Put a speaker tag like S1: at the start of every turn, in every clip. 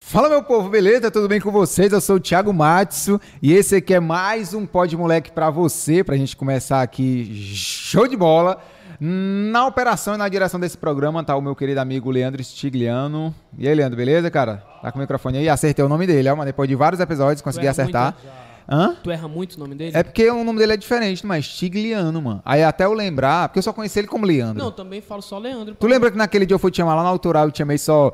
S1: Fala meu povo, beleza? Tudo bem com vocês? Eu sou o Thiago Matsu e esse aqui é mais um Pod Moleque pra você, pra gente começar aqui show de bola. Na operação e na direção desse programa tá o meu querido amigo Leandro Stigliano. E aí, Leandro, beleza, cara? Tá com o microfone aí? Acertei o nome dele, ó, mas depois de vários episódios consegui
S2: erra
S1: acertar.
S2: muito, já.
S1: Hã?
S2: Tu erra muito o nome dele?
S1: É porque o nome dele é diferente, mas Stigliano, mano. Aí até eu lembrar, porque eu só conheci ele como Leandro.
S2: Não, também falo só Leandro.
S1: Tu lembra que naquele dia eu fui te chamar lá na autoral e te chamei só.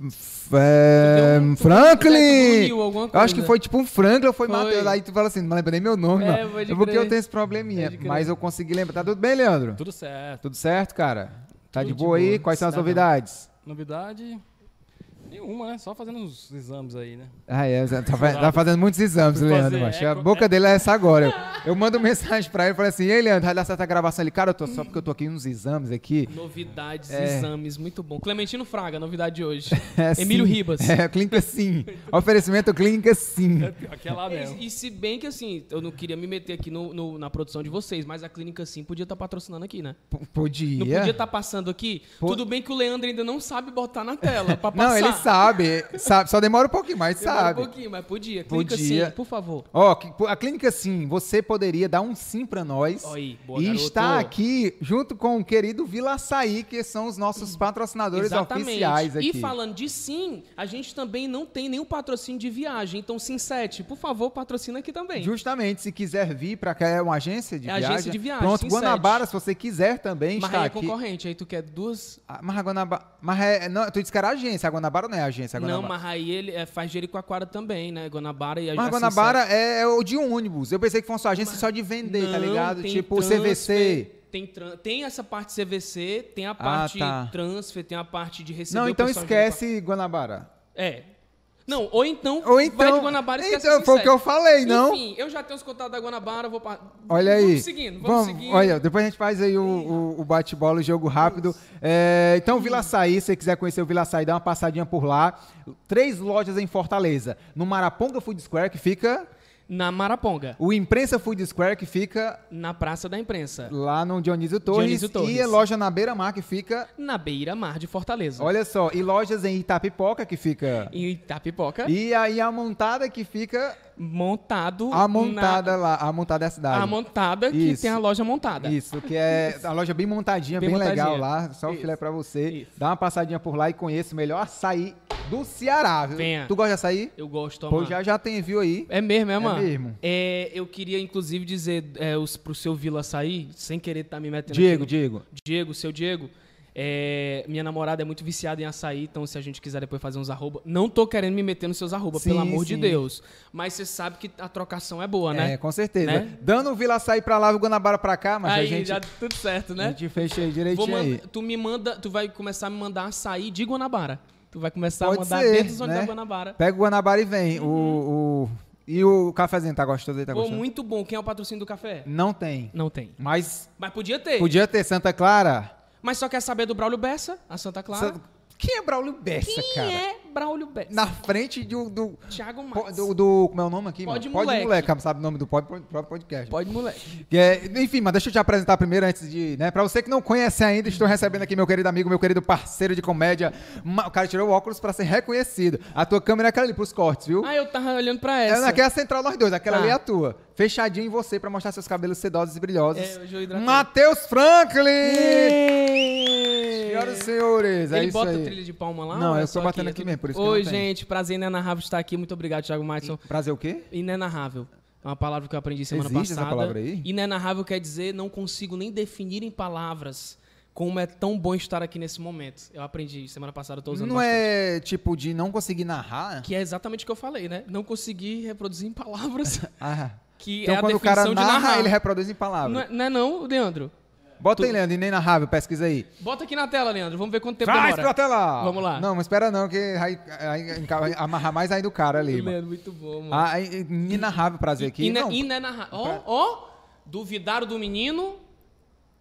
S1: hum, f- é,
S2: Tu deu um- tu
S1: Franklin!
S2: deu um alguma
S1: Eu acho que
S2: coisa.
S1: foi tipo um Franklin ou foi,
S2: Foi.
S1: Matheus. Aí tu fala assim, não lembra nem meu nome,
S2: É,
S1: mano.
S2: pode
S1: É porque
S2: crer.
S1: eu tenho esse probleminha.
S2: Pode crer.
S1: Mas eu consegui lembrar. Tá tudo bem, Leandro?
S3: Tudo certo.
S1: Tudo certo, cara? Tá
S2: Tudo
S1: de
S2: de
S1: boa aí?
S2: boa.
S1: Quais são as
S2: Cidadão.
S1: novidades?
S3: Novidade nenhuma, né? Só fazendo uns exames aí, né?
S1: Ah, é, tá, fa- tá fazendo muitos exames,
S3: Fui
S1: Leandro,
S3: fazer,
S1: macho.
S3: é,
S1: A boca dele é essa agora. Eu, eu mando mensagem pra ele e falei assim, ei, Leandro, vai dar certa gravação ali. Cara, eu tô só porque eu tô aqui nos exames aqui.
S2: Novidades,
S1: É.
S2: exames, muito bom. Clementino Fraga, novidade de hoje.
S1: É,
S2: Emílio
S1: sim.
S2: Ribas.
S1: É, clínica sim. Oferecimento clínica sim.
S3: Aqui é lá mesmo.
S2: E, e se bem que assim, eu não queria me meter aqui no, no- na produção de vocês, mas a clínica sim podia estar patrocinando aqui, né?
S1: P-
S2: Não
S1: podia.
S2: podia estar passando aqui.
S1: Pô.
S2: Tudo bem que o Leandro ainda não sabe botar na tela pra passar.
S1: Não, ele sabe, sabe. Só demora um pouquinho, mas
S2: Demora
S1: sabe.
S2: um pouquinho, mas podia. Clínica
S1: Podia.
S2: sim, por favor.
S1: Ó, que- a clínica sim, você poderia dar um sim pra nós.
S2: Aí, boa,
S1: e
S2: garoto.
S1: está aqui junto com o querido Vila Açaí, que são os nossos patrocinadores oficiais aqui.
S2: E falando de sim, a gente também não tem nenhum patrocínio de viagem. Então, Sim 7, por favor, patrocina aqui também.
S1: Justamente, se quiser vir para cá, é uma agência de
S2: É
S1: viagem.
S2: agência de viagem,
S1: Pronto,
S2: sim,
S1: Guanabara, se você quiser também
S2: Mas
S1: está
S2: aí é
S1: aqui.
S2: concorrente, aí tu quer duas.
S1: Ah, Mas a Guanabara. Mas é, não, tu disse que era agência. A Guanabara não é agência. A
S2: Não,
S1: Guanabara.
S2: mas aí ele é, faz Jericoacoara também, né? Guanabara e a
S1: Mas
S2: a
S1: Guanabara é, é o de ônibus. Eu pensei que fosse uma agência só de vender, tá
S2: Não,
S1: ligado?
S2: tem
S1: Tipo o
S2: transfer,
S1: CVC.
S2: Tem, tran- tem essa parte CVC, tem a parte
S1: tá.
S2: transfer, tem a parte de receber
S1: Não,
S2: o
S1: então
S2: pessoal de
S1: esquece Guanabara.
S2: Jericoacoara. É. Não, ou então,
S1: Ou
S2: vai de
S1: então.
S2: Guanabara e esquece
S1: então,
S2: Sim
S1: foi o que
S2: 7.
S1: eu falei, não?
S2: Enfim, eu já tenho os contatos da Guanabara, vou pa...
S1: Olha aí.
S2: Vamos seguindo, vamos, seguindo.
S1: Olha, depois a gente faz aí o, o- o bate-bola, o jogo rápido. É, então, Vila Açaí, se você quiser conhecer o Vila Açaí, dá uma passadinha por lá. Três lojas em Fortaleza. No Maraponga Food Square, que fica...
S2: Na Maraponga,
S1: O Imprensa Food Square, que fica
S2: na Praça da Imprensa,
S1: lá no Dionísio Torres.
S2: Dionísio Torres.
S1: E a loja na Beira Mar, que fica...
S2: na Beira Mar de Fortaleza,
S1: Olha só, e lojas em Itapipoca, que fica...
S2: em Itapipoca,
S1: E aí a montada que fica...
S2: montado
S1: A montada lá, a montada é a
S2: na...
S1: cidade.
S2: a montada que
S1: Isso.
S2: tem a loja montada.
S1: Isso, que é a loja bem montadinha, bem,
S2: Bem
S1: legal
S2: montadinha.
S1: lá. Só o
S2: Isso.
S1: filé pra você.
S2: Isso.
S1: Dá uma passadinha por lá e conheça o melhor açaí do Ceará. viu?
S2: Venha.
S1: Tu gosta de açaí?
S2: Eu gosto,
S1: Pô,
S2: amar.
S1: já já tem, viu aí?
S2: É mesmo, é, mano?
S1: mesmo.
S2: É, eu queria, inclusive, dizer é, os, pro seu Vila sair, sem querer tá me metendo
S1: Diego,
S2: aqui.
S1: Diego.
S2: Diego, seu Diego. é, minha namorada é muito viciada em açaí, então se a gente quiser depois fazer uns arroba. Não tô querendo me meter nos seus arroba,
S1: Sim,
S2: pelo amor de
S1: sim.
S2: Deus. Mas você sabe que a trocação é boa, né?
S1: É, com certeza.
S2: Né?
S1: Dando o Vila Açaí pra lá e o Guanabara pra cá, mas
S2: aí
S1: a gente,
S2: já tudo certo,
S1: a
S2: né?
S1: gente fecha aí
S2: Vou
S1: direitinho aí.
S2: manda- tu me manda, tu vai começar a me mandar açaí de Guanabara. Tu vai começar
S1: Pode
S2: a mandar
S1: ser,
S2: dentro do ônibus
S1: né?
S2: da Guanabara.
S1: Pega o Guanabara e vem. O, o- E o cafezinho, tá gostoso aí? Tá
S2: Pô,
S1: gostoso?
S2: Uhum. muito bom. Quem é o patrocínio do café?
S1: Não tem.
S2: Não tem.
S1: Mas
S2: Mas podia ter.
S1: podia ter Santa Clara.
S2: Mas só quer saber do Braulio Bessa, a Santa Clara.
S1: Sa- Quem é Braulio Bessa,
S2: Quem
S1: cara?
S2: é Braulio Bessa?
S1: Na frente do- do,
S2: Thiago
S1: Po-
S2: Matos.
S1: Do, do- como é o nome aqui?
S2: Pode
S1: mano?
S2: Moleque.
S1: cara, sabe o nome do pod- pod- próprio podcast.
S2: Pode, moleque.
S1: Que é- enfim, mas deixa eu te apresentar primeiro antes de, né? Pra você que não conhece ainda, estou recebendo aqui meu querido amigo, meu querido parceiro de comédia. Ma- O cara tirou o óculos pra ser reconhecido. A tua câmera é aquela ali pros cortes, viu?
S2: Ah, eu tava olhando pra
S1: é
S2: essa.
S1: naquela central nós dois, aquela
S2: Tá.
S1: ali é a tua. Fechadinho em você pra mostrar seus cabelos sedosos e brilhosos.
S2: É, hoje eu hidratei.
S1: Matheus Franklin!
S2: Êêêê!
S1: Senhoras e senhores, é
S2: Ele
S1: isso
S2: bota
S1: aí.
S2: a trilha de palma lá?
S1: Não,
S2: ou é
S1: eu tô
S2: só
S1: batendo
S2: É
S1: aqui
S2: tudo-
S1: mesmo, por isso que
S2: Oi,
S1: não tem.
S2: gente. Prazer inenarrável estar aqui. Muito obrigado, Thiago Madison.
S1: Prazer o quê?
S2: Inenarrável. É uma palavra que eu aprendi semana
S1: Existe essa
S2: passada.
S1: palavra aí?
S2: Inenarrável quer dizer não consigo nem definir em palavras como é tão bom estar aqui nesse momento. Eu aprendi semana passada, eu tô usando
S1: Não
S2: bastante.
S1: é tipo de não conseguir narrar?
S2: Que é exatamente o que eu falei, né? Não consegui reproduzir em palavras
S1: Ah.
S2: que
S1: Então,
S2: é a
S1: quando
S2: definição
S1: o cara
S2: de
S1: narra,
S2: narrar.
S1: ele reproduz em palavras.
S2: Não é, não é não, Leandro?
S1: Bota aí, Leandro, e nem narrável, pesquisa aí.
S2: Bota aqui na tela, Leandro. Vamos ver quanto tempo
S1: Vai,
S2: demora.
S1: até lá!
S2: Vamos lá.
S1: Não, mas espera não, que aí, aí- aí- amarrar mais aí do cara ali, mano.
S2: Leandro, muito bom, mano.
S1: Ah, aí, inarrável prazer aqui.
S2: Ina-
S1: não,
S2: Inenarrável. Ó, ó. Duvidaram do menino.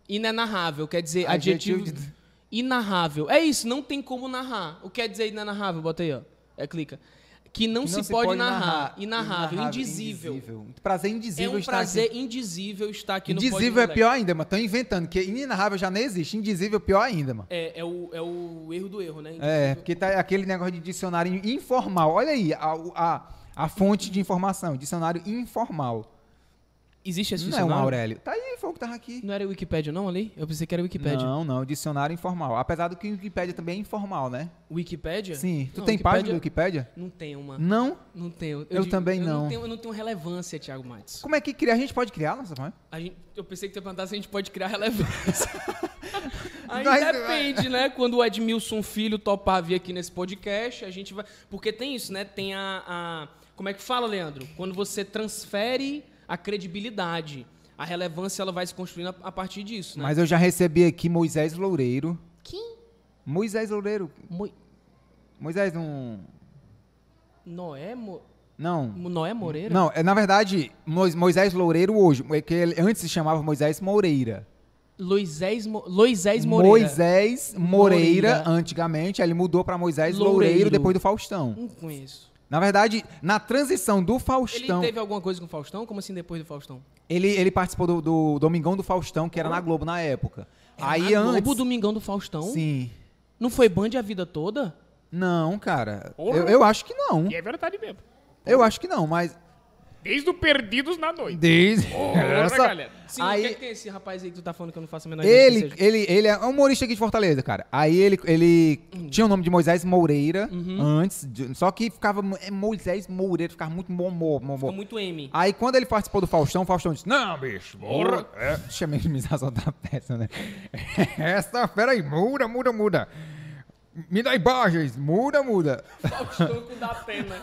S2: Inenarrável. Quer dizer,
S1: Adjetivo
S2: adjetivo...
S1: de-
S2: Inarrável. É isso, não tem como narrar. O que quer dizer inenarrável? Bota aí, ó. É, clica. que não,
S1: que
S2: se, pode, narrar, inarrável, indizível.
S1: indizível. Prazer indizível
S2: É um
S1: estar aqui.
S2: prazer indizível estar aqui no Pode
S1: Indizível é
S2: Moleque.
S1: pior ainda, mano. Estão inventando, que inenarrável já nem existe. Indizível é pior ainda, mano.
S2: É, é o, é o erro do erro, né?
S1: É, porque tá aquele negócio de dicionário informal. Olha aí a, a, a fonte de informação, dicionário informal.
S2: Existe esse
S1: Não é um
S2: dicionário?
S1: Aurélio. Tá aí, foi o que tava aqui.
S2: Não era Wikipédia não ali? Eu pensei que era Wikipédia.
S1: Não, não, dicionário informal. Apesar do que o Wikipédia também é informal, né?
S2: Wikipédia?
S1: Sim. Tu
S2: É. Não,
S1: tem página do
S2: Wikipédia-
S1: Wikipédia?
S2: Não tenho, mano.
S1: Não?
S2: Não tenho.
S1: Eu também
S2: eu
S1: não.
S2: tenho, eu não tenho relevância, Thiago Matos.
S1: Como é que cria? A gente pode criar nossa página?
S2: A gente- eu pensei que tu ia perguntar se a gente pode criar relevância. Aí
S1: Nós-
S2: depende, né? Quando o Edmilson Filho topar vir aqui nesse podcast, a gente vai. Porque tem isso, né? Tem a. a- Como é que fala, Leandro? Quando você transfere a credibilidade. A relevância ela vai se construindo a, a partir disso, né?
S1: Mas eu já recebi aqui Moisés Loureiro.
S2: Quem?
S1: Moisés Loureiro.
S2: Mo...
S1: Moisés não.
S2: Noé, Mo...
S1: Não.
S2: Noé Moreira?
S1: Não, é, na verdade, Mois- Moisés Loureiro hoje, é que ele antes se chamava Moisés Moreira.
S2: Loisés, Mo... Loisés Moreira.
S1: Moisés Moreira,
S2: Moreira.
S1: antigamente, aí ele mudou pra Moisés
S2: Loureiro.
S1: Loureiro. depois do Faustão.
S2: Não conheço.
S1: Na verdade, na transição do
S2: Ele
S1: Faustão, ele,
S2: teve alguma coisa com o Faustão? Como assim depois do Faustão?
S1: ele, participou do, do Domingão do Faustão, que era na Globo na época. aí
S2: Era na
S1: antes.
S2: Globo Domingão do Faustão?
S1: Sim.
S2: Não foi Band a vida toda?
S1: Não, cara.
S3: Porra.
S1: Eu, eu acho que não.
S3: E é verdade mesmo.
S1: Eu acho que não, mas.
S3: Desde o Perdidos na Noite.
S1: Desde.
S3: Porra,
S1: Essa-
S3: galera.
S2: Sim,
S1: Aí-
S2: o que, é que tem esse rapaz aí que tu tá falando que eu não faço a menor ideia de quem
S1: Ele,
S2: seja?
S1: ele, ele é um humorista aqui de Fortaleza, cara. Aí ele, ele
S2: Uhum.
S1: tinha o nome de Moisés Moreira antes, de- só que ficava mo- é Moisés Moreira, ficava muito momô,
S2: Ficou
S1: momô.
S2: É muito M.
S1: Aí quando ele participou do Faustão, o Faustão disse: Não, bicho,
S3: Porra.
S1: porra. É, deixa a minimização da peça, né? Essa fera aí, muda, muda, muda. Me dá imagens, muda, muda. Ah.
S2: Faustão com da pena.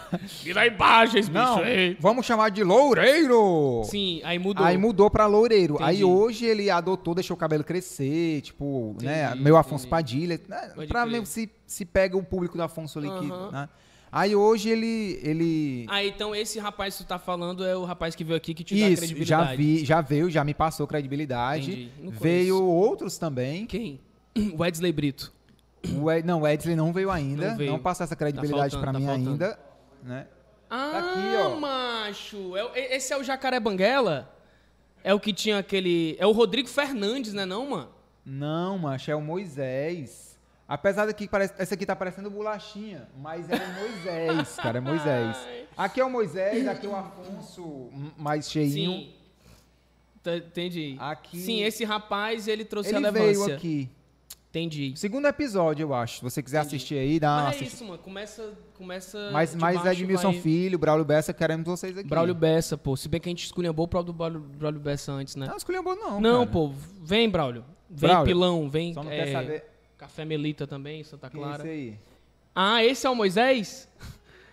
S3: Me dá imagens, bicho.
S1: Não,
S3: Ei.
S1: vamos chamar de Loureiro.
S2: Sim, aí mudou.
S1: Aí mudou pra Loureiro.
S2: tipo Entendi.
S1: Aí hoje ele adotou, deixou o cabelo crescer, tipo, né? Meu Afonso
S2: entendi.
S1: Padilha. Né,
S2: Pode
S1: pra
S2: crer.
S1: ver se, se pega o público do Afonso ali. que,
S2: Aham.
S1: né? Aí hoje ele. ele...
S2: Ah, então esse rapaz que tu tá falando é o rapaz que veio aqui que te dá
S1: Isso,
S2: credibilidade.
S1: já vi, já veio, já me passou credibilidade.
S2: Entendi. Não conheço.
S1: Veio outros também.
S2: Quem? Wesley Brito.
S1: O Ed- não, o Edsley não veio ainda.
S2: Não
S1: Não,
S2: veio.
S1: passou essa credibilidade
S2: faltando,
S1: pra
S2: tá
S1: mim
S2: faltando.
S1: ainda. Né?
S2: Ah,
S1: aqui, ó.
S2: macho. É o- e- esse é o Jacaré Banguela? É o que tinha aquele... É o Rodrigo Fernandes, né não, mano?
S1: Não, macho, é o Moisés. Apesar de que parece, essa aqui tá parecendo bolachinha, mas é o Moisés, cara, é Moisés. Aqui é o Moisés, aqui é o Afonso m- mais cheinho.
S2: Sim. Tá, Entendi.
S1: Aqui-
S2: Sim, esse rapaz, ele trouxe
S1: Ele
S2: relevância.
S1: veio aqui.
S2: Entendi.
S1: Segundo episódio, eu acho. Se você quiser assistir aí, dá uma
S2: Mas é
S1: assistida.
S2: isso, mano. Começa, começa
S1: Ah, Mas,
S2: de
S1: mas é
S2: baixo,
S1: Edmilson
S2: vai-
S1: Filho, Braulio Bessa, queremos vocês aqui.
S2: Braulio Bessa, pô. Se bem que a gente esculhambou o próprio Braulio, Braulio Bessa antes, né?
S1: Não, escolheu Tá bom não,
S2: Não,
S1: cara.
S2: pô. Vem, Braulio. Vem
S1: Braulio,
S2: Pilão, vem
S1: Só não
S2: é,
S1: quer saber
S2: Café Melita também, Santa
S1: o que é isso
S2: Clara.
S1: aí.
S2: ah, esse é o Moisés?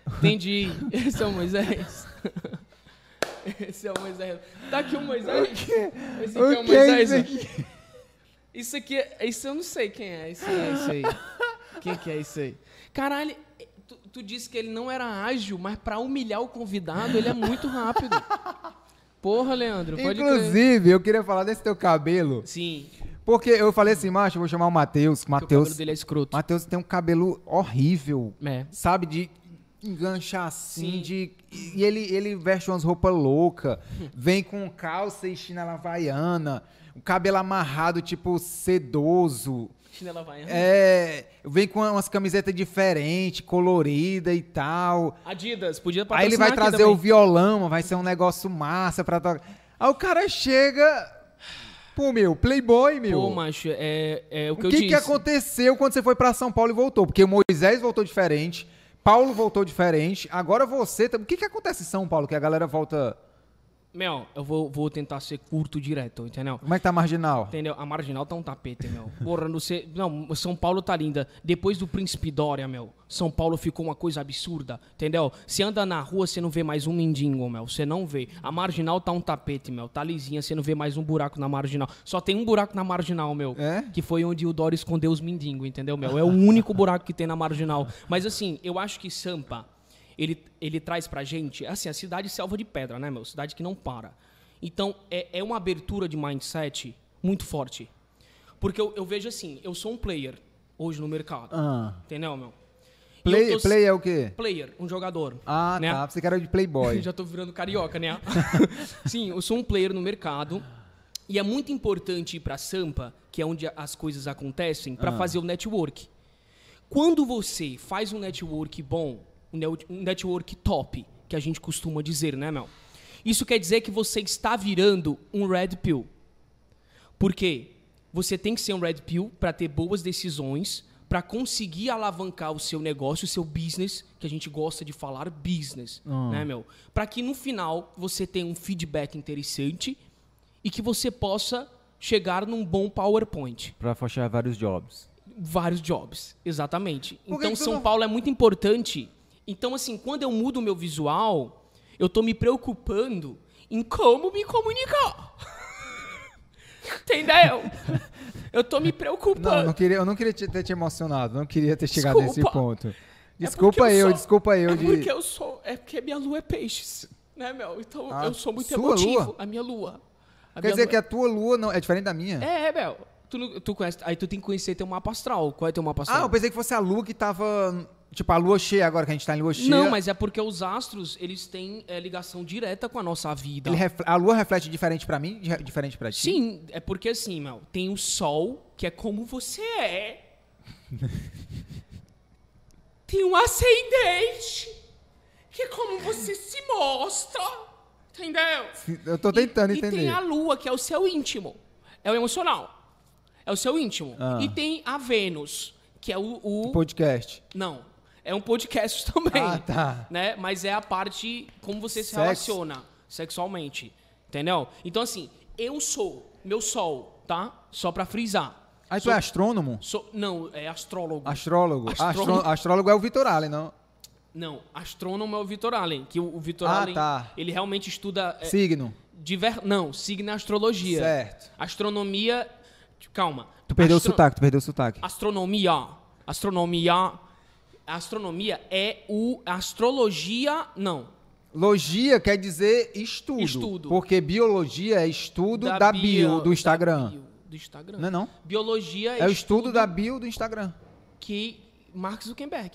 S2: Entendi. Esse é o Moisés. Esse é o Moisés. Tá aqui o Moisés. Esse aqui é o
S1: O que é
S2: Moisés.
S1: isso
S2: ó.
S1: aqui?
S2: Isso aqui, é- isso eu não sei quem é. Isso é isso aí. quem que é isso aí? Caralho, tu, tu disse que ele não era ágil, mas pra humilhar o convidado, ele é muito rápido. Porra, Leandro, pode crer.
S1: Inclusive, eu queria falar desse teu cabelo.
S2: Sim,
S1: Porque eu falei assim, macho, eu vou chamar o Matheus. que o
S2: porque o cabelo
S1: Matheus
S2: dele é escroto.
S1: Matheus tem um cabelo horrível,
S2: É.
S1: sabe? De enganchar assim,
S2: Sim.
S1: de. E ele, ele veste umas roupas loucas, vem com calça e chinela havaiana, o cabelo amarrado, tipo, sedoso.
S2: Chinela havaiana.
S1: É, vem com umas camisetas diferentes, colorida e tal.
S2: Adidas, podia patrocinar
S1: Aí ele vai
S2: aqui
S1: trazer
S2: também.
S1: o violão, vai ser um negócio massa pra tocar. Aí o cara chega. Pô, meu, Playboy, meu.
S2: Pô, macho, é, é o
S1: O
S2: que
S1: que,
S2: eu
S1: que,
S2: disse.
S1: aconteceu quando você foi pra São Paulo e voltou? Porque o Moisés voltou diferente, Paulo voltou diferente, agora você... tam- O que, que acontece em São Paulo que a galera volta...
S2: Mel, eu vou, vou tentar ser curto e direto, entendeu?
S1: Como é que tá a marginal?
S2: Entendeu? A marginal tá um tapete, meu. Porra, não sei. Não, São Paulo tá linda. Depois do Príncipe Dória, meu, São Paulo ficou uma coisa absurda, entendeu? Você anda na rua, você não vê mais um mendigo, meu. Você não vê. A marginal tá um tapete, meu. Tá lisinha, você não vê mais um buraco na marginal. Só tem um buraco na marginal, meu.
S1: É?
S2: Que foi onde o Dória escondeu os mendigos, entendeu, meu? É o único buraco que tem na marginal. Mas assim, eu acho que Sampa, ele, ele traz pra gente, assim, a cidade selva de pedra, né, meu? Cidade que não para. Então, é, é uma abertura de mindset muito forte. Porque eu, eu vejo assim, eu sou um player hoje no mercado.
S1: Ah,
S2: Entendeu, meu?
S1: Play,
S2: eu tô-
S1: play é o quê?
S2: Player, um jogador.
S1: Ah,
S2: né?
S1: tá. Você que era de Playboy.
S2: Já tô virando carioca, né? Sim, eu sou um player no mercado. E é muito importante ir pra Sampa, que é onde as coisas acontecem, pra fazer o network. Quando você faz um network bom, um ne- um network top, que a gente costuma dizer, né, Mel? Isso quer dizer que você está virando um red pill. Porque você tem que ser um red pill para ter boas decisões, para conseguir alavancar o seu negócio, o seu business, que a gente gosta de falar business, né, meu? Para que no final você tenha um feedback interessante e que você possa chegar num bom PowerPoint.
S4: Pra fechar vários jobs.
S2: Vários jobs, exatamente.
S1: Por que
S2: então
S1: que tu
S2: São
S1: não-
S2: Paulo é muito importante. Então assim, quando eu mudo o meu visual, eu tô me preocupando em como me comunicar. Entendeu? Eu tô me preocupando. É
S1: Não, não queria, eu não queria te- ter te emocionado, não queria ter chegado nesse
S2: Desculpa.
S1: ponto.
S2: É
S1: Desculpa
S2: porque
S1: eu,
S2: sou-
S1: desculpa eu
S2: É
S1: de.
S2: porque eu sou. É porque minha lua é peixes, né, meu? Então
S1: Ah,
S2: eu sou muito
S1: sua
S2: emotivo.
S1: lua?
S2: A minha lua.
S1: Quer
S2: A minha
S1: dizer
S2: lua-
S1: que a tua lua não é diferente da minha?
S2: É, é, Bel. Tu, não- tu conhece, aí tu tem que conhecer teu mapa astral. Qual é teu
S1: Ah,
S2: mapa astral?
S1: eu pensei que fosse a lua que tava. Tipo, a lua cheia agora que a gente tá em lua cheia.
S2: Não, mas é porque os astros, eles têm é, ligação direta com a nossa vida.
S1: Ele refle- A lua reflete diferente pra mim, di- diferente pra ti.
S2: Sim, é porque assim, Mel, tem o sol, que é como você é. tem um ascendente, que é como você se mostra. Entendeu?
S1: Eu tô tentando
S2: e,
S1: entender.
S2: E tem a lua, que é o seu íntimo. É o emocional. É o seu íntimo.
S1: Ah.
S2: E tem a Vênus, que é o. o-
S1: Podcast.
S2: Não. É um podcast também.
S1: Ah, tá.
S2: Né? Mas é a parte como você se
S1: Sexo.
S2: relaciona sexualmente. Entendeu? Então, assim, eu sou meu sol, tá? Só pra frisar.
S1: Aí tu
S2: sou,
S1: é astrônomo?
S2: sou- Não, é astrólogo.
S1: Astrólogo?
S2: Astrônomo.
S1: Astrô- Astrólogo é o Vitor Allen, não?
S2: Não, astrônomo é o Vitor Allen. Que o, o Vitor
S1: Ah,
S2: Allen,
S1: tá.
S2: ele realmente estuda... é,
S1: Signo.
S2: Diver... Não, signo é astrologia.
S1: Certo.
S2: Astronomia. Calma.
S4: Tu perdeu
S2: Astro-
S4: o sotaque, tu perdeu o sotaque.
S2: Astronomia. Astronomia. Astronomia é o. Astrologia. Não.
S1: Logia quer dizer estudo.
S2: Estudo.
S1: Porque biologia é estudo da, bio, do Instagram.
S2: da bio do Instagram.
S1: Não é não?
S2: Biologia é,
S1: É o estudo da bio do Instagram.
S2: que Mark Zuckerberg.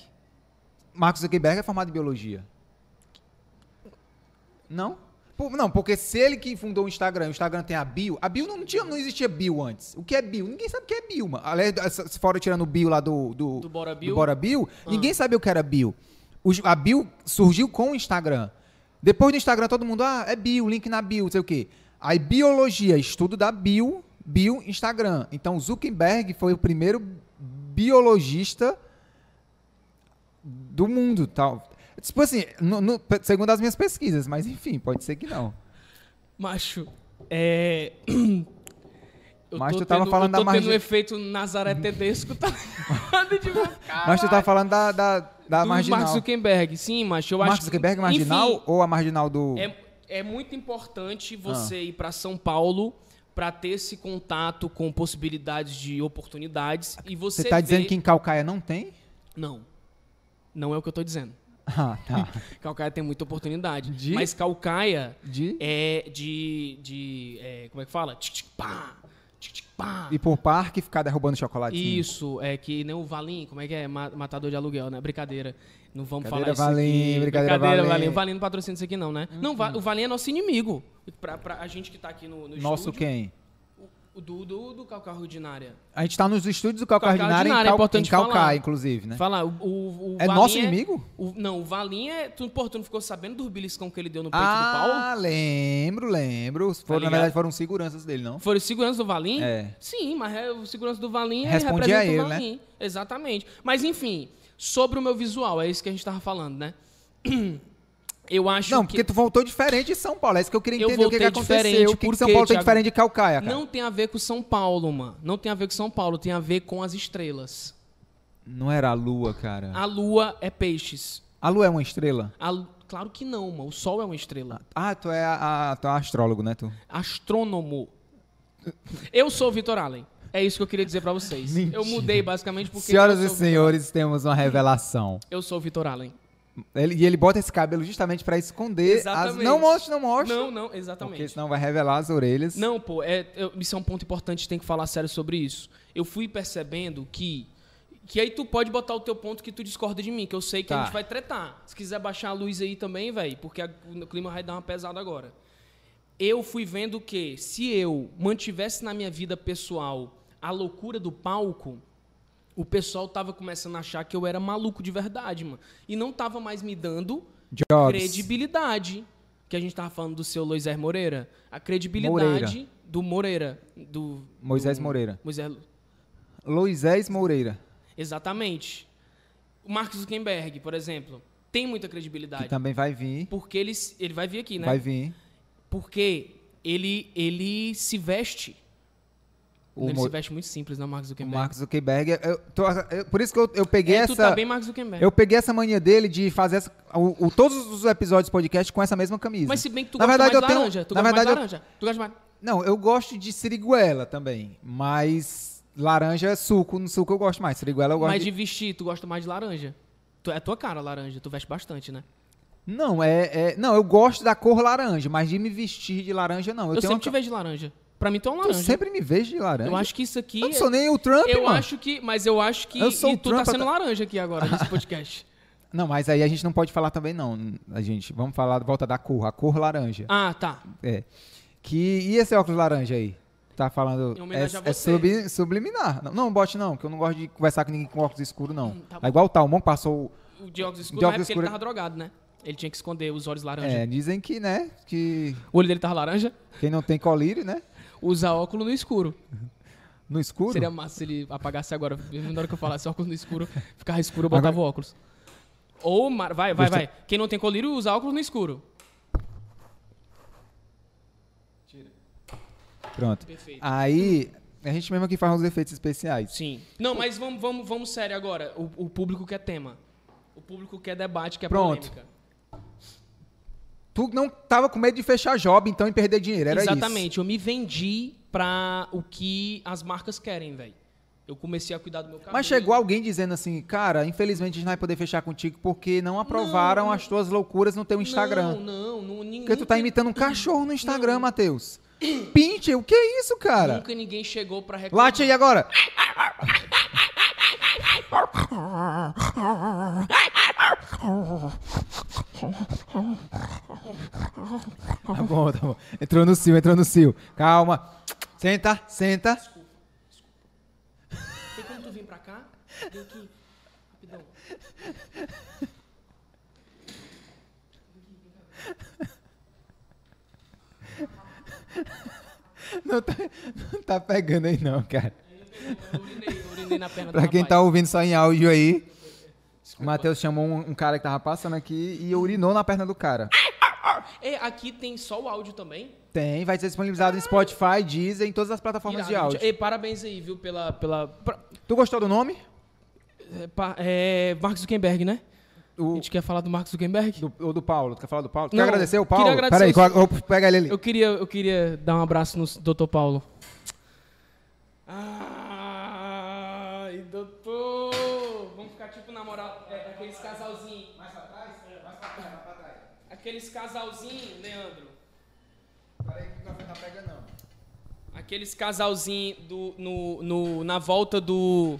S1: Mark Zuckerberg é formado em biologia. Não? Por- não, porque se ele que fundou o Instagram, o Instagram tem a bio, a bio não, tinha, não existia bio antes. O que é bio? Ninguém sabe o que é bio, mano. Aliás, essa- se fora tirando o bio lá do... Do,
S2: Do Bora Ah. Bio?
S1: Bora Bio, ninguém sabia o que era bio. O j- a bio surgiu com o Instagram. Depois do Instagram, todo mundo, ah, é bio, link na bio, não sei o quê. Aí biologia, estudo da bio, bio, Instagram. Então Zuckerberg foi o primeiro biologista do mundo, tal. Tipo assim, no- no- pe- segundo as minhas pesquisas, mas enfim, pode ser que não.
S2: Macho. É. Eu
S1: Mas
S2: tô
S1: tu tava
S2: tendo-
S1: falando
S2: eu
S1: da
S2: tô
S1: margem-
S2: tendo um efeito Nazaré Tedesco, tá ligado? De
S1: Mas tu tava falando da, da, da
S2: do
S1: marginal.
S2: Mark Zuckerberg. Sim, macho. Eu
S1: Mark
S2: acho
S1: Zuckerberg
S2: que,
S1: marginal
S2: Enfim,
S1: ou a marginal do...
S2: É, é muito importante você
S1: Ah.
S2: ir para São Paulo para ter esse contato com possibilidades de oportunidades e você
S1: Você tá
S2: vê-
S1: dizendo que em Calcaia não tem?
S2: não não é o que eu tô dizendo
S1: Ah, tá.
S2: Calcaia tem muita oportunidade
S1: De?
S2: mas Calcaia
S1: De...
S2: é de de é, como é que fala tic tic pá tic tic pá
S1: E por parque ficar derrubando chocolatinho.
S2: É. Isso, é que nem o Valim, como é que é? Ma- Matador de aluguel, né? Brincadeira. Não vamos
S1: Brincadeira,
S2: falar isso
S1: Valim,
S2: aqui.
S1: brincadeira, Valim. Uhum.
S2: O Valim não patrocina isso aqui não, né? Não, Va- o Valim é nosso inimigo. Pra, pra a gente que tá aqui no, no
S1: Nosso
S2: estúdio.
S1: quem?
S2: O do, do, do Calcarro Ordinária.
S1: A gente tá nos estúdios do Calcaia
S2: Calcaia
S1: Ordinária em,
S2: Ordinária, é
S1: Cal... em
S2: importante
S1: Calcaia,
S2: falar.
S1: inclusive, né?
S2: Fala, o, o, o
S1: É
S2: Valim
S1: nosso inimigo?
S2: o- não, o Valim é... Tu, pô, tu não ficou sabendo do beliscão que ele deu no peito do Paulo?
S1: Ah, lembro, lembro. Foram, na
S2: ligado?
S1: verdade, foram seguranças dele, não?
S2: Foi o segurança do Valim?
S1: É.
S2: Sim, mas é o segurança do Valim ele
S1: Respondia a
S2: representa
S1: ele, né?
S2: o Valim. Exatamente. Mas enfim, sobre o meu visual, é isso que a gente tava falando, né? Eu acho
S1: Não,
S2: que
S1: porque tu voltou diferente de São Paulo. É isso que eu queria
S2: Eu
S1: entender o que, que
S2: voltei
S1: aconteceu.
S2: diferente.
S1: O que, que
S2: Por
S1: São
S2: quê,
S1: Paulo tem
S2: Thiago?
S1: diferente de Calcaia, cara?
S2: não tem a ver com São Paulo, mano. Não tem a ver com São Paulo, tem a ver com as estrelas.
S1: Não era a lua, cara.
S2: A lua é peixes.
S1: A lua é uma estrela?
S2: A lu- Claro que não, mano. O sol é uma estrela.
S1: Ah, tu é, a, a- tu é astrólogo, né, tu?
S2: Astrônomo. Eu sou o Vitor Allen. É isso que eu queria dizer pra vocês. Eu mudei basicamente porque
S1: Senhoras
S2: eu
S1: e
S2: sou,
S1: senhores, temos uma revelação.
S2: eu sou o Vitor Allen.
S1: Ele- e ele bota esse cabelo justamente pra esconder as...
S2: Exatamente.
S1: Não mostra, não mostra.
S2: Não, não, exatamente.
S1: Porque senão vai revelar as orelhas.
S2: Não, pô, é, eu- isso é um ponto importante, tem que falar sério sobre isso. Eu fui percebendo que, Que aí tu pode botar o teu ponto que tu discorda de mim, que eu sei que
S1: Tá.
S2: a gente vai tretar. Se quiser baixar a luz aí também, velho, porque a- o clima vai dar uma pesada agora. Eu fui vendo que se eu mantivesse na minha vida pessoal a loucura do palco, o pessoal tava começando a achar que eu era maluco de verdade, mano. E não tava mais me dando
S1: Jobs.
S2: credibilidade. Que a gente tava falando do seu Loiser Moreira. A credibilidade
S1: Moreira.
S2: do Moreira. Do,
S1: Moisés
S2: do-
S1: Moreira.
S2: Moisés,
S1: Loisés Moreira,
S2: exatamente. O Mark Zuckerberg, por exemplo, tem muita credibilidade.
S1: que também vai vir.
S2: Porque ele, s- ele vai vir aqui, né?
S1: Vai vir.
S2: Porque ele, ele se veste.
S1: O
S2: ele
S1: Mo-
S2: se veste muito simples, né, Mark
S1: O
S2: Zuckerberg?
S1: Mark Zuckerberg. Eu tô- eu- por isso que eu, eu peguei
S2: É, tu tá
S1: essa.
S2: bem, Mark Zuckerberg.
S1: Eu peguei essa mania dele de fazer essa- o, o- todos os episódios do podcast com essa mesma camisa.
S2: Mas se bem que tu
S1: Na
S2: gosta
S1: verdade,
S2: mais
S1: eu
S2: de
S1: tenho-
S2: laranja. Tu
S1: na
S2: gosta mais de
S1: verdade, eu-
S2: laranja. Tu gosta mais...
S1: Não, eu gosto de siriguela também, mas laranja é suco, no suco eu gosto mais. Siriguela eu gosto.
S2: Mas
S1: de-
S2: de vestir, tu gosta mais de laranja. Tu, é tua cara laranja, tu veste bastante, né?
S1: Não, é, é- não, eu gosto da cor laranja, mas de me vestir de laranja não. Eu,
S2: Eu,
S1: tenho
S2: sempre
S1: uma...
S2: te vejo de laranja. Pra mim, tu é um
S1: Eu
S2: laranja.
S1: sempre me vejo de laranja.
S2: Eu acho que isso aqui...
S1: Eu não sou nem o Trump,
S2: eu
S1: mano.
S2: acho que... Mas eu acho que...
S1: Eu sou
S2: e
S1: o
S2: tu
S1: Trump,
S2: tá sendo
S1: eu
S2: laranja aqui agora, nesse podcast.
S1: Não, mas aí a gente não pode falar também não. A gente vamos falar volta da cor, a cor laranja.
S2: ah, tá.
S1: É. Que e esse óculos laranja aí? Tá falando
S2: Em
S1: é,
S2: homenagem a
S1: é
S2: você.
S1: subi- subliminar. Não, não bote não, que eu não gosto de conversar com ninguém com óculos escuro não.
S2: tá
S1: é igual o Talmon passou
S2: O Dióxido escuro
S1: Dióxido
S2: não é porque
S1: escuro-
S2: ele tava drogado, né? Ele tinha que esconder os olhos laranja.
S1: é, dizem que, né, que
S2: O olho dele tava laranja,
S1: quem não tem colírio, né,
S2: usa óculos no escuro.
S1: no escuro.
S2: Seria massa se ele apagasse agora. Na hora que eu falasse óculos no escuro, ficava escuro, eu botava o óculos. Ou, mar- vai, vai, vai. Quem não tem colírio, usa óculos no escuro.
S1: Pronto.
S2: Perfeito.
S1: Aí a gente mesmo aqui faz uns efeitos especiais.
S2: Sim. Não, mas vamos, vamos, vamos sério agora. O, o público quer tema. O público quer debate, quer
S1: Pronto.
S2: polêmica.
S1: Tu não tava com medo de fechar job, então e perder dinheiro, era
S2: Exatamente. Eu me vendi pra o que as marcas querem, velho. Eu comecei a cuidar do meu
S1: isso.
S2: cabelo.
S1: Mas chegou alguém dizendo assim, cara, infelizmente a gente não vai poder fechar contigo porque não aprovaram as tuas loucuras no teu Instagram.
S2: Não, não, não ninguém.
S1: Porque tu tá imitando um cachorro no Instagram, Matheus. Pinte, o que é isso, cara?
S2: Nunca ninguém chegou pra reclamar.
S1: Late aí agora. Tá bom, tá bom. Entrou no cio, entrou no cio. Calma. Senta, senta.
S2: Tem como tu vir pra cá? Vem aqui. Rapidão.
S1: Não tá, não tá pegando aí não, cara.
S2: Eu urinei, eu urinei na perna do
S1: Pra quem
S2: rapaz.
S1: tá ouvindo só em áudio aí, o Matheus chamou um, um cara que tava passando aqui e urinou na perna do cara. tá-
S2: É, aqui tem só o áudio também.
S1: Tem, vai ser disponibilizado em Spotify, Deezer, em todas as plataformas de
S2: Irado,
S1: áudio.
S2: gente. Ei, parabéns aí, viu, pela... pela pra-
S1: Tu gostou do nome?
S2: é, pa- é, Mark Zuckerberg, né? A
S1: O,
S2: gente quer falar do Mark Zuckerberg?
S1: do, ou do Paulo? Tu quer falar do Paulo? Tu
S2: Não,
S1: quer agradecer o
S2: queria
S1: Paulo?
S2: agradecer
S1: Peraí,
S2: os-
S1: qual- opa, pega ele ali.
S2: Eu queria, eu queria dar um abraço no Dr. Paulo. Ai, doutor! Vamos ficar tipo namorar é, aqueles casalzinho. Mais pra trás? É, mais pra trás, mais pra trás. Aqueles casalzinho, Leandro.
S1: Peraí que o café tá pegando não.
S2: Aqueles casalzinho do, no, no, na volta do.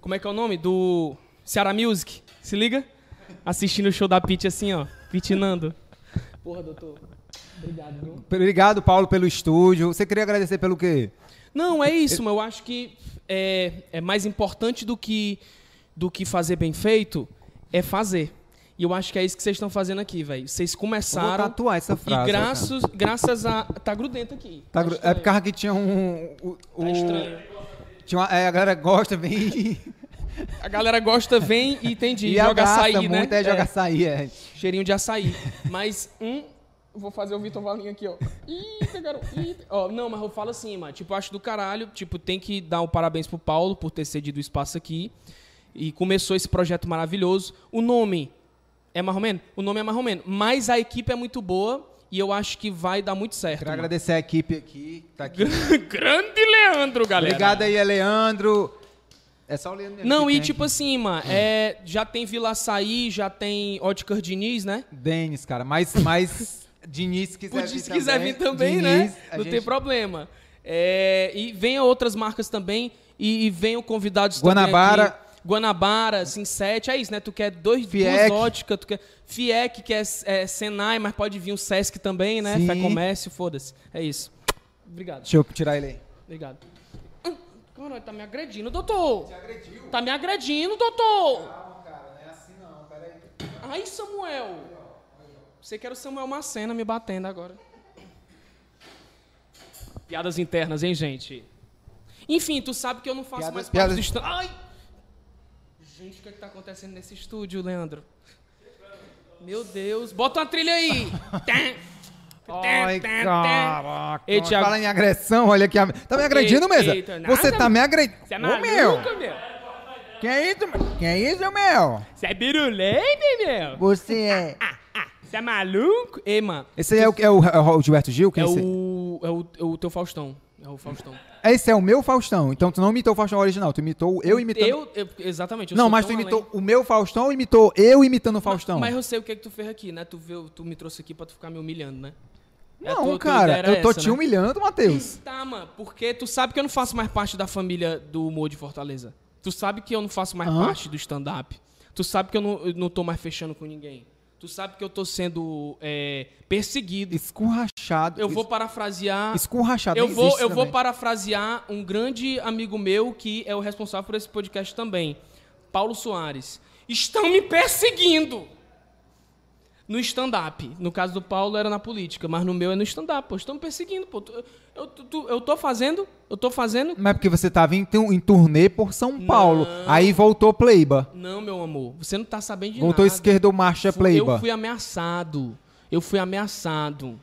S2: Como é que é o nome? Do Ceará Music. Se liga? Assistindo o show da Pit assim, ó. Pitinando. Porra, doutor. Obrigado, viu?
S1: Obrigado, Paulo, pelo estúdio. Você queria agradecer pelo quê?
S2: Não, é isso, mas eu acho que é, é mais importante do que, do que fazer bem feito é fazer. E eu acho que é isso que vocês estão fazendo aqui, velho. Vocês
S1: Eu Vou
S2: começaram.
S1: tatuar essa frase.
S2: e
S1: cara.
S2: graças, graças a. Tá grudento aqui.
S1: Tá gru- É
S2: estranho.
S1: por causa que tinha um... O, o-
S2: Tá estranho.
S1: tinha uma- é, a galera gosta bem...
S2: A galera gosta, vem e entendi.
S1: e
S2: joga
S1: abraça
S2: açaí, né?
S1: muito, é joga açaí, é.
S2: Cheirinho de açaí. Mas um. Vou fazer o Vitor Valinho aqui, ó. Eita, garoto. Eita. Ó, não, mas eu falo assim, mano. Tipo, eu acho do caralho. Tipo, tem que dar um parabéns pro Paulo por ter cedido o espaço aqui. E começou esse projeto maravilhoso. O nome é marromeno? O nome é marromeno. Mas a equipe é muito boa e eu acho que vai dar muito certo.
S1: Quero
S2: mano.
S1: agradecer a equipe aqui, tá aqui.
S2: Grande Leandro, galera.
S1: Obrigado aí, Leandro. É só o Leandro.
S2: Não,
S1: que
S2: e
S1: tem
S2: tipo assim, mano, é, já tem Vila Açaí, já tem Óticas Diniz, né?
S1: Denis, cara, mas, mas Diniz se quiser
S2: Podia,
S1: vir
S2: Tipo, se quiser vir também,
S1: Diniz,
S2: né?
S1: a
S2: Não tem
S1: gente-
S2: problema. É, e venham outras marcas também e, e venham convidados
S1: Guanabara.
S2: também. aqui. Guanabara, Sinsete, é isso, né? Tu quer dois,
S1: FIEC.
S2: duas óticas, tu quer FIEC, que é, é, Senai, mas pode vir o Sesc também, né?
S1: Sim.
S2: Fé Comércio, foda-se. É isso. Obrigado.
S1: Deixa eu tirar ele aí.
S2: Obrigado. Hum, Caralho, tá me agredindo, doutor. Te agrediu? Tá me agredindo, doutor. Calma, cara, não é assim não, peraí. Ai, Samuel. Você quer o Samuel Macena me batendo agora. Piadas internas, hein, gente? Enfim, tu sabe que eu não faço
S1: Piadas-
S2: mais parte
S1: piadas-
S2: do estúdio. Ai! Gente, o que, é que tá acontecendo nesse estúdio, Leandro? Meu Deus, bota uma trilha aí!
S1: Ai, caraca.
S2: Ei, Thiago.
S1: Fala em agressão, olha aqui. a- Tá me agredindo mesmo?
S2: Eita, nada,
S1: Você tá me agredindo.
S2: Você é
S1: Ô,
S2: maluco,
S1: meu.
S2: meu?
S1: Que é isso, meu? Que é isso, meu?
S2: Você é birulente, meu?
S1: Você é...
S2: Você é maluco? Ei, mano.
S1: Esse aí é o, é o, é o Gilberto Gil? Quem
S2: É
S1: esse?
S2: o, é, o, é o teu Faustão. É o Faustão.
S1: Esse é o meu Faustão. Então tu não imitou o Faustão original, tu imitou o eu imitando...
S2: Eu, eu- exatamente. eu
S1: não,
S2: sou
S1: mas tu
S2: tão
S1: imitou
S2: além.
S1: o meu Faustão ou imitou eu imitando o Faustão?
S2: Mas eu sei o que é que tu fez aqui, né? Tu, veio, tu me trouxe aqui pra tu ficar me humilhando, né? É,
S1: Não,
S2: tua- tua ideia
S1: cara,
S2: era
S1: eu tô
S2: essa,
S1: te
S2: né?
S1: humilhando, Matheus.
S2: Tá, mano, porque tu sabe que eu não faço mais parte da família do humor de Fortaleza. Tu sabe que eu não faço mais
S1: Hã?
S2: parte do stand-up. Tu sabe que eu não, eu não tô mais fechando com ninguém. Tu sabe que eu tô sendo é, perseguido.
S1: Escurrachado.
S2: Eu vou parafrasear
S1: Escurrachado.
S2: Eu
S1: nem
S2: vou,
S1: existe
S2: eu vou
S1: também.
S2: parafrasear um grande amigo meu que é o responsável por esse podcast também, Paulo Soares. Estão me perseguindo no stand-up. No caso do Paulo era na política, mas no meu é no stand-up. Pô, estão me perseguindo. Pô, Tu- eu, tu- tu- eu tô fazendo, eu tô fazendo.
S1: Mas é porque você tava em, tu- em turnê por São Paulo. Aí voltou Pleiba.
S2: Não, meu amor, você não tá sabendo de
S1: Voltou é
S2: nada.
S1: esquerdo marcha
S2: Fui-
S1: Pleiba.
S2: Eu fui ameaçado. Eu fui ameaçado.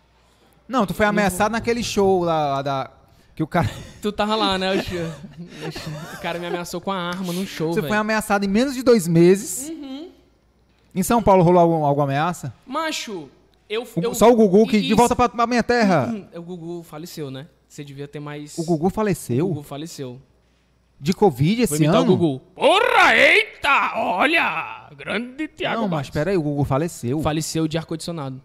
S1: Não, tu foi ameaçado naquele show lá, lá da. Que o cara.
S2: Tu tava lá, né? O cara me ameaçou com a arma num show,
S1: Você
S2: velho. Uhum.
S1: foi ameaçado em menos de dois meses. Em São Paulo rolou algum- alguma ameaça?
S2: Macho, eu,
S1: O-
S2: eu
S1: Só o Gugu que
S2: e-
S1: de volta pra, pra minha terra.
S2: Hum, O Gugu faleceu, né? Você devia ter mais.
S1: O Gugu faleceu
S2: O Gugu faleceu.
S1: de Covid
S2: Vou
S1: esse
S2: imitar
S1: ano.
S2: o Gugu.
S3: Porra, eita! Olha! Grande Tiago
S1: Não, mas peraí, o Gugu faleceu.
S2: Faleceu de ar-condicionado.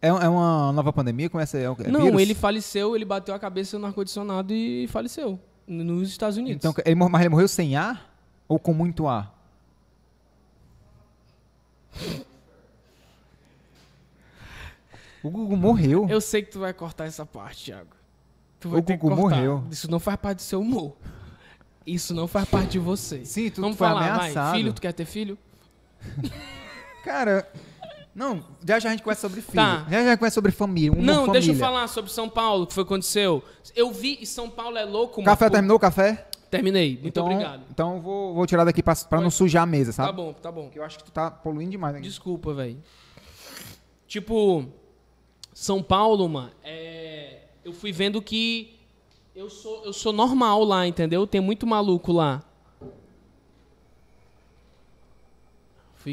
S1: É, é uma nova pandemia? Começa. É, é
S2: não,
S1: vírus?
S2: ele faleceu, ele bateu a cabeça no ar-condicionado e faleceu. n- Nos Estados Unidos.
S1: Então, ele, mor- mas ele morreu sem ar? Ou com muito ar? O Gugu morreu.
S2: Eu sei que tu vai cortar essa parte, Thiago. Tu
S1: O
S2: vai ter que
S1: Gugu
S2: cortar.
S1: morreu.
S2: Isso não faz parte do seu humor. Isso não faz parte de você.
S1: Sim, tu
S2: Vamos
S1: foi
S2: falar,
S1: ameaçado.
S2: vai. Filho, tu quer ter filho?
S1: Cara, não, já já a gente conversa sobre filho.
S2: Tá.
S1: Já já conversa sobre família. Uma
S2: não,
S1: família.
S2: deixa eu falar sobre São Paulo, que foi o que aconteceu. Eu vi, e São Paulo é louco, mano.
S1: Café
S2: Pô,
S1: terminou o café?
S2: Terminei. Muito
S1: então,
S2: obrigado.
S1: Então vou, vou tirar daqui pra, pra não sujar a mesa,
S2: Tá
S1: sabe?
S2: bom, tá bom.
S1: Porque eu acho que tu tá poluindo demais. Né?
S2: Desculpa, velho. Tipo, São Paulo, mano, é, eu fui vendo que eu sou, eu sou normal lá, entendeu? Tem muito maluco lá. Fui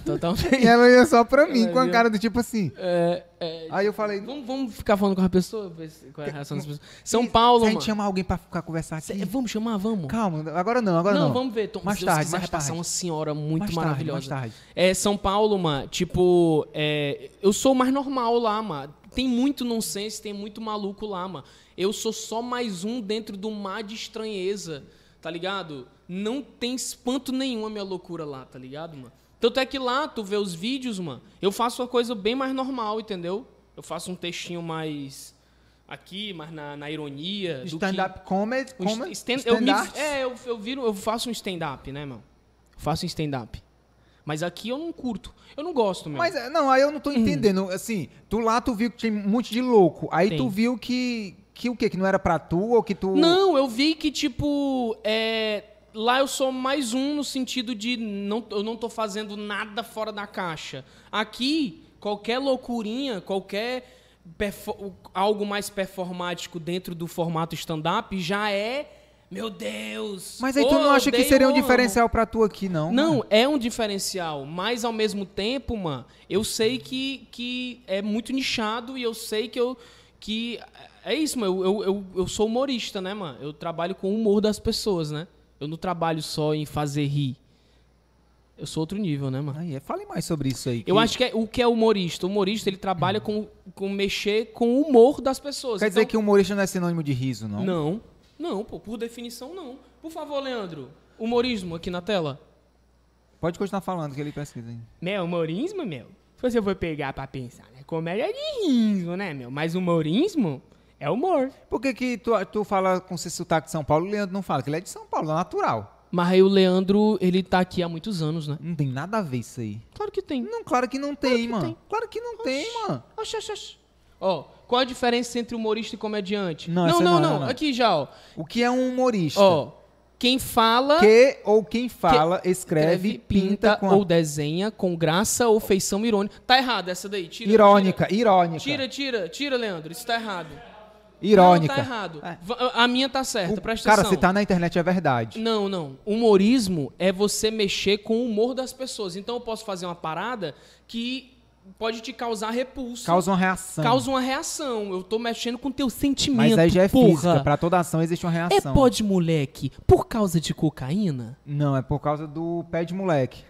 S2: totalmente.
S1: E ela olhou só pra mim,
S2: Ela
S1: com a
S2: viu.
S1: cara do tipo assim.
S2: É, é,
S1: Aí eu falei.
S2: vamos, vamos ficar falando com a pessoa? Ver se- qual é a reação das pessoas. São Paulo,
S1: Se a
S2: mano.
S1: gente chamar alguém pra ficar conversar aqui.
S2: Cê- Vamos chamar, vamos.
S1: Calma, agora não, agora não.
S2: Não, vamos ver, Tom.
S1: Mais
S2: se Deus
S1: tarde,
S2: quiser,
S1: mais
S2: vai passar
S1: tarde.
S2: uma senhora muito
S1: Mais tarde,
S2: maravilhosa.
S1: mais tarde.
S2: É, São Paulo, mano, tipo, é, eu sou o mais normal lá, mano. Tem muito nonsense, tem muito maluco lá, mano. Eu sou só mais um dentro do mar de estranheza, tá ligado? Não tem espanto nenhum a minha loucura lá, tá ligado, mano? Tanto é que lá, tu vê os vídeos, mano, eu faço uma coisa bem mais normal, entendeu? Eu faço um textinho mais aqui, mais na, na ironia. do que-
S1: Stand-up comedy,
S2: um
S1: comedy,
S2: stand- eu me-
S1: stand-art.
S2: é, eu, eu, viro, eu faço um stand-up, né, meu? Eu faço um stand-up. Mas aqui eu não curto. Eu não gosto, meu. Hum.
S1: Mas, é, não, aí eu não tô entendendo. Assim, tu lá tu viu que tinha um monte de louco. Aí
S2: Tem.
S1: tu viu que. Que o quê? Que não era pra tu ou que tu.
S2: Não, eu vi que, tipo, é, lá eu sou mais um no sentido de não, eu não tô fazendo nada fora da caixa. Aqui, qualquer loucurinha, qualquer perfo- algo mais performático dentro do formato stand-up já é. Meu Deus!
S1: Mas aí
S2: ou
S1: tu
S2: eu
S1: não acha que
S2: odeio
S1: seria um
S2: ou amo.
S1: diferencial pra tu aqui, não?
S2: Não, é um diferencial, mas ao mesmo tempo, mano, eu sei que, que é muito nichado e eu sei que eu. que É isso, mano. Eu, eu, eu, eu sou humorista, né, mano? Eu trabalho com o humor das pessoas, né? Eu não trabalho só em fazer rir. Eu sou outro nível, né, mano?
S1: Aí, é, fale mais sobre isso aí.
S2: Eu acho que é- o que é humorista? O humorista, ele trabalha com, com mexer com o humor das pessoas.
S1: Quer dizer
S2: Então-
S1: que humorista não é sinônimo de riso, não?
S2: não, não, pô, por definição não. Por favor, Leandro, humorismo aqui na tela.
S1: Pode continuar falando que ele pesquisa. hein?
S2: Meu, humorismo, meu, se você for pegar pra pensar, né? Comédia de riso, né, meu? Mas humorismo é humor.
S1: Por que, que tu, tu fala com esse sotaque de São Paulo? O Leandro não fala, que ele é de São Paulo, é natural.
S2: Mas aí o Leandro, ele tá aqui há muitos anos, né?
S1: Não tem nada a ver isso aí.
S2: Claro que tem.
S1: Não, claro que não tem, mano. Claro que não tem, mano.
S2: Oxe, oxe, oxe. Ó, qual a diferença entre humorista e comediante?
S1: Não,
S2: não,
S1: essa
S2: não,
S1: não,
S2: não.
S1: não, não.
S2: Aqui já, ó.
S1: O que é um humorista?
S2: Ó, quem fala,
S1: Que ou quem fala, escreve,
S2: escreve,
S1: pinta, com a-
S2: ou desenha com graça ou feição irônica. Tá errado essa daí. Tira,
S1: Irônica, irônica.
S2: Tira, tira, tira, tira, Leandro. Isso tá errado.
S1: Irônica.
S2: Não, tá errado.
S1: É.
S2: Va- A minha tá certa,
S1: O-
S2: presta
S1: cara,
S2: atenção.
S1: se tá na internet é verdade.
S2: Não, não. Humorismo é você mexer com o humor das pessoas. Então eu posso fazer uma parada que pode te causar repulso.
S1: Causa um uma reação.
S2: Causa uma reação. Eu tô mexendo com teu sentimento.
S1: Mas aí já é
S2: porra.
S1: física. Pra toda ação existe uma
S2: É
S1: reação.
S2: pode, moleque, por causa de cocaína?
S1: Não, é por causa do pé de moleque.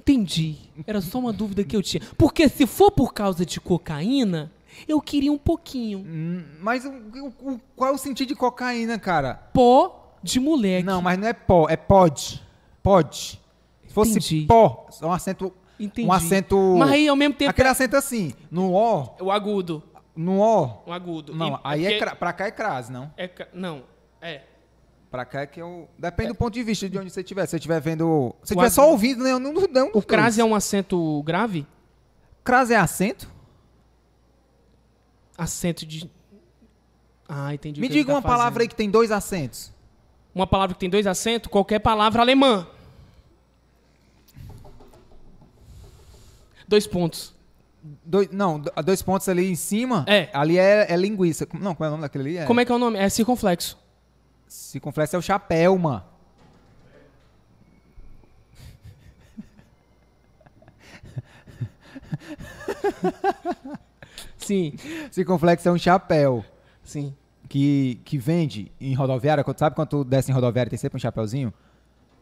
S2: Entendi. Era só uma dúvida que eu tinha. Porque se for por causa de cocaína, eu queria um pouquinho.
S1: Hum, Mas o, o- o- qual é o sentido de cocaína, cara?
S2: Pó de moleque.
S1: Não, mas não é pó, é pode. Pode. Se fosse
S2: Entendi.
S1: pó, só um acento.
S2: Entendi.
S1: Um acento.
S2: Mas aí ao mesmo tempo.
S1: Aquele acento assim, no O,
S2: O agudo.
S1: no O.
S2: O agudo.
S1: Não,
S2: E-
S1: aí é,
S2: porque-
S1: cra- pra cá é crase, não.
S2: é cra- Não, é.
S1: Pra cá é que eu. Depende do ponto de vista de onde você estiver. Se você estiver vendo. Se você
S2: O
S1: estiver só
S2: agu-
S1: ouvindo, né? Não, não, não,
S2: O crase é um acento grave?
S1: Crase é acento?
S2: Acento de. Ah, entendi. o
S1: Me
S2: que ele
S1: diga
S2: tá
S1: uma palavra aí
S2: fazendo.
S1: que tem dois acentos.
S2: Uma palavra que tem dois acentos, qualquer palavra alemã. Dois pontos.
S1: Dois, não, do- dois pontos ali em cima.
S2: É.
S1: Ali é, é linguiça. Como- Não, como é o nome daquele ali? É.
S2: Como é que é o nome? É circunflexo.
S1: Circunflexo é o chapéu, mano.
S2: Sim,
S1: Circunflexo é um chapéu
S2: sim.
S1: que, que vende em rodoviária. Quando- Sabe quando tu desce em rodoviária e tem sempre um chapéuzinho?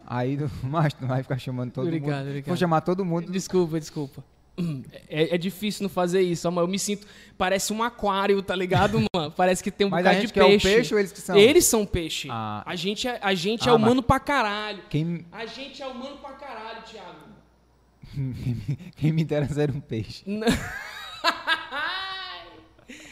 S1: Aí, do- mas tu vai ficar chamando todo
S2: Obrigado,
S1: mundo.
S2: obrigado.
S1: Vou chamar todo mundo.
S2: Desculpa, desculpa. Hum, É, é difícil não fazer isso, mas eu me sinto. Parece um aquário, tá ligado, mano? Parece que tem um
S1: Mas
S2: bocado
S1: a gente
S2: de
S1: que é o
S2: peixe.
S1: peixe ou eles que são?
S2: Eles são peixe.
S1: Ah.
S2: A gente é, a gente é
S1: Ah, mas-
S2: humano pra caralho.
S1: Quem,
S2: A gente é humano pra caralho, Thiago.
S1: quem me dera ser um peixe.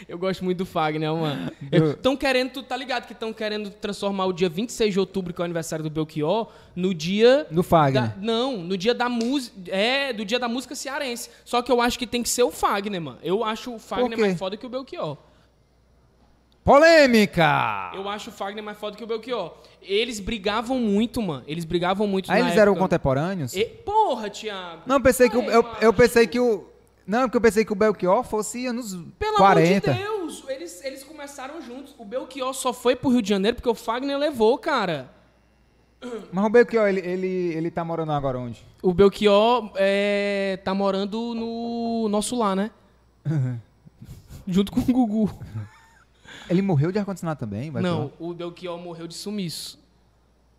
S2: Eu gosto muito do Fagner, mano.
S1: Eu-
S2: Estão querendo, tu tá ligado que estão querendo transformar o dia 26 de outubro, que é o aniversário do Belchior, no dia.
S1: No
S2: da-
S1: Fagner.
S2: não, no dia da música. É, do dia da música cearense. Só que eu acho que tem que ser o Fagner, mano. Eu acho o Fagner
S1: quê?
S2: mais foda que o Belchior.
S1: Polêmica!
S2: Eu acho o Fagner mais foda que o Belchior. Eles brigavam muito, mano. Eles brigavam muito
S1: Aí
S2: na
S1: eles eram
S2: época.
S1: contemporâneos?
S2: E- Porra, Thiago.
S1: Não, eu pensei que o,
S2: É,
S1: eu,
S2: mano.
S1: eu pensei que o não, porque eu pensei que o Belchior fosse anos
S2: Pelo
S1: 40.
S2: amor de Deus, eles, eles começaram juntos. O Belchior só foi pro Rio de Janeiro porque o Fagner levou, cara.
S1: Mas o Belchior, ele, ele, ele tá morando agora onde?
S2: O Belchior é, tá morando no nosso lar, né? Junto com o Gugu.
S1: Ele morreu de ar-condicionado também? um- Belchior?
S2: Não, o Belchior morreu de sumiço.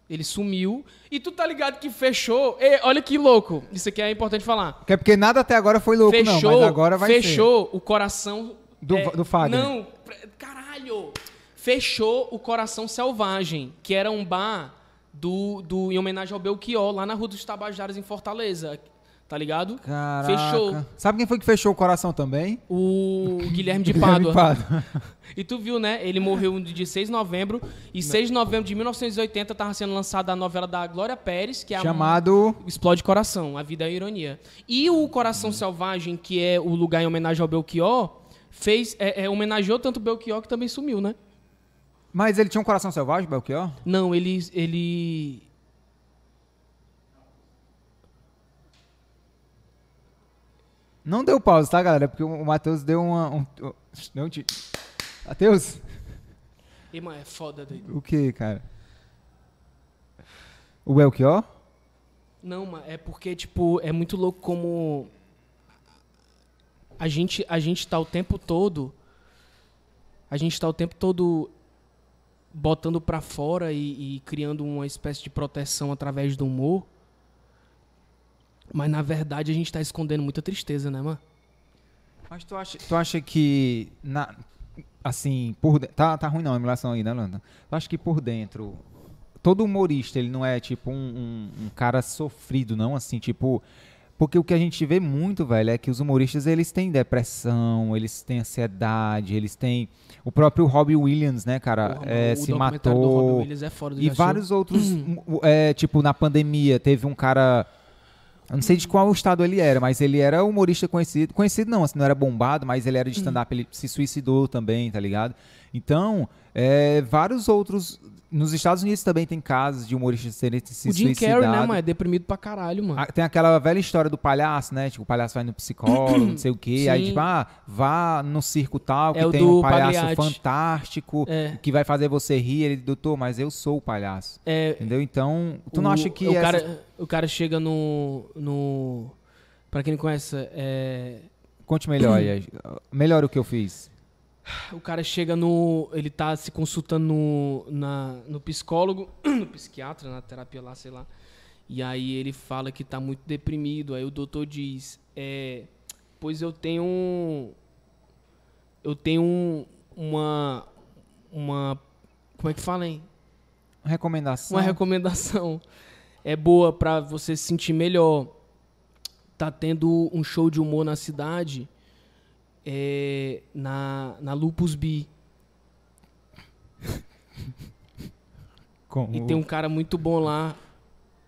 S2: Ele sumiu. E tu tá ligado que fechou. Ei, olha que louco. Isso aqui é importante falar.
S1: Que é porque nada até agora foi louco,
S2: fechou,
S1: não. Mas agora vai
S2: fechou o coração é,
S1: Do- do Fagner.
S2: Não, pre- caralho. Fechou o coração selvagem, que era um bar do, do em homenagem ao Belchior lá na Rua dos Tabajaras em Fortaleza, tá ligado?
S1: ser. Caraca.
S2: Fechou.
S1: Sabe quem foi que fechou o coração também?
S2: O Guilherme de
S1: Guilherme
S2: Pádua.
S1: Pádua.
S2: E tu viu, né? Ele morreu no dia 6 de novembro. E 6 de novembro de 1980 tava sendo lançada a novela da Glória Pérez, que é a
S1: Chamado.
S2: Explode Coração, A Vida é a Ironia. E o Coração Selvagem, que é o lugar em homenagem ao Belchior, fez, é, é, homenageou tanto o Belchior que também sumiu, né?
S1: Mas ele tinha um coração selvagem, Belchior?
S2: Não, ele. ele...
S1: Não deu pausa, tá, galera? Porque o Matheus deu uma. Um, deu um ti- Matheus?
S2: Ih, mano, é foda, doido.
S1: O que, cara? O Belchior?
S2: Não, mano, é porque, tipo, é muito louco como. A gente, a gente tá o tempo todo. A gente tá o tempo todo botando pra fora e, e criando uma espécie de proteção através do humor. Mas na verdade a gente tá escondendo muita tristeza, né, mano?
S1: Mas tu acha, tu acha que, na- assim, por de- tá, tá ruim não a emulação aí, né, Landa? Tu acha que por dentro todo humorista, ele não é tipo um, um- um cara sofrido, não, assim, tipo. Porque o que a gente vê muito, velho, é que os humoristas eles têm depressão, eles têm ansiedade, eles têm. O próprio Robbie Williams, né, cara,
S2: Porra,
S1: é,
S2: mano,
S1: se
S2: documentário do Robin
S1: matou.
S2: Williams é foda,
S1: E
S2: já assistiu?
S1: vários outros,
S2: Hum.
S1: um, é, tipo, na pandemia, teve um cara. Eu não sei de qual estado ele era, mas ele era humorista conhecido. Conhecido não, assim, não era bombado, mas ele era
S2: Hum.
S1: de stand-up, ele se suicidou também, tá ligado? Então, é, vários outros. Nos Estados Unidos também tem casos de humoristas terem se
S2: O Jim
S1: suicidado.
S2: Carrey, né, mano? É deprimido pra caralho, mano.
S1: Ah, Tem aquela velha história do palhaço, né? Tipo, o palhaço vai no psicólogo, não sei o quê. Aí,
S2: Sim.
S1: tipo, ah, vá no circo tal, que
S2: É o
S1: tem
S2: do
S1: um palhaço
S2: Pagliatti.
S1: fantástico,
S2: É.
S1: que vai fazer você rir. Ele, doutor, mas eu sou o palhaço.
S2: É,
S1: Entendeu? Então, tu não
S2: O-
S1: acha que
S2: o
S1: essa-
S2: cara o cara chega no no para quem não conhece é,
S1: Conte melhor, aí, melhor o que eu fiz.
S2: o cara chega no ele tá se consultando no na, no psicólogo no psiquiatra na terapia lá sei lá e aí ele fala que tá muito deprimido aí o doutor diz é, pois eu tenho um- eu tenho um- uma uma como é que fala hein
S1: Recomendação.
S2: Uma recomendação. É boa pra você se sentir melhor. Tá tendo um show de humor na cidade. é, na, na Lupus B.
S1: com
S2: E
S1: o
S2: tem um cara muito bom lá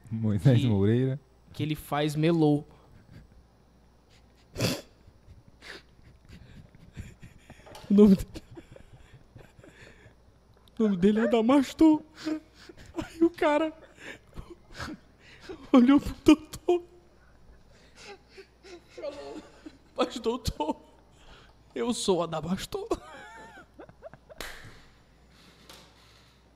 S1: Moisés
S2: que-
S1: Moreira.
S2: que ele faz melô. O nome dele... O nome dele é Adamastor. Aí o cara olhou pro doutor. Falou, mas doutor, eu sou Adamastor.
S1: É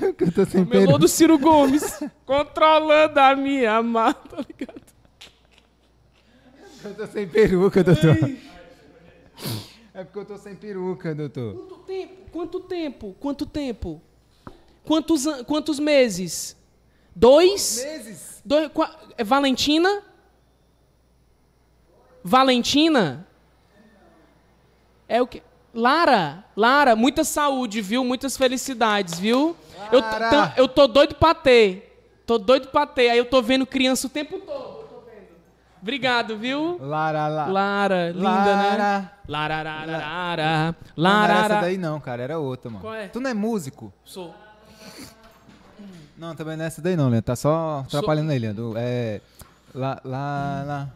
S1: Eu
S2: É
S1: tô sem
S2: Melô do Ciro Gomes, controlando a minha mata, tá ligado?
S1: Eu tô sem peruca, doutor. É porque eu tô sem peruca, doutor.
S2: Quanto tempo? Quanto tempo? Quanto tempo? Quantos, an- quantos meses? Dois?
S1: Meses.
S2: Dois qua- é Valentina? Valentina? É o que? Lara, Lara, muita saúde, viu? Muitas felicidades, viu? Eu, t-
S1: Lara!
S2: tam- eu tô doido pra ter. Tô doido pra ter. Aí eu tô vendo criança o tempo todo. Eu tô vendo. Obrigado, viu?
S1: Lara, lá.
S2: Lara, linda, né?
S1: Lara.
S2: Lara, Lara,
S1: Não era essa
S2: Lara.
S1: daí não, cara. Era outra, mano.
S2: Qual é?
S1: Tu não é músico?
S2: Sou.
S1: Não, também não é essa daí não, Leandro. Tá só atrapalhando aí, Leandro. É... Lá, lá, lá.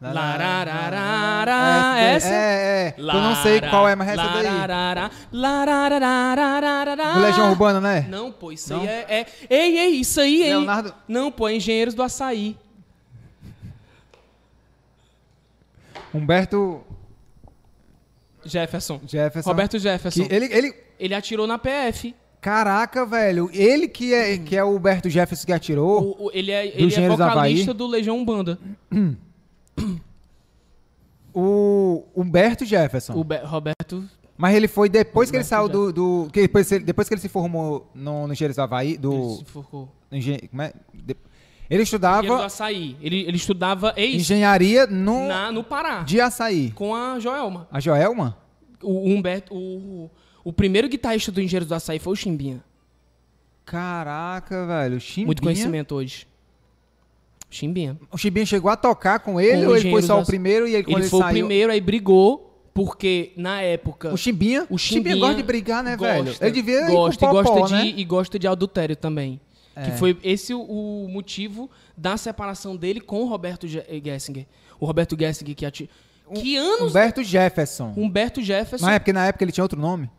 S1: Lá, lá, lá, lá, lá.
S2: Larararara.
S1: É
S2: Essa?
S1: daí- É, é. Eu não sei qual é, mas é essa daí.
S2: lararara, larararararara.
S1: Do Legião Urbana, né?
S2: Ah! Não, pô, isso
S1: Não?
S2: aí é, é- Ei, ei, isso aí, hein?
S1: Leonardo-
S2: Não, pô, é Engenheiros do Açaí.
S1: Humberto
S2: Jefferson.
S1: Jefferson.
S2: Roberto Jefferson.
S1: Que ele, ele,
S2: Ele atirou na PF.
S1: caraca, velho, ele que é, que é o Humberto Jefferson que atirou.
S2: O- o- ele é, ele é
S1: Engenheiros do Havaí?
S2: vocalista do Legião Umbanda.
S1: O Humberto Jefferson.
S2: O Be- Roberto.
S1: Mas ele foi depois que ele
S2: Humberto
S1: saiu do. do que depois, ele- depois que ele se formou no, no Engenheiros do Havaí.
S2: Ele
S1: Do,
S2: se enforcou.
S1: engen- como é? De- ele
S2: Engenheiros do
S1: estudava
S2: Açaí. Ele, ele estudava ex
S1: engenharia no,
S2: na, no Pará.
S1: de açaí.
S2: Com a Joelma.
S1: A Joelma?
S2: O Humberto. O, o primeiro guitarrista do Engenheiros do Açaí foi o Chimbinha.
S1: Caraca, velho. o Chimbinha.
S2: Muito conhecimento hoje. Chimbinha.
S1: O Chimbinha chegou a tocar com ele
S2: Com
S1: ou ele foi
S2: Engenheiros
S1: só
S2: do
S1: o
S2: Açaí.
S1: primeiro e ele,
S2: Ele,
S1: quando ele
S2: foi o
S1: saiu.
S2: primeiro, aí brigou, porque na época.
S1: O Chimbinha?
S2: o
S1: Chimbinha gosta de brigar, né,
S2: gosta,
S1: velho? Ele devia ir com
S2: gosta,
S1: o
S2: e
S1: Popó,
S2: gosta
S1: né?
S2: de E gosta de adultério também.
S1: É.
S2: Que foi esse o, o motivo da separação dele com o Roberto Ge- eh, Gessinger. O Roberto Gessinger que ati... Que anos...
S1: Humberto Jefferson.
S2: Humberto Jefferson...
S1: Mas é porque na época ele tinha outro nome?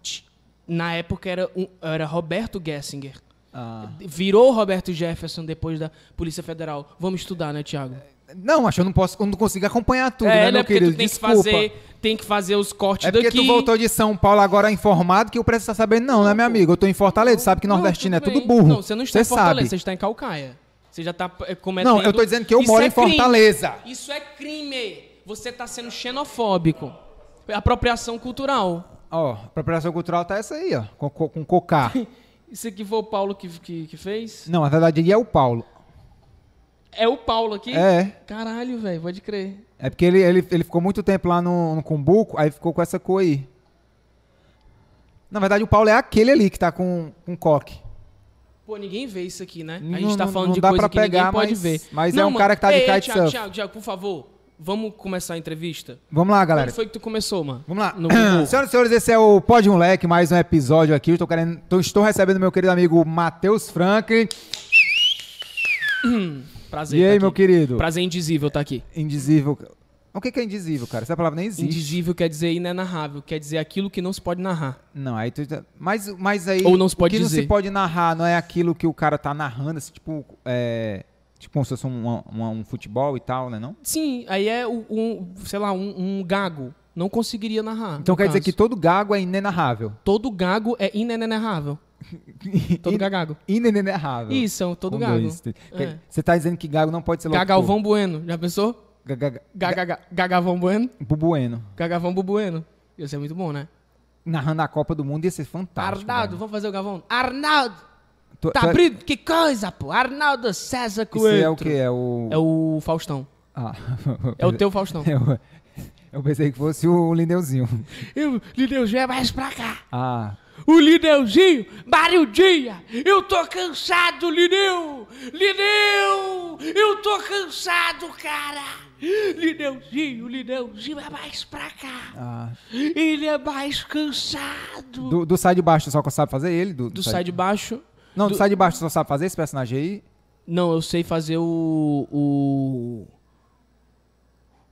S2: Na época era, um- era Roberto Gessinger.
S1: Ah.
S2: Virou Roberto Jefferson depois da Polícia Federal. Vamos estudar, né, Tiago?
S1: Não, acho que eu não posso, eu não consigo acompanhar É, tudo, né, meu
S2: É, porque
S1: querido?
S2: tu tem
S1: Desculpa.
S2: que fazer, tem que fazer os cortes
S1: É porque
S2: daqui.
S1: tu voltou de São Paulo agora informado que o preço tá sabendo não, né, meu amigo? Eu tô em Fortaleza, sabe que
S2: Não,
S1: nordestino é tudo
S2: bem.
S1: burro.
S2: Não, você não está em Fortaleza, você
S1: sabe.
S2: está em Calcaia. Você já está é, cometendo...
S1: Não, eu tô dizendo que eu
S2: Isso
S1: moro
S2: é
S1: em
S2: crime.
S1: Fortaleza.
S2: Isso é crime. Você está sendo xenofóbico. É Apropriação cultural.
S1: Ó, a preparação cultural tá essa aí, ó, com, co- com cocá.
S2: Isso aqui foi o Paulo que, que, que fez?
S1: não, na verdade ele é o Paulo.
S2: É o Paulo aqui?
S1: É.
S2: Caralho, velho, pode crer.
S1: É porque ele, ele, ele ficou muito tempo lá no, no Cumbuco, aí ficou com essa cor aí. Na verdade, o Paulo é aquele ali que tá com, com coque.
S2: Pô, ninguém vê isso aqui, né? A
S1: Não-
S2: gente tá
S1: não-
S2: falando
S1: não
S2: de
S1: dá
S2: coisa
S1: pra
S2: que ninguém
S1: pegar,
S2: pode
S1: mas-
S2: ver.
S1: mas é um cara que tá de
S2: ei, ei,
S1: kitesurf.
S2: Thiago, Thiago, Thiago, por favor, vamos começar a entrevista?
S1: Vamos lá, galera.
S2: Quando foi que tu começou, mano?
S1: Vamos lá.
S2: No Google.
S1: Senhoras e senhores, esse é o Pode Moleque, mais um episódio aqui. Eu tô querendo, tô- estou recebendo meu querido amigo Matheus Franklin.
S2: Prazer.
S1: E
S2: tá
S1: aí,
S2: aqui.
S1: meu querido?
S2: Prazer indizível tá aqui.
S1: Indizível. O que que é indizível, cara? Essa palavra nem existe.
S2: Indizível quer dizer inenarrável, quer dizer aquilo que não se pode narrar.
S1: Não, aí tu. Mas, mas aí.
S2: Ou não se
S1: o
S2: pode
S1: que não
S2: dizer.
S1: se pode narrar não é aquilo que o cara tá narrando, assim, tipo. É, tipo como se fosse um, um- um futebol e tal, né? Não?
S2: Sim, aí é o- um, sei lá, um, um gago. Não conseguiria narrar.
S1: Então
S2: no
S1: quer dizer
S2: caso.
S1: que todo gago é inenarrável.
S2: todo gago é inenarrável. Todo gagago.
S1: Inenarrável.
S2: Isso, é todo
S1: Um,
S2: gago.
S1: dois, três. Quer-
S2: É.
S1: Você tá dizendo que gago não pode ser locutor.
S2: Gagalvão Bueno, já pensou?
S1: Gagaga-
S2: Gagaga- Gagavão Bueno?
S1: Bubueno.
S2: Gagavão Bubueno. Ia ser muito bom, né?
S1: Narrando a Copa do Mundo ia ser
S2: Tá,
S1: fantástico.
S2: Arnaldo, vamos fazer o Gavão. Arnaldo!
S1: velho. Tu- tu
S2: Tá
S1: é-
S2: abrindo? Que coisa, pô! Arnaldo César
S1: Isso
S2: Coelho.
S1: é o que? É o.
S2: É o Faustão.
S1: Ah,
S2: É o teu Faustão.
S1: Eu, eu pensei que fosse o Lindeuzinho.
S2: E o Lineuzinho é mais pra cá.
S1: Ah.
S2: O Lineuzinho, Barildinha, eu tô cansado, Lineu! Lineu! Eu tô cansado, cara! Lineuzinho, Lineuzinho é mais pra cá.
S1: ah.
S2: Ele é mais cansado. Do,
S1: Do, do sai de baixo só sabe fazer ele? Do, do
S2: sai de baixo.
S1: Não, do,
S2: do-
S1: sai de baixo só sabe fazer esse personagem aí?
S2: Não, eu sei fazer o. O.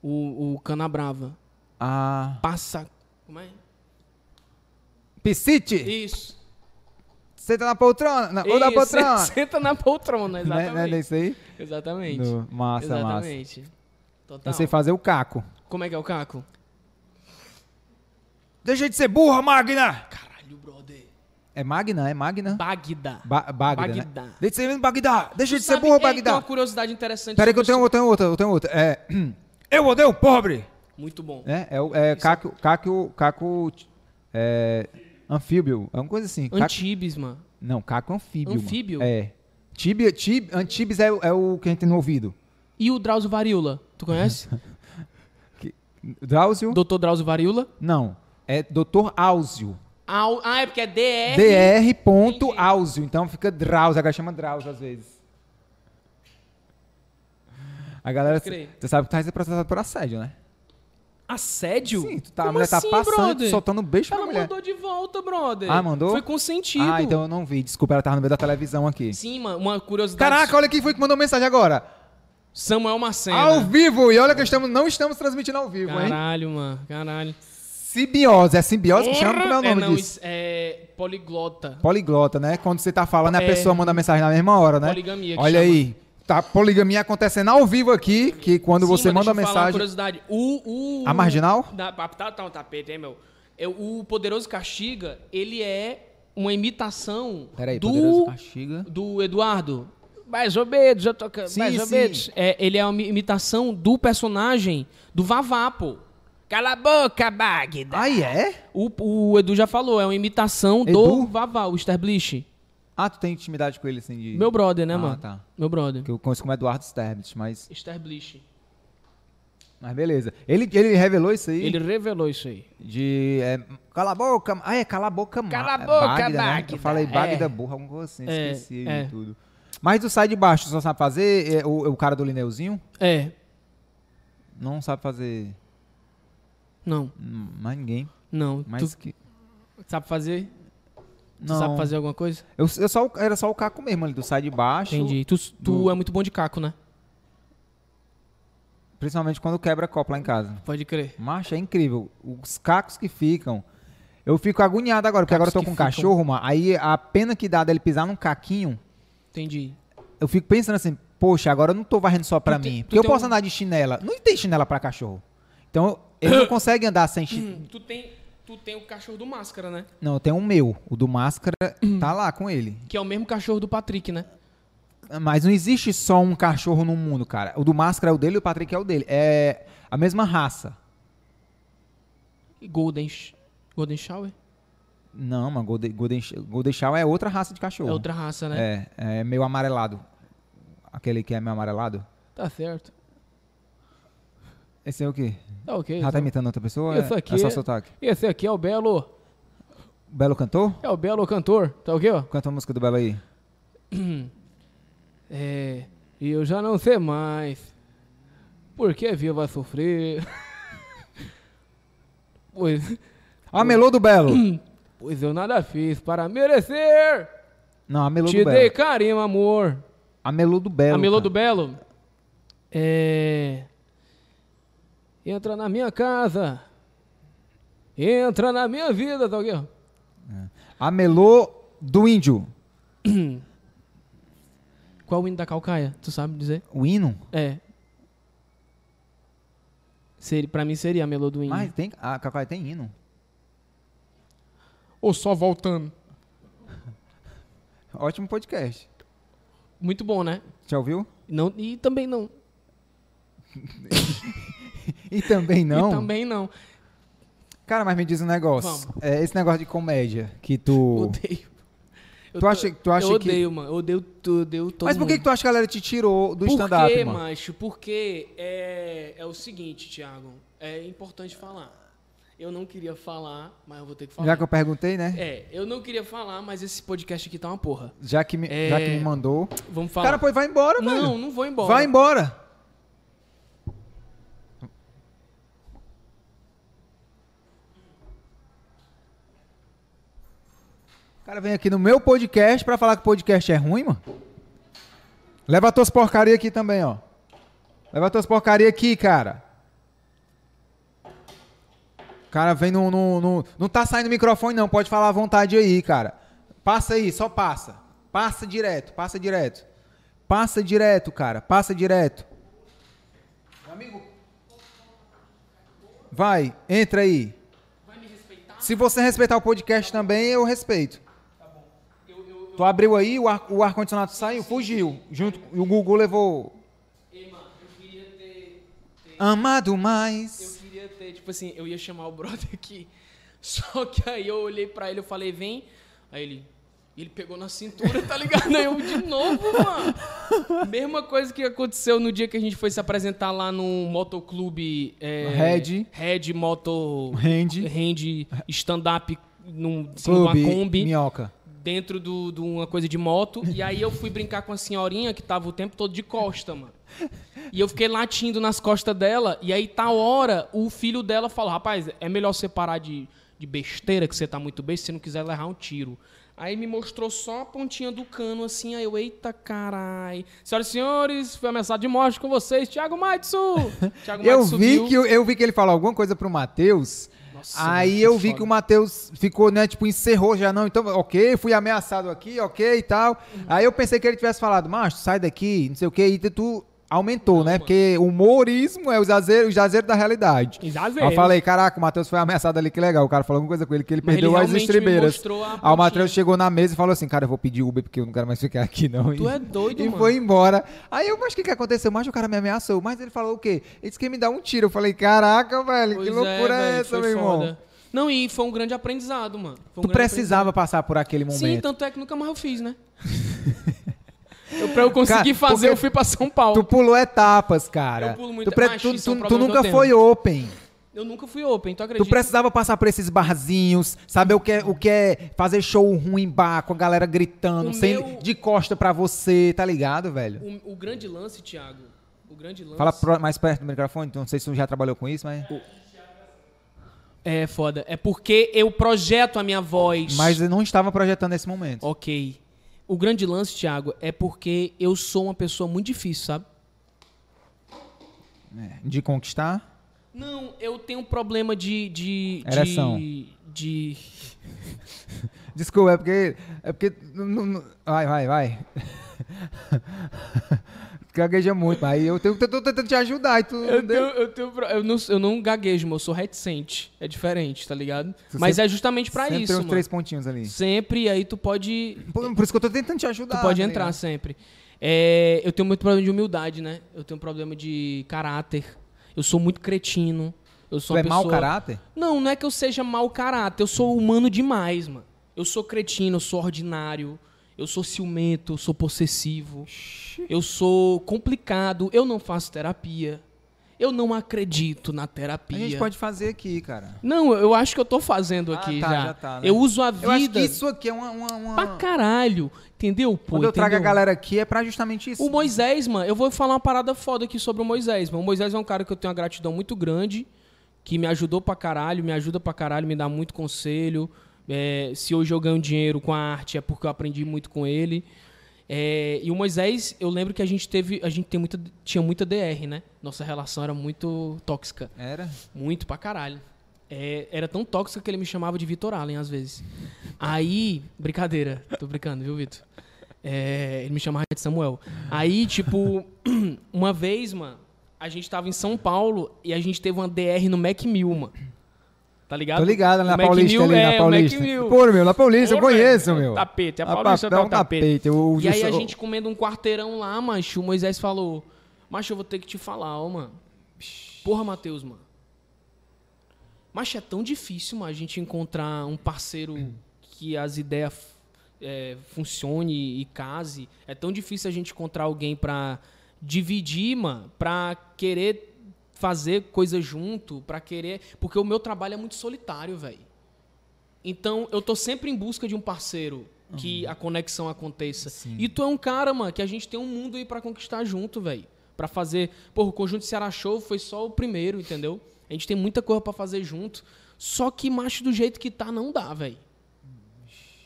S2: O, o Canabrava.
S1: Ah.
S2: Passa. Como é?
S1: Piscite!
S2: Isso.
S1: Senta na poltrona! Na, ou na
S2: Isso,
S1: poltrona!
S2: Senta na
S1: Né,
S2: poltrona,
S1: né,
S2: exatamente.
S1: não é isso aí?
S2: Exatamente.
S1: No- massa, Então massa.
S2: Exatamente. Total.
S1: Eu sei fazer o caco.
S2: Como é que é o Caco?
S1: Deixa de ser burra, Magna!
S2: Caralho, brother.
S1: É Magna? É Magna?
S2: Bagdá.
S1: Ba Bagda, é né?
S2: Bagdá.
S1: Deixa de ser Bagdá! Deixa de
S2: Tu
S1: ser
S2: sabe-
S1: burra,
S2: Ei, Tem uma
S1: Bagdá!
S2: curiosidade interessante.
S1: Peraí que eu
S2: sobre
S1: tenho, eu tenho outra, eu tenho outra. É... Eu odeio o pobre!
S2: isso. Muito bom.
S1: É, é, o- é Caco, Caco, Caco, é, anfíbio, é uma coisa assim. Caco-
S2: Antibes, mano.
S1: não, Caco anfíbio. mano.
S2: Anfíbio?
S1: É. Tibia, tib, antibes é, o- é o que a gente tem no ouvido.
S2: E o Drauzio Varíola? Tu conhece?
S1: Drauzio?
S2: Doutor Drauzio Varíola?
S1: Não, é Dr. Áuzio.
S2: Au- Ah, é porque é DR.
S1: Dr. ponto Áuzio, então fica Drauzio, a galera chama Drauzio às vezes. A galera,
S2: Pode crer.
S1: você sabe que tá sendo processado por assédio, né?
S2: Assédio?
S1: Sim, tu tá, a
S2: Como
S1: mulher tá
S2: assim,
S1: passando,
S2: brother?
S1: soltando beijo pra
S2: Ela
S1: Tipo, mulher.
S2: mandou de volta, brother.
S1: Ah, mandou?
S2: Foi consentido.
S1: Ah, então eu não vi, desculpa, ela tava no meio da televisão aqui.
S2: Sim, mano, uma curiosidade.
S1: Caraca, olha quem foi que mandou mensagem agora.
S2: Samuel Macena.
S1: Ao vivo! E olha que estamos, não estamos transmitindo ao vivo, hein?
S2: Caralho, mano, caralho.
S1: Simbiose. É simbiose que chama? Como é o
S2: é,
S1: nome
S2: não,
S1: disso?
S2: isso É poliglota.
S1: Poliglota, né? Quando você tá falando, a
S2: É.
S1: pessoa manda mensagem na mesma hora, né?
S2: Poligamia que
S1: Olha
S2: chama.
S1: aí. Tá poligamia acontecendo ao vivo aqui, que quando
S2: Sim,
S1: você
S2: mas
S1: manda
S2: deixa eu falar uma
S1: mensagem...
S2: curiosidade. O, o-
S1: A marginal?
S2: Da, tá, tá um tapete, hein, meu? É, o Poderoso Castiga, ele é uma imitação
S1: Peraí,
S2: do,
S1: Poderoso Castiga.
S2: do Eduardo. Mais ou menos, eu tô... ca-
S1: Sim,
S2: mais ou
S1: sim.
S2: menos. É, ele é uma imitação do personagem do Vavá, pô. Cala a boca, Magda.
S1: Aí é?
S2: O, o Edu já falou, é uma imitação do
S1: Edu?
S2: Vavá, o Sterblich.
S1: Ah, tu tem intimidade com ele, assim, de...
S2: Meu brother, né,
S1: Ah,
S2: mano?
S1: tá.
S2: Meu brother.
S1: Que eu conheço como Eduardo Sterbitz, mas...
S2: Sterblich.
S1: Mas beleza. Ele, ele revelou isso aí
S2: Ele revelou isso aí.
S1: de... é, cala a boca... Ah, é cala a boca... ma-
S2: Cala a boca,
S1: né?
S2: Magda.
S1: Eu falei
S2: É.
S1: Bagda burra, alguma coisa assim,
S2: É,
S1: esqueci
S2: é.
S1: de tudo. Mas do sai de baixo, só sabe fazer é, o, o cara do Lineuzinho?
S2: É,
S1: Não sabe fazer
S2: não,
S1: hum, mais ninguém.
S2: não.
S1: Mas
S2: Tu
S1: que.
S2: sabe fazer?
S1: Não.
S2: Tu sabe fazer alguma coisa?
S1: Eu, eu só, era só o Caco mesmo ali, do sai de baixo.
S2: Entendi. Tu, tu é muito bom de caco, né?
S1: Principalmente quando quebra copo lá em casa.
S2: Pode crer.
S1: Macho, é incrível. Os cacos que ficam. Eu fico agoniado agora, porque agora
S2: Cacos
S1: eu tô
S2: que
S1: com um
S2: ficam.
S1: cachorro, mano. Aí a pena que dá dele pisar num caquinho,
S2: Entendi.
S1: eu fico pensando assim, poxa, agora eu não tô varrendo só pra
S2: Tu tem-
S1: mim.
S2: tu
S1: Porque eu
S2: tem
S1: posso
S2: um-
S1: andar de chinela. Não tem chinela pra cachorro. Então, ele não consegue andar sem chinela.
S2: Tu tem, tu tem o cachorro do Máscara, né?
S1: Não, eu tenho o meu. O do máscara
S2: Hum.
S1: tá lá com ele.
S2: Que é o mesmo cachorro do Patrick, né?
S1: Mas não existe só um cachorro no mundo, cara. O do máscara é o dele e o Patrick é o dele. É a mesma raça.
S2: E Golden, Sh- Golden Shower? É
S1: Não, mas Golden, Golden, Golden Shower é outra raça de cachorro.
S2: É outra raça, né?
S1: É, é meio amarelado. Aquele que é meio amarelado.
S2: Tá certo.
S1: Esse é o quê?
S2: Tá ok.
S1: Ela tá
S2: então.
S1: imitando outra pessoa?
S2: Esse
S1: É-
S2: aqui
S1: É só
S2: é-
S1: sotaque.
S2: Esse aqui é o Belo.
S1: Belo cantou?
S2: É o Belo Cantor, tá ok, ó?
S1: Canta a música do Belo aí.
S2: É, e eu já não sei mais. Por que a vida vai sofrer? pois,
S1: A melô do Belo.
S2: pois eu nada fiz para merecer.
S1: Não, a melô
S2: Te
S1: do
S2: dei
S1: Belo.
S2: carinho, amor.
S1: A melô do Belo.
S2: a Melô
S1: cara.
S2: do Belo. É. Entra na minha casa. Entra na minha vida, tá ok? ó?
S1: A melô do Índio.
S2: Qual é o hino da Calcaia? Tu sabe dizer?
S1: O hino?
S2: É. Seria, pra mim seria a Melô do Índio.
S1: Mas tem. A Cacau tem hino.
S5: Ou só voltando.
S1: Ótimo podcast.
S2: Muito bom, né?
S1: Já ouviu?
S2: Não, e também não.
S1: E também não.
S2: E também não.
S1: Cara, mas me diz um negócio.
S2: Vamos.
S1: É, esse negócio de comédia que tu.
S2: Odeio. Eu
S1: Tu
S2: tô-
S1: acha- tu acha
S2: eu
S1: que-
S2: odeio, mano. Eu odeio tudo. Odeio todo
S1: Mas por que, que
S2: mundo.
S1: tu acha que a galera te tirou do
S2: Por
S1: stand-up,
S2: quê,
S1: mano?
S2: macho? Porque é, é o seguinte, Thiago. É importante falar. Eu não queria falar, mas eu vou ter que falar.
S1: Já que eu perguntei, né?
S2: É, eu não queria falar, mas esse podcast aqui tá uma porra.
S1: Já, que me,
S2: É.
S1: já que me mandou.
S2: Vamos
S1: Cara,
S2: falar.
S1: pois vai embora, velho.
S2: não, não vou embora.
S1: Vai embora. O cara vem aqui no meu podcast pra falar que o podcast é ruim, mano. Leva tuas porcaria aqui também, ó. Leva tuas porcaria aqui, cara. O cara vem no, no, no- Não tá saindo o microfone, não. Pode falar à vontade aí, cara. Passa aí, só passa. Passa direto, passa direto. Passa direto, cara. Passa direto. Vai, entra aí. Se você respeitar o podcast também, eu respeito.
S2: Tá
S1: Tu abriu aí, o ar- o ar-condicionado saiu, fugiu. Junto, e o Gugu levou. Amado
S2: Eu
S1: mais.
S2: queria ter, tipo assim, eu ia chamar o brother aqui. Só que aí eu olhei pra ele, eu falei, vem. Aí ele. Ele pegou na cintura, tá ligado? Aí eu de novo, mano. Mesma coisa que aconteceu no dia que a gente foi se apresentar lá no motoclube. É,
S1: Red.
S2: Red Moto.
S1: Rende.
S2: Rende stand-up num, assim, numa
S1: Clube
S2: Kombi
S1: Minhoca.
S2: dentro de do, de uma coisa de moto. E aí eu fui brincar com a senhorinha que tava o tempo todo de costa, mano. E eu fiquei latindo nas costas dela. E aí, tal hora, o filho dela falou: Rapaz, é melhor você parar de, de besteira, que você tá muito bem, se você não quiser levar um tiro. Aí me mostrou só a pontinha do cano, assim, aí eu, eita carai. Senhoras e senhores, fui ameaçado de morte com vocês, Thiago Maitsu. Thiago
S1: Eu
S2: Maitsu
S1: vi,
S2: viu.
S1: que, eu vi que ele falou alguma coisa pro Matheus.
S2: Nossa,
S1: Aí
S2: mano,
S1: eu
S2: que
S1: vi
S2: foda.
S1: que o Matheus ficou, né, tipo, encerrou já, não, então, ok, fui ameaçado aqui, ok e tal.
S2: Uhum.
S1: Aí eu pensei que ele tivesse falado, macho, sai daqui, não sei o que, e tu aumentou, né, porque o humorismo é o jazeiro, o jazeiro da realidade.
S2: Exagero.
S1: Aí eu falei, caraca, o Matheus foi ameaçado ali, que legal, o cara falou alguma coisa com ele, que ele
S2: Mas ele
S1: perdeu as
S2: realmente me
S1: estribeiras.
S2: mostrou a
S1: Aí o
S2: pontinha.
S1: Matheus chegou na mesa e falou assim, cara, eu vou pedir Uber porque eu não quero mais ficar aqui não.
S2: Tu
S1: E-
S2: é doido,
S1: e
S2: mano.
S1: foi embora. Aí eu, mas o que, que aconteceu? Mas o cara me ameaçou. Mas ele falou o quê? Ele disse que ia me dar um tiro. Eu falei, caraca, velho,
S2: Pois
S1: que loucura é,
S2: velho,
S1: essa,
S2: foi
S1: meu irmão?
S2: foda. Não, e foi um grande aprendizado, mano. Foi um
S1: Tu
S2: grande
S1: precisava passar por aquele momento.
S2: Sim, tanto é que nunca mais eu fiz, né? eu, pra eu conseguir
S1: Cara,
S2: fazer,
S1: porque
S2: eu fui pra São Paulo.
S1: Tu pulou etapas, cara.
S2: então. Eu pulo muito-
S1: tu, pre-
S2: Ah,
S1: tu,
S2: isso é um
S1: tu- tu
S2: problema que eu
S1: nunca
S2: tenho.
S1: foi open.
S2: Eu nunca fui open, tu acredita?
S1: Tu precisava passar por esses barzinhos, saber o que é, o que é fazer show ruim em bar, com a galera gritando,
S2: O
S1: sem,
S2: meu-
S1: de costa pra você, tá ligado, velho?
S2: o, o grande lance, Thiago. O grande lance.
S1: Fala pro- mais perto do microfone, não sei se tu já trabalhou com isso, mas...
S2: É foda. É porque eu projeto a minha voz.
S1: Mas eu não estava projetando esse momento.
S2: Ok. O grande lance, Thiago, é porque eu sou uma pessoa muito difícil, sabe?
S1: né, De conquistar...
S2: Não, eu tenho um problema de. de.
S1: Ereção.
S2: de. de...
S1: Desculpa, é porque. É porque. não- não- não- Vai, vai, vai. Gagueja muito, mas aí eu tenho, tô, tô tentando te ajudar e tu.
S2: Eu,
S1: não deu.
S2: tenho, eu, tenho pro- eu não, eu não gaguejo, meu, eu sou reticente. É diferente, tá ligado?
S1: Você
S2: Mas é justamente pra
S1: Sempre
S2: isso,
S1: tem uns
S2: mano.
S1: três pontinhos ali.
S2: Sempre, aí tu pode.
S1: Por, por isso que eu tô tentando te ajudar.
S2: Tu pode
S1: tá
S2: entrar
S1: ligado?
S2: sempre. É, eu tenho muito problema de humildade, né? Eu tenho problema de caráter. Eu sou muito cretino. Eu
S1: Tu
S2: sou uma
S1: é mau
S2: pessoa-
S1: caráter?
S2: Não, não é que eu seja mau caráter. Eu sou humano demais, mano. Eu sou cretino, eu sou ordinário. Eu sou ciumento, eu sou possessivo. Eu sou complicado. Eu não faço terapia. Eu não acredito na terapia.
S1: A gente pode fazer aqui, cara.
S2: Não, eu acho que eu tô fazendo aqui
S1: tá,
S2: já.
S1: já tá, né?
S2: Eu uso a vida
S1: Eu acho que isso aqui é uma. uma, uma-
S2: pra caralho. Entendeu, pô?
S1: Quando eu trago a
S2: entendeu?
S1: galera aqui é pra justamente isso.
S2: O Moisés, mano, eu vou falar uma parada foda aqui sobre o Moisés, mano. O Moisés é um cara que eu tenho uma gratidão muito grande, que me ajudou pra caralho, me ajuda pra caralho, me dá muito conselho. É, se hoje eu ganho dinheiro com a arte é porque eu aprendi muito com ele. É, e o Moisés, eu lembro que a gente teve, a gente tem muita, tinha muita DR, né? Nossa relação era muito tóxica.
S1: Era?
S2: Muito pra caralho. É, era tão tóxico que ele me chamava de Vitor Allen às vezes. Aí, brincadeira, tô brincando, viu, Vitor? É, ele me chamava de Samuel. Aí, tipo, uma vez, mano, a gente tava em São Paulo e a gente teve uma DR no Mac Mill, mano. Tá ligado?
S1: Tô ligado,
S2: O
S1: na
S2: Mac
S1: Paulista
S2: Mill,
S1: ali,
S2: é,
S1: na
S2: o Mac
S1: Paulista.
S2: Mill.
S1: Pô, meu, na Paulista, eu
S2: Porra,
S1: conheço,
S2: é o
S1: meu.
S2: tapete, a
S1: Pa-
S2: Paulista
S1: dá
S2: dá
S1: um
S2: o tapete.
S1: o-
S2: E aí a
S1: o-
S2: gente comendo um quarteirão lá, macho, o Moisés falou, macho, eu vou ter que te falar, ó, mano. Porra, Matheus, mano. Macho, é tão difícil, mano, a gente encontrar um parceiro que as ideias é, funcione e case. É tão difícil a gente encontrar alguém pra dividir, mano, pra querer fazer coisa junto, pra querer... Porque o meu trabalho é muito solitário, velho. Então, eu tô sempre em busca de um parceiro que a conexão aconteça. E tu é um cara, mano, que a gente tem um mundo aí pra conquistar junto, velho. Pra fazer. Porra, o Conjunto Ceará Show foi só o primeiro, entendeu? A gente tem muita coisa pra fazer junto. Só que, macho, do jeito que tá, não dá, velho.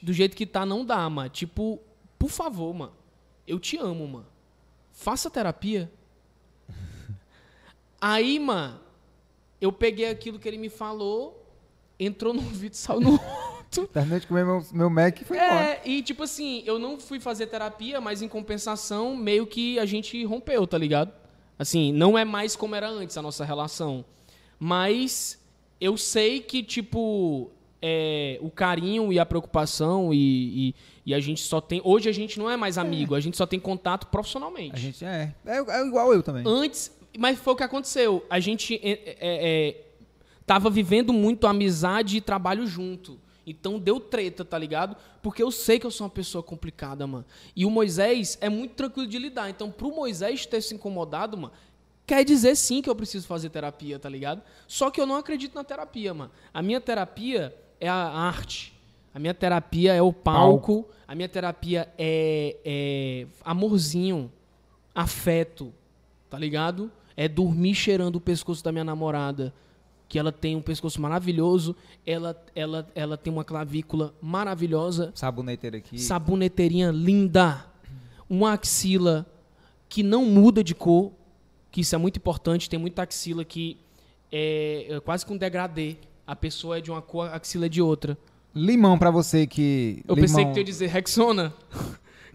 S2: Do jeito que tá, não dá, mano. Tipo, por favor, mano. Eu te amo, mano. Faça terapia. Aí, mano, eu peguei aquilo que ele me falou, entrou num vídeo, saiu no outro.
S1: Terminou de comer meu, meu Mac e foi embora.
S2: É, e tipo assim, eu não fui fazer terapia, mas em compensação, meio que a gente rompeu, tá ligado? Assim, não é mais como era antes a nossa relação. Mas eu sei que, tipo, é, o carinho e a preocupação e, e- e a gente só tem. Hoje a gente não é mais amigo, a gente só tem contato profissionalmente.
S1: A gente é. É, é igual eu também.
S2: Antes, mas foi o que aconteceu. A gente é, é, é, tava vivendo muito amizade e trabalho junto. Então deu treta, tá ligado? Porque eu sei que eu sou uma pessoa complicada, mano. E o Moisés é muito tranquilo de lidar. Então, pro Moisés ter se incomodado, mano, quer dizer sim que eu preciso fazer terapia, tá ligado? Só que eu não acredito na terapia, mano. A minha terapia é a arte. A minha terapia é o palco. A minha terapia é- é amorzinho afeto, tá ligado? É dormir cheirando o pescoço da minha namorada, que ela tem um pescoço maravilhoso, ela, ela, ela tem uma clavícula maravilhosa,
S1: Saboneteiro aqui.
S2: saboneteirinha linda, uma axila que não muda de cor, que isso é muito importante, tem muita axila que é, é quase que um degradê. A pessoa é de uma cor, a axila é de outra.
S1: Limão pra você que.
S2: Eu
S1: limão.
S2: pensei que tu ia dizer Rexona.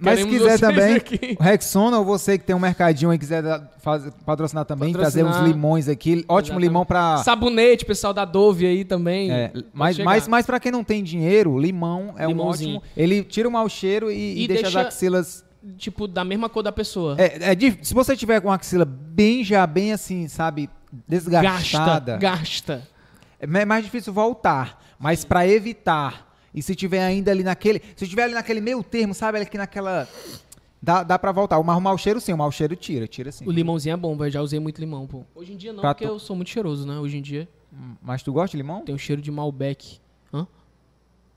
S1: Mas se
S2: Queremos
S1: quiser
S2: vocês
S1: também,
S2: aqui.
S1: o Rexona ou você que tem um mercadinho e quiser dar- faz- patrocinar também, trazer uns
S2: Patrocinar.
S1: limões aqui. Ótimo
S2: Exatamente.
S1: limão pra.
S2: Sabonete, pessoal da Dove aí também.
S1: É,
S2: Pode
S1: mas,
S2: chegar.
S1: mas, mas pra quem não tem dinheiro, limão é um
S2: Limãozinho.
S1: ótimo. Ele tira o mau cheiro e, e
S2: E
S1: deixa,
S2: deixa-
S1: as axilas.
S2: tipo, da mesma cor da pessoa.
S1: É, é dif- se você tiver com a axila bem já, bem assim, sabe, desgastada,
S2: Gasta, gasta.
S1: é mais difícil voltar. Mas pra evitar. E se tiver ainda ali naquele. Se tiver ali naquele meio termo, sabe, ali que naquela. Dá, dá pra voltar. O mau o mau cheiro sim, o mau cheiro tira, tira sim.
S2: O limãozinho é bom, velho. Já usei muito limão, pô. Hoje em dia não,
S1: Pra
S2: porque
S1: tu-
S2: eu sou muito cheiroso, né? Hoje em dia
S1: Hum, Mas tu gosta de limão?
S2: tem um cheiro de Malbec. Hã?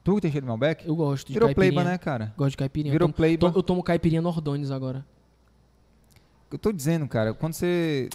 S1: Tu que tem cheiro de Malbec?
S2: Eu gosto de
S1: Virou
S2: caipirinha.
S1: pleiba, né, cara?
S2: Gosto de caipirinha.
S1: Virou
S2: eu, tomo,
S1: pleiba.
S2: to- eu tomo caipirinha Nordones agora.
S1: Eu tô dizendo, cara, quando você.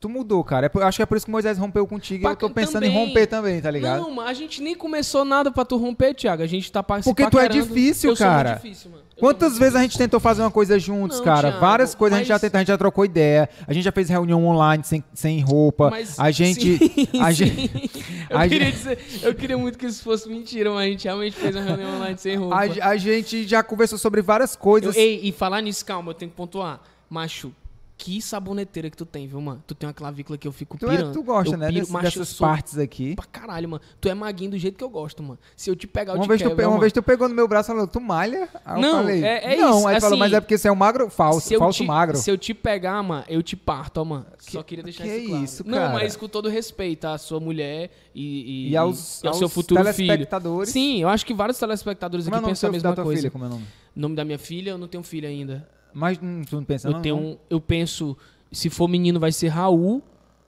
S1: Tu mudou, cara. É por- acho que é por isso que o Moisés rompeu contigo. e
S2: Pra-
S1: eu tô pensando em
S2: também.
S1: romper também, tá ligado?
S2: Não, mas a gente nem começou nada pra tu romper, Thiago. A gente tá passando.
S1: Porque tu é difícil,
S2: eu sou muito
S1: cara.
S2: difícil, mano. Eu
S1: Quantas
S2: sou muito
S1: vezes a gente tentou fazer uma coisa juntos,
S2: Não,
S1: cara?
S2: Thiago,
S1: Várias coisas a gente já
S2: mas-
S1: tentou, a gente já trocou ideia, a gente já fez reunião online sem, sem roupa,
S2: Mas-
S1: a gente.
S2: sim,
S1: a
S2: sim.
S1: gente
S2: Eu,
S1: a
S2: queria
S1: gente-
S2: dizer, eu queria muito que isso fosse mentira, mas a gente realmente fez uma reunião online sem roupa.
S1: a, a gente já conversou sobre várias
S2: Eu-
S1: coisas.
S2: ei, e falar nisso, calma, eu tenho que pontuar. Macho, que saboneteira que tu tem, viu, mano? Tu tem uma clavícula que eu fico
S1: tu, é-
S2: pirando.
S1: tu gosta,
S2: eu
S1: né?
S2: Piro,
S1: desse-
S2: macho, eu
S1: dessas
S2: sou
S1: partes aqui.
S2: pra caralho, mano. Tu é maguinho do jeito que eu gosto, mano. Se eu te pegar, eu
S1: Uma
S2: te
S1: vez, tu,
S2: quebro, é
S1: pe- uma
S2: mano.
S1: vez tu pegou no meu braço e falou, tu malha? Aí eu
S2: Não,
S1: falei,
S2: é- é
S1: não.
S2: isso,
S1: Aí tu falou,
S2: assim,
S1: mas é porque você é um magro falso,
S2: Se eu
S1: falso
S2: te-
S1: magro.
S2: Se eu te pegar, mano, eu te parto, ó, mano. Só queria deixar
S1: um que é
S2: isso claro.
S1: isso,
S2: Não,
S1: cara?
S2: mas com todo respeito à sua mulher e,
S1: E aos-
S2: e ao seu
S1: aos
S2: futuro
S1: telespectadores.
S2: filho. Sim, eu acho que vários telespectadores
S1: Como é o
S2: aqui
S1: nome
S2: pensam a
S1: seu- da
S2: mesma
S1: tua
S2: coisa.
S1: filha? Como é o nome?
S2: Nome da minha filha, eu não tenho filha ainda.
S1: Mas hum, tu não pensa,
S2: Eu
S1: não?
S2: tenho, eu penso, se for menino vai ser Raul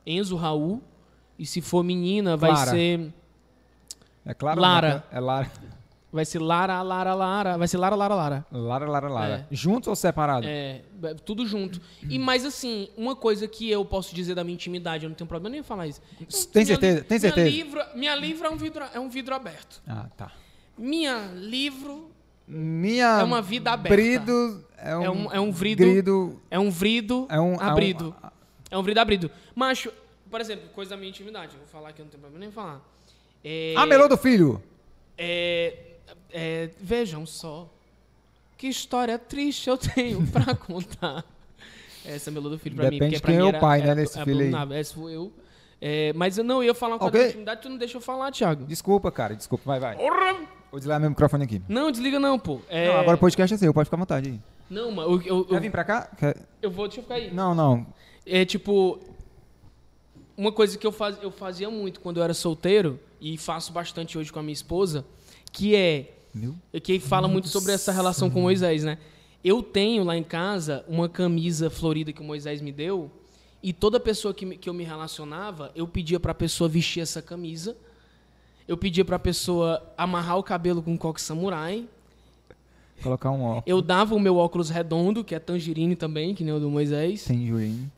S2: Enzo Raul. E se for menina, vai
S1: Clara.
S2: ser.
S1: É claro.
S2: um Lara.
S1: É Lara.
S2: Vai ser Lara, Lara, Lara. Vai ser Lara, Lara, Lara.
S1: Lara, Lara, Lara. Juntos ou separados?
S2: É, é, tudo junto. E
S1: Uhum.
S2: mas assim, uma coisa que eu posso dizer da minha intimidade, eu não tenho problema nem em falar isso.
S1: Tem certeza? Tem certeza?
S2: Minha livro, minha livro é um vidro, é um vidro aberto.
S1: Ah, tá.
S2: Minha livro
S1: Minha.
S2: É uma vida aberta.
S1: Brido. É um,
S2: é um, é um vrido,
S1: grido-
S2: é um vrido
S1: É um- é um-
S2: abrido. É um, vrido abrido. Macho, por exemplo, coisa da minha intimidade, eu vou falar que eu não tenho problema nem em falar. É,
S1: Ah, melô do filho!
S2: é, é, vejam só. Que história triste eu tenho pra contar. Essa é a melô do filho pra mim.
S1: Depende
S2: porque pra
S1: quem
S2: mim
S1: é o
S2: era-
S1: pai, né,
S2: era
S1: nesse
S2: ab-
S1: filho aí.
S2: abominável. Essa foi eu. É, mas eu não eu ia falar com
S1: Ok.
S2: a intimidade, tu não deixa eu falar, Thiago.
S1: Desculpa, cara, desculpa, vai, vai. Vou desligar meu microfone aqui.
S2: Não, desliga não, pô. É,
S1: Não, agora o podcast é seu, pode ficar à vontade. aí.
S2: Não, mas eu, eu,
S1: Quer
S2: eu,
S1: vir pra cá? Quer-
S2: eu vou, deixa eu ficar aí.
S1: Não, não.
S2: É tipo. Uma coisa que eu, faz, eu fazia muito quando eu era solteiro, e faço bastante hoje com a minha esposa, que é.
S1: Meu.
S2: Que fala muito sobre essa relação com Moisés, né? Eu tenho lá em casa uma camisa florida que o Moisés me deu, e toda pessoa que, me- que eu me relacionava, eu pedia pra pessoa vestir essa camisa, eu pedia pra pessoa amarrar o cabelo com coque samurai,
S1: Colocar um ó.
S2: eu dava o meu óculos redondo, que é tangerine também, que nem o do Moisés.
S1: Sem jurinho.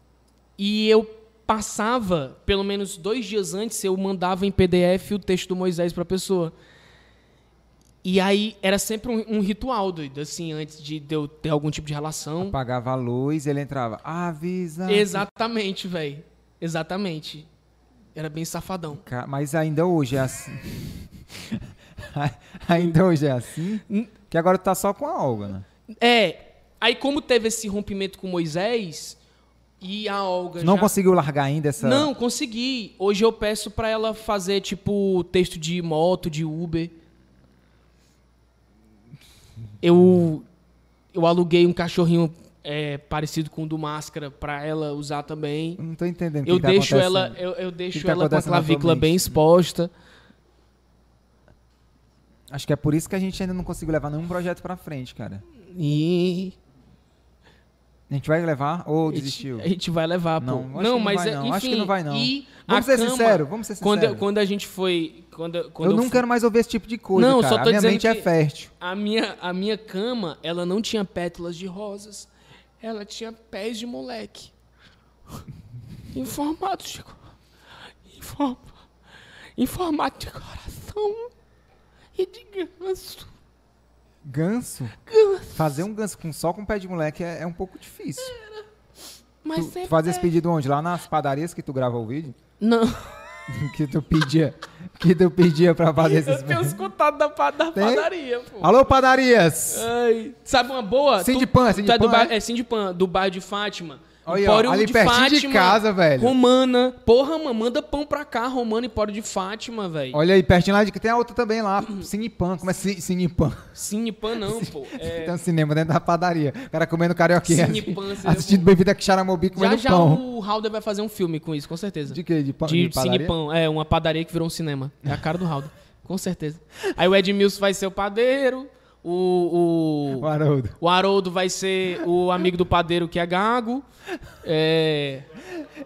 S2: E eu passava, pelo menos dois dias antes, eu mandava em PDF o texto do Moisés para a pessoa. E aí era sempre um, um ritual, doido, assim, antes de, de eu ter algum tipo de relação.
S1: Apagava a luz, ele entrava. Avisa.
S2: Exatamente, velho. Exatamente. Era bem safadão.
S1: Ca- Mas ainda hoje é assim. ainda hoje é assim?
S2: Hum.
S1: Que agora tu tá só com a Olga, né?
S2: É, aí como teve esse rompimento com Moisés e a Olga
S1: Tu não
S2: já...
S1: conseguiu largar ainda essa.
S2: Não, consegui. Hoje eu peço pra ela fazer, tipo, texto de moto, de Uber. Eu, eu aluguei um cachorrinho é, parecido com o do Máscara pra ela usar também.
S1: Eu Não tô entendendo. o que
S2: Eu
S1: que tá
S2: deixo,
S1: acontecendo.
S2: ela, eu, eu deixo
S1: tá
S2: ela com a
S1: acontecendo
S2: clavícula
S1: atualmente?
S2: bem exposta.
S1: Acho que é por isso que a gente ainda não conseguiu levar nenhum projeto pra frente, cara.
S2: E
S1: A gente vai levar ou
S2: a gente-
S1: desistiu?
S2: a gente vai levar, pô.
S1: Não, acho que
S2: não
S1: não
S2: mas
S1: vai
S2: é-
S1: não, acho que
S2: enfim,
S1: não vai não.
S2: E
S1: Vamos
S2: a
S1: ser
S2: cama,
S1: sinceros, vamos ser
S2: quando,
S1: sinceros.
S2: quando a gente foi... Quando, quando
S1: eu não
S2: fui-
S1: quero mais ouvir esse tipo de coisa,
S2: Não,
S1: cara.
S2: só tô
S1: a minha
S2: dizendo
S1: mente
S2: que-
S1: é fértil.
S2: A minha, a minha cama, ela não tinha pétalas de rosas. Ela tinha pés de moleque. Informado, Chico. Informa. Informado de coração e de ganso.
S1: Ganso? Fazer um ganso com, só com pé de moleque é, é um pouco difícil.
S2: Mas
S1: Tu, tu
S2: sempre
S1: faz esse
S2: é-
S1: pedido onde? Lá nas padarias que tu grava o vídeo?
S2: Não.
S1: Que tu pedia, que tu pedia pra fazer esses
S2: Eu tenho
S1: pedidos.
S2: escutado da, pa- da
S1: Tem?
S2: padaria, pô.
S1: Alô, padarias!
S2: Ai, sabe uma boa?
S1: Cindy
S2: Tu-
S1: Pan, Cindy
S2: tu é do
S1: Pan,
S2: bairro-
S1: é?
S2: é Cindy Pan, do bairro de Fátima. Um
S1: Olha, ó, ali pertinho de casa, velho.
S2: Romana. Porra, mano, manda pão pra cá, Romana e Pório de Fátima, velho.
S1: Olha aí, pertinho lá de que tem a outra também lá, Cinepan. Como é ci- Cinepan?
S2: Cinepan não, pô. É,
S1: Tem um cinema dentro da padaria. O cara comendo carioquinha.
S2: Cinepan,
S1: assi-
S2: você-
S1: assistindo Bem-vindo a Xaramobi
S2: já
S1: comendo
S2: já
S1: pão.
S2: o Halder vai fazer um filme com isso, com certeza.
S1: De quê? De pão?
S2: De,
S1: padaria?
S2: Cinepão. É, uma padaria que virou um cinema. É a cara do Halder. com certeza. Aí o Edmilson vai ser o padeiro, o...
S1: O
S2: o...
S1: Haroldo.
S2: O Haroldo vai ser o amigo do padeiro que é gago. É,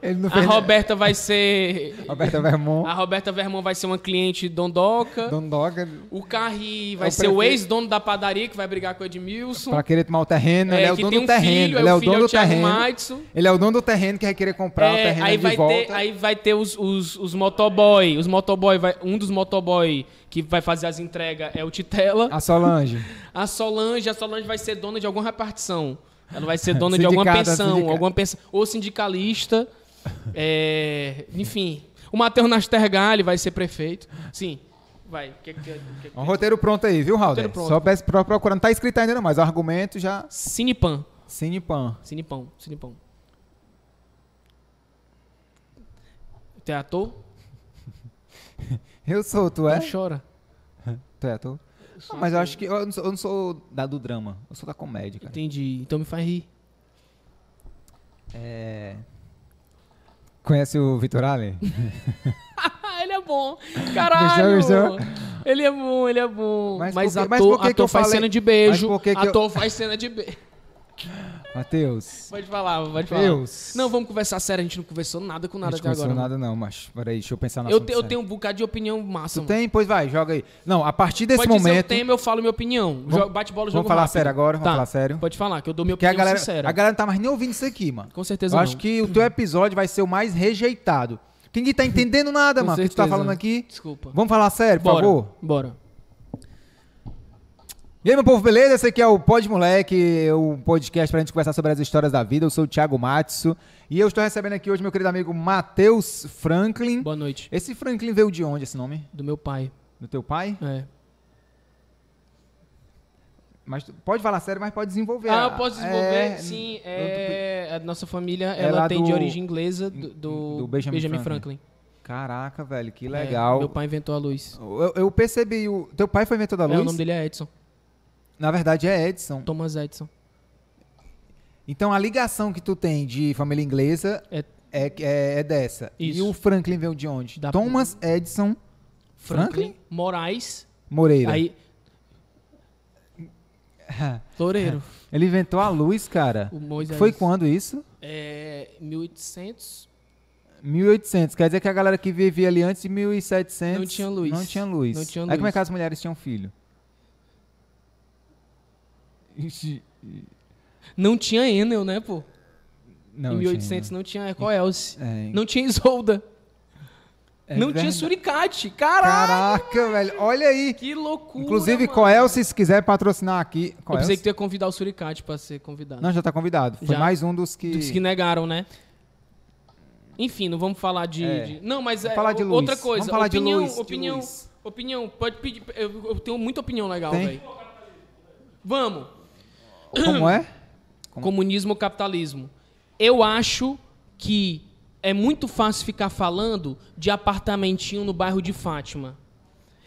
S1: Ele não
S2: a
S1: fez...
S2: Roberta vai ser
S1: Roberta Vermont.
S2: A Roberta Vermont vai ser uma cliente dondoca.
S1: Dondoga.
S2: O Carri vai
S1: É o
S2: ser o
S1: prefeito.
S2: ex-dono da padaria, que vai brigar com o Edmilson.
S1: Pra querer tomar o terreno.
S2: É,
S1: ele é o
S2: que
S1: dono
S2: tem
S1: do
S2: um
S1: terreno.
S2: filho,
S1: ele
S2: é
S1: é
S2: o
S1: o dono
S2: filho
S1: do
S2: é o Thiago
S1: terreno.
S2: Matson.
S1: Ele é o dono do terreno que vai querer comprar o
S2: É,
S1: terreno
S2: aí,
S1: de
S2: vai
S1: volta.
S2: ter, aí vai ter os, os, os motoboy. Os motoboy vai, um dos motoboy que vai fazer as entregas é o Titela.
S1: A Solange.
S2: A Solange, a Solange vai ser dona de alguma repartição. Ela vai ser dona de alguma
S1: Sindicato,
S2: pensão,
S1: sindicato.
S2: alguma pensão. Ou sindicalista. É, enfim. O Matheus Nastergalli vai ser prefeito. Sim. Vai. Que- que- que-
S1: Um roteiro pronto aí, viu, Raul?
S2: Roteiro pronto.
S1: Só peço pra procurar. Não tá escrito ainda, não, mas o argumento já.
S2: Cinepan.
S1: Cinepan.
S2: Cinepão, Cinepão. Tu é ator?
S1: Eu sou, tu é?
S2: Não chora.
S1: Tu é, tu. Ah, mas eu acho que. Eu não, sou, eu não sou da do drama, eu sou da comédia, cara.
S2: Entendi. Então me faz rir.
S1: É. Conhece o Vitor Allen?
S2: Ah, ele é bom.
S1: Caralho!
S2: Caralho.
S1: Gostou,
S2: Ele é bom, ele é bom.
S1: Mas
S2: Mas,
S1: por que-
S2: ator,
S1: mas por que que
S2: ator
S1: eu
S2: faz
S1: falei-
S2: cena de beijo.
S1: mas por que que eu-
S2: ator faz cena de beijo.
S1: Matheus.
S2: Pode falar, pode falar.
S1: Deus.
S2: Não, vamos conversar sério. A gente não conversou nada com
S1: Não
S2: nada
S1: gente
S2: até agora.
S1: conversou
S2: mano.
S1: nada não, macho. Peraí, deixa eu pensar na
S2: Eu, te- eu tenho um bocado de opinião massa.
S1: Tu
S2: mano.
S1: tem? Pois vai, joga aí. Não, a partir desse
S2: Pode dizer o
S1: momento...
S2: tema, eu falo minha opinião. Jo- Bate bola, jogo
S1: Vamos falar
S2: rápido.
S1: sério agora? Vamos
S2: Tá,
S1: falar sério?
S2: Pode falar, que eu dou minha
S1: Porque a
S2: opinião
S1: galera,
S2: sincera.
S1: a galera não tá mais nem ouvindo isso aqui, mano.
S2: Com certeza
S1: Eu
S2: não.
S1: acho que o teu episódio vai ser o mais rejeitado. Que ninguém tá entendendo nada,
S2: Com
S1: mano. O que tu tá
S2: certeza.
S1: falando aqui.
S2: Desculpa.
S1: Vamos falar sério, por
S2: Bora,
S1: favor?
S2: Bora.
S1: E aí, meu povo, beleza? Esse aqui é o Pod Moleque, o podcast pra gente conversar sobre as histórias da vida. Eu sou o Thiago Matso e eu estou recebendo aqui hoje meu querido amigo Matheus Franklin.
S2: Boa noite.
S1: Esse Franklin veio de onde, esse nome?
S2: Do meu pai.
S1: Do teu pai?
S2: É.
S1: Mas tu- pode falar sério, mas pode desenvolver.
S2: Ah, eu posso desenvolver?
S1: É,
S2: Sim, é... A nossa família,
S1: É
S2: ela
S1: lá
S2: tem
S1: do-
S2: de origem inglesa do, do,
S1: do Benjamin
S2: Benjamin,
S1: Franklin.
S2: Franklin.
S1: Caraca, velho, que
S2: É,
S1: legal.
S2: meu pai inventou a luz.
S1: Eu, eu percebi, o teu pai foi inventor da
S2: É,
S1: luz?
S2: o nome dele é Edison.
S1: Na verdade é Edison.
S2: Thomas Edison.
S1: Então a ligação que tu tem de família inglesa
S2: É-
S1: é, é- é dessa. E
S2: Isso.
S1: o Franklin veio de onde?
S2: Da-
S1: Thomas Edison Franklin?
S2: Moraes.
S1: Moreira.
S2: Aí... Loureiro.
S1: Ele inventou a luz, cara.
S2: O Moisés.
S1: Foi quando isso?
S2: É... 1800.
S1: 1800. Quer dizer que a galera que vivia ali antes de 1700
S2: Não tinha luz.
S1: Não tinha luz.
S2: Não tinha
S1: Aí
S2: luz.
S1: como é que as mulheres tinham filho? Ixi,
S2: Não tinha Enel, né, pô?
S1: Não,
S2: em
S1: tinha,
S2: 1800 não tinha Eco Else.
S1: É,
S2: Não tinha Isolda.
S1: é
S2: não tinha
S1: verdade.
S2: Suricate. Caralho!
S1: Caraca, velho. Olha aí.
S2: Que loucura!
S1: Inclusive, é-
S2: mano.
S1: Coel, se quiser patrocinar aqui.
S2: Eu
S1: Coel,
S2: pensei que tu ia convidar o Suricate pra ser convidado.
S1: é Não, já tá convidado. Foi
S2: Já.
S1: mais um dos que.
S2: Dos que negaram, né? Enfim, não vamos falar de.
S1: É.
S2: de- Não, mas é,
S1: Falar de
S2: o-
S1: luz.
S2: outra coisa.
S1: Vamos falar de
S2: opinião,
S1: luz, de
S2: opinião,
S1: luz.
S2: opinião. Pode pedir. Eu, eu tenho muita opinião legal,
S1: Tem?
S2: velho. Vamos.
S1: Como é?
S2: Comunismo ou capitalismo? Eu acho que é muito fácil ficar falando de apartamentinho no bairro de Fátima.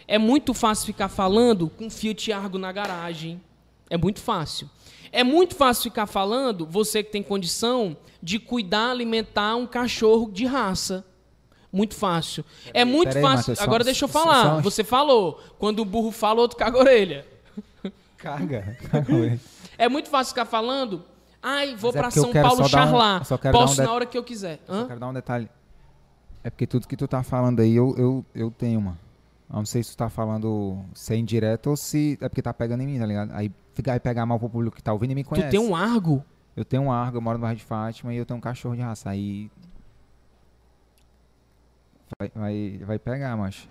S2: É muito fácil ficar falando com Fiat Argo na garagem. É muito fácil. É muito fácil ficar falando, você que tem condição, de cuidar, alimentar um cachorro de raça. Muito fácil. é muito
S1: peraí,
S2: fácil.
S1: Matheus, só- um
S2: Agora deixa eu
S1: só-
S2: falar.
S1: só-
S2: Você falou. Quando o burro fala, o outro caga a orelha.
S1: Caga. Caga, ué.
S2: É muito fácil ficar falando. Ai, vou
S1: Mas é
S2: pra
S1: porque eu
S2: São
S1: quero
S2: Paulo
S1: só dar um-
S2: charlar.
S1: eu só quero
S2: Posso
S1: dar um
S2: na
S1: det-
S2: hora que eu quiser.
S1: Só
S2: Hã?
S1: quero dar um detalhe. É porque tudo que tu tá falando aí, eu, eu, eu tenho uma. Eu Não sei se tu tá falando se é indireto ou se é porque tá pegando em mim, tá ligado? Aí fica aí pegar mal pro público que tá ouvindo e me conhece.
S2: Tu tem um argo?
S1: Eu tenho um argo, eu moro no bairro de Fátima e eu tenho um cachorro de raça. Aí. Vai, vai, vai pegar, macho.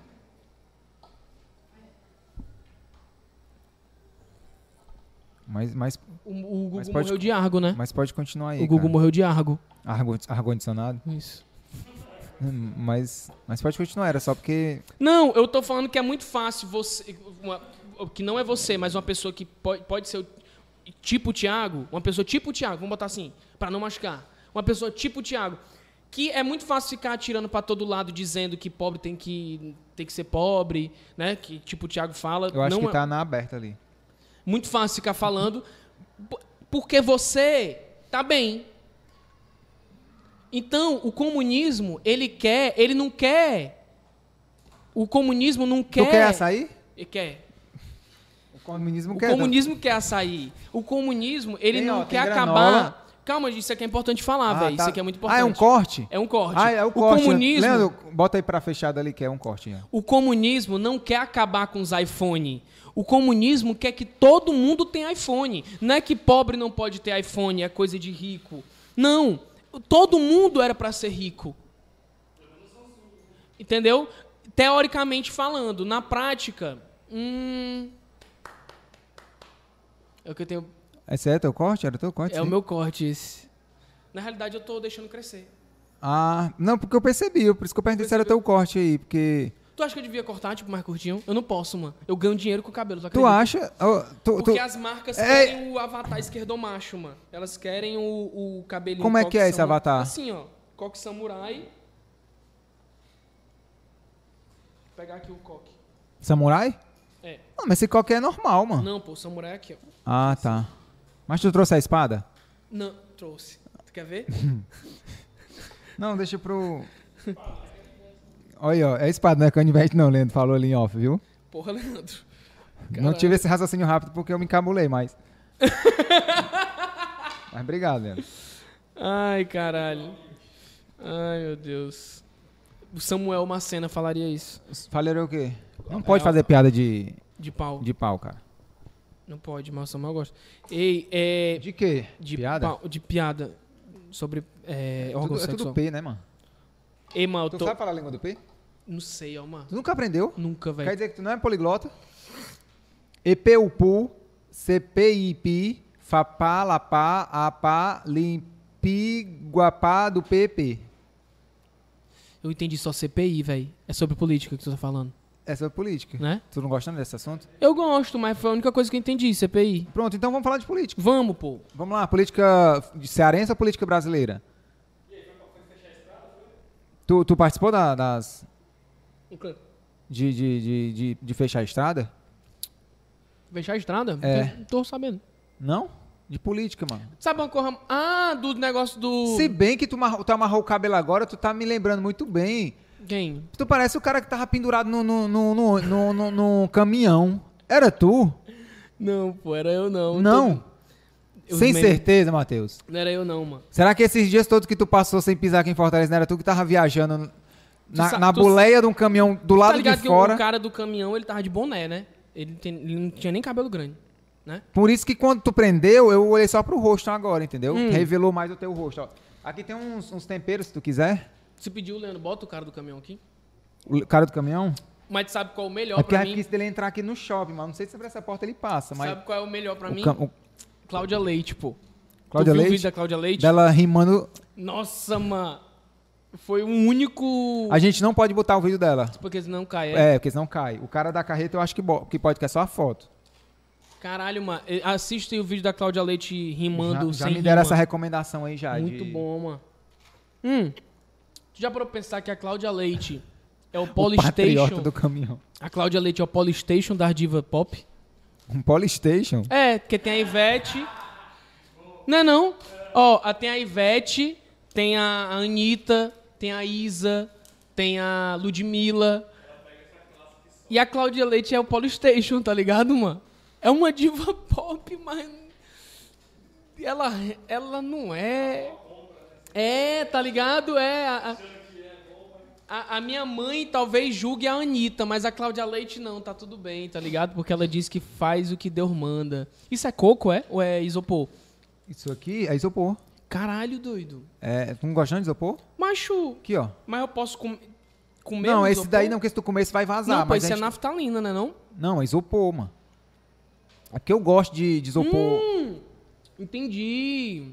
S1: Mas, mas,
S2: O, o Gugu
S1: Mas pode-
S2: morreu de argo, né?
S1: mas pode continuar aí.
S2: o Gugu
S1: cara.
S2: morreu de argo.
S1: Argo- Ar-condicionado?
S2: Isso.
S1: Hum, Mas, mas pode continuar, era só porque.
S2: Não, eu tô falando que é muito fácil você. uma- que não é você, mas uma pessoa que pode, pode ser o, tipo o Thiago. Uma pessoa tipo o Thiago, vamos botar assim, pra não machucar. Uma pessoa tipo o Thiago. Que é muito fácil ficar atirando pra todo lado dizendo que pobre tem que, tem que ser pobre, né? Que tipo o Thiago fala.
S1: Eu acho
S2: não
S1: que
S2: é-
S1: tá na aberta ali.
S2: Muito fácil ficar falando, po- porque você tá bem. Então, o comunismo, ele quer, ele não quer. O comunismo não quer.
S1: Tu quer açaí?
S2: Ele quer.
S1: O comunismo
S2: O
S1: quer.
S2: comunismo quer açaí. O comunismo, ele
S1: Tem,
S2: não
S1: ó, tem
S2: quer
S1: granola.
S2: acabar. Calma, gente, isso aqui é importante falar,
S1: Ah,
S2: velho.
S1: tá.
S2: Isso aqui é muito importante.
S1: Ah, é um corte?
S2: É um corte.
S1: Ah, é o
S2: o
S1: corte. né?
S2: comunismo.
S1: Leandro, bota aí pra fechada ali que é um corte. Já.
S2: O comunismo não quer acabar com os iPhone. O comunismo quer que todo mundo tenha iPhone. Não é que pobre não pode ter iPhone, é coisa de rico. Não. Todo mundo era para ser rico. Entendeu? Teoricamente falando. Na prática. Hum. É o que eu tenho.
S1: Esse é teu corte? Era teu corte?
S2: É o
S1: sim?
S2: meu corte esse. Na realidade, eu tô deixando crescer.
S1: Ah, não, porque eu percebi, por isso que eu perguntei se era teu corte aí, porque.
S2: Tu acha que eu devia cortar, tipo, mais curtinho? Eu não posso, mano. Eu ganho dinheiro com o cabelo, tu
S1: Tu
S2: acredita?
S1: acha. ó, tu, tu-
S2: Porque as marcas
S1: É.
S2: querem o avatar esquerdomacho, mano. Elas querem o, o cabelinho.
S1: Como é que
S2: coque
S1: é esse
S2: samu-
S1: avatar?
S2: Assim, ó. Coque samurai. Vou pegar aqui o coque.
S1: Samurai?
S2: É.
S1: Não, mas esse coque é normal, mano.
S2: Não, pô, o samurai é aqui, ó.
S1: Ah, tá. Mas tu trouxe a espada?
S2: Não, trouxe. Tu quer ver?
S1: Não, deixa pro. Olha, aí, ó, é espada, não é canivete, não, Leandro. Falou ali em off, viu?
S2: Porra, Leandro.
S1: Não tive esse raciocínio rápido porque eu me encabulei, mas. Mas obrigado, Leandro.
S2: Ai, caralho. Ai, meu Deus. O Samuel Macena falaria isso.
S1: Falaram é o quê? Não pode fazer piada de,
S2: De pau.
S1: de pau, cara.
S2: Não pode, mas o Samuel gosta. Ei, é.
S1: De quê?
S2: De
S1: piada?
S2: pau- de piada. Sobre é, órgão
S1: Tudo- é tudo
S2: sexual.
S1: P, né, mano?
S2: Ei, mano, eu
S1: Tu
S2: tô.
S1: sabe falar a língua do P?
S2: Não sei, ó, mano.
S1: Tu nunca aprendeu?
S2: Nunca,
S1: Quer
S2: velho.
S1: dizer que tu não é poliglota? EPUPU, CPIP, FAPA, LAPA, APA, LIMPIGUAPA do PP.
S2: Eu entendi só CPI, velho. É sobre política que tu tá falando,
S1: Essa é política.
S2: né?
S1: Tu não gosta desse assunto?
S2: Eu gosto, mas foi a única coisa que eu entendi, CPI.
S1: Pronto, então vamos falar de política.
S2: Vamos, pô.
S1: Vamos lá, política de cearense ou política brasileira? Tu, tu participou da- das.
S2: Um
S1: De, de, de, de, de fechar a estrada?
S2: Fechar a estrada?
S1: É.
S2: Não Tô sabendo.
S1: Não? De política, mano.
S2: Sabe uma coisa. Ah, do negócio do.
S1: Se bem que tu, marro- tu amarrou o cabelo agora, tu tá me lembrando muito bem.
S2: Quem?
S1: Tu parece o cara que tava pendurado no, no, no, no, no- no- no caminhão. Era tu?
S2: Não, pô, era eu não.
S1: Não.
S2: Eu
S1: Sem
S2: mesmo.
S1: certeza, Matheus.
S2: Não era eu não, mano.
S1: Será que esses dias todos que tu passou sem pisar aqui em Fortaleza não era tu que tava viajando na,
S2: sa-
S1: na
S2: tu
S1: boleia de um caminhão do
S2: Tá
S1: lado
S2: ligado
S1: de
S2: que
S1: fora?
S2: o cara do caminhão, ele tava de boné, né? Ele, tem- ele não tinha nem cabelo grande, né?
S1: Por isso que quando tu prendeu, eu olhei só pro rosto agora, entendeu?
S2: Hum.
S1: Revelou mais o teu rosto. ó. Aqui tem uns, uns temperos, se tu quiser.
S2: Se pediu, Leandro, bota o cara do caminhão aqui.
S1: O cara do caminhão.
S2: Mas tu sabe qual é o melhor
S1: É porque
S2: pra
S1: aqui,
S2: mim?
S1: se ele entrar aqui no shopping, mas não sei se por essa porta ele passa, mas...
S2: Sabe qual é o melhor pra
S1: o
S2: mim?
S1: cam- o-
S2: Cláudia Leite, pô.
S1: Cláudia
S2: tu viu o
S1: Leite?
S2: vídeo da Cláudia Leite?
S1: Dela rimando...
S2: Nossa, mano. Foi o único...
S1: A gente não pode botar o vídeo dela.
S2: Porque senão cai. é.
S1: É, porque senão cai. O cara da carreta eu acho que, bo- que pode, que é só a foto.
S2: Caralho, mano. Assista aí o vídeo da Cláudia Leite rimando
S1: já já
S2: sem
S1: me deram
S2: rima.
S1: essa recomendação aí já.
S2: Muito
S1: de-
S2: bom, mano. Hum. Tu já parou pra pensar que a Cláudia Leite é o
S1: O patriota
S2: Polystation.
S1: do caminhão.
S2: A Cláudia Leite é o Polystation da diva pop?
S1: Um Polystation?
S2: É, porque tem a Ivete. Não é não? Ó, a- tem a Ivete, tem a a Anitta, tem a Isa, tem a Ludmilla. E a Cláudia Leite é o Polystation, tá ligado, mano? É uma diva pop, mas. Ela, ela não é. É, tá ligado? É. A, a- a- a minha mãe talvez julgue a Anitta, mas a Cláudia Leite não, tá tudo bem, tá ligado? Porque ela diz que faz o que Deus manda. Isso é coco, é? Ou é isopor?
S1: Isso aqui é isopor.
S2: Caralho, doido.
S1: É, tu não gostando de isopor?
S2: Macho,
S1: Aqui, ó.
S2: mas eu posso com- comer
S1: Não,
S2: um
S1: esse
S2: isopor?
S1: daí não, porque se tu comer, isso vai vazar.
S2: Não, pô,
S1: mas
S2: isso
S1: a
S2: é
S1: gente-
S2: naftalina, né não?
S1: Não, é isopor, mano. É porque eu gosto de, de isopor.
S2: Hum, entendi.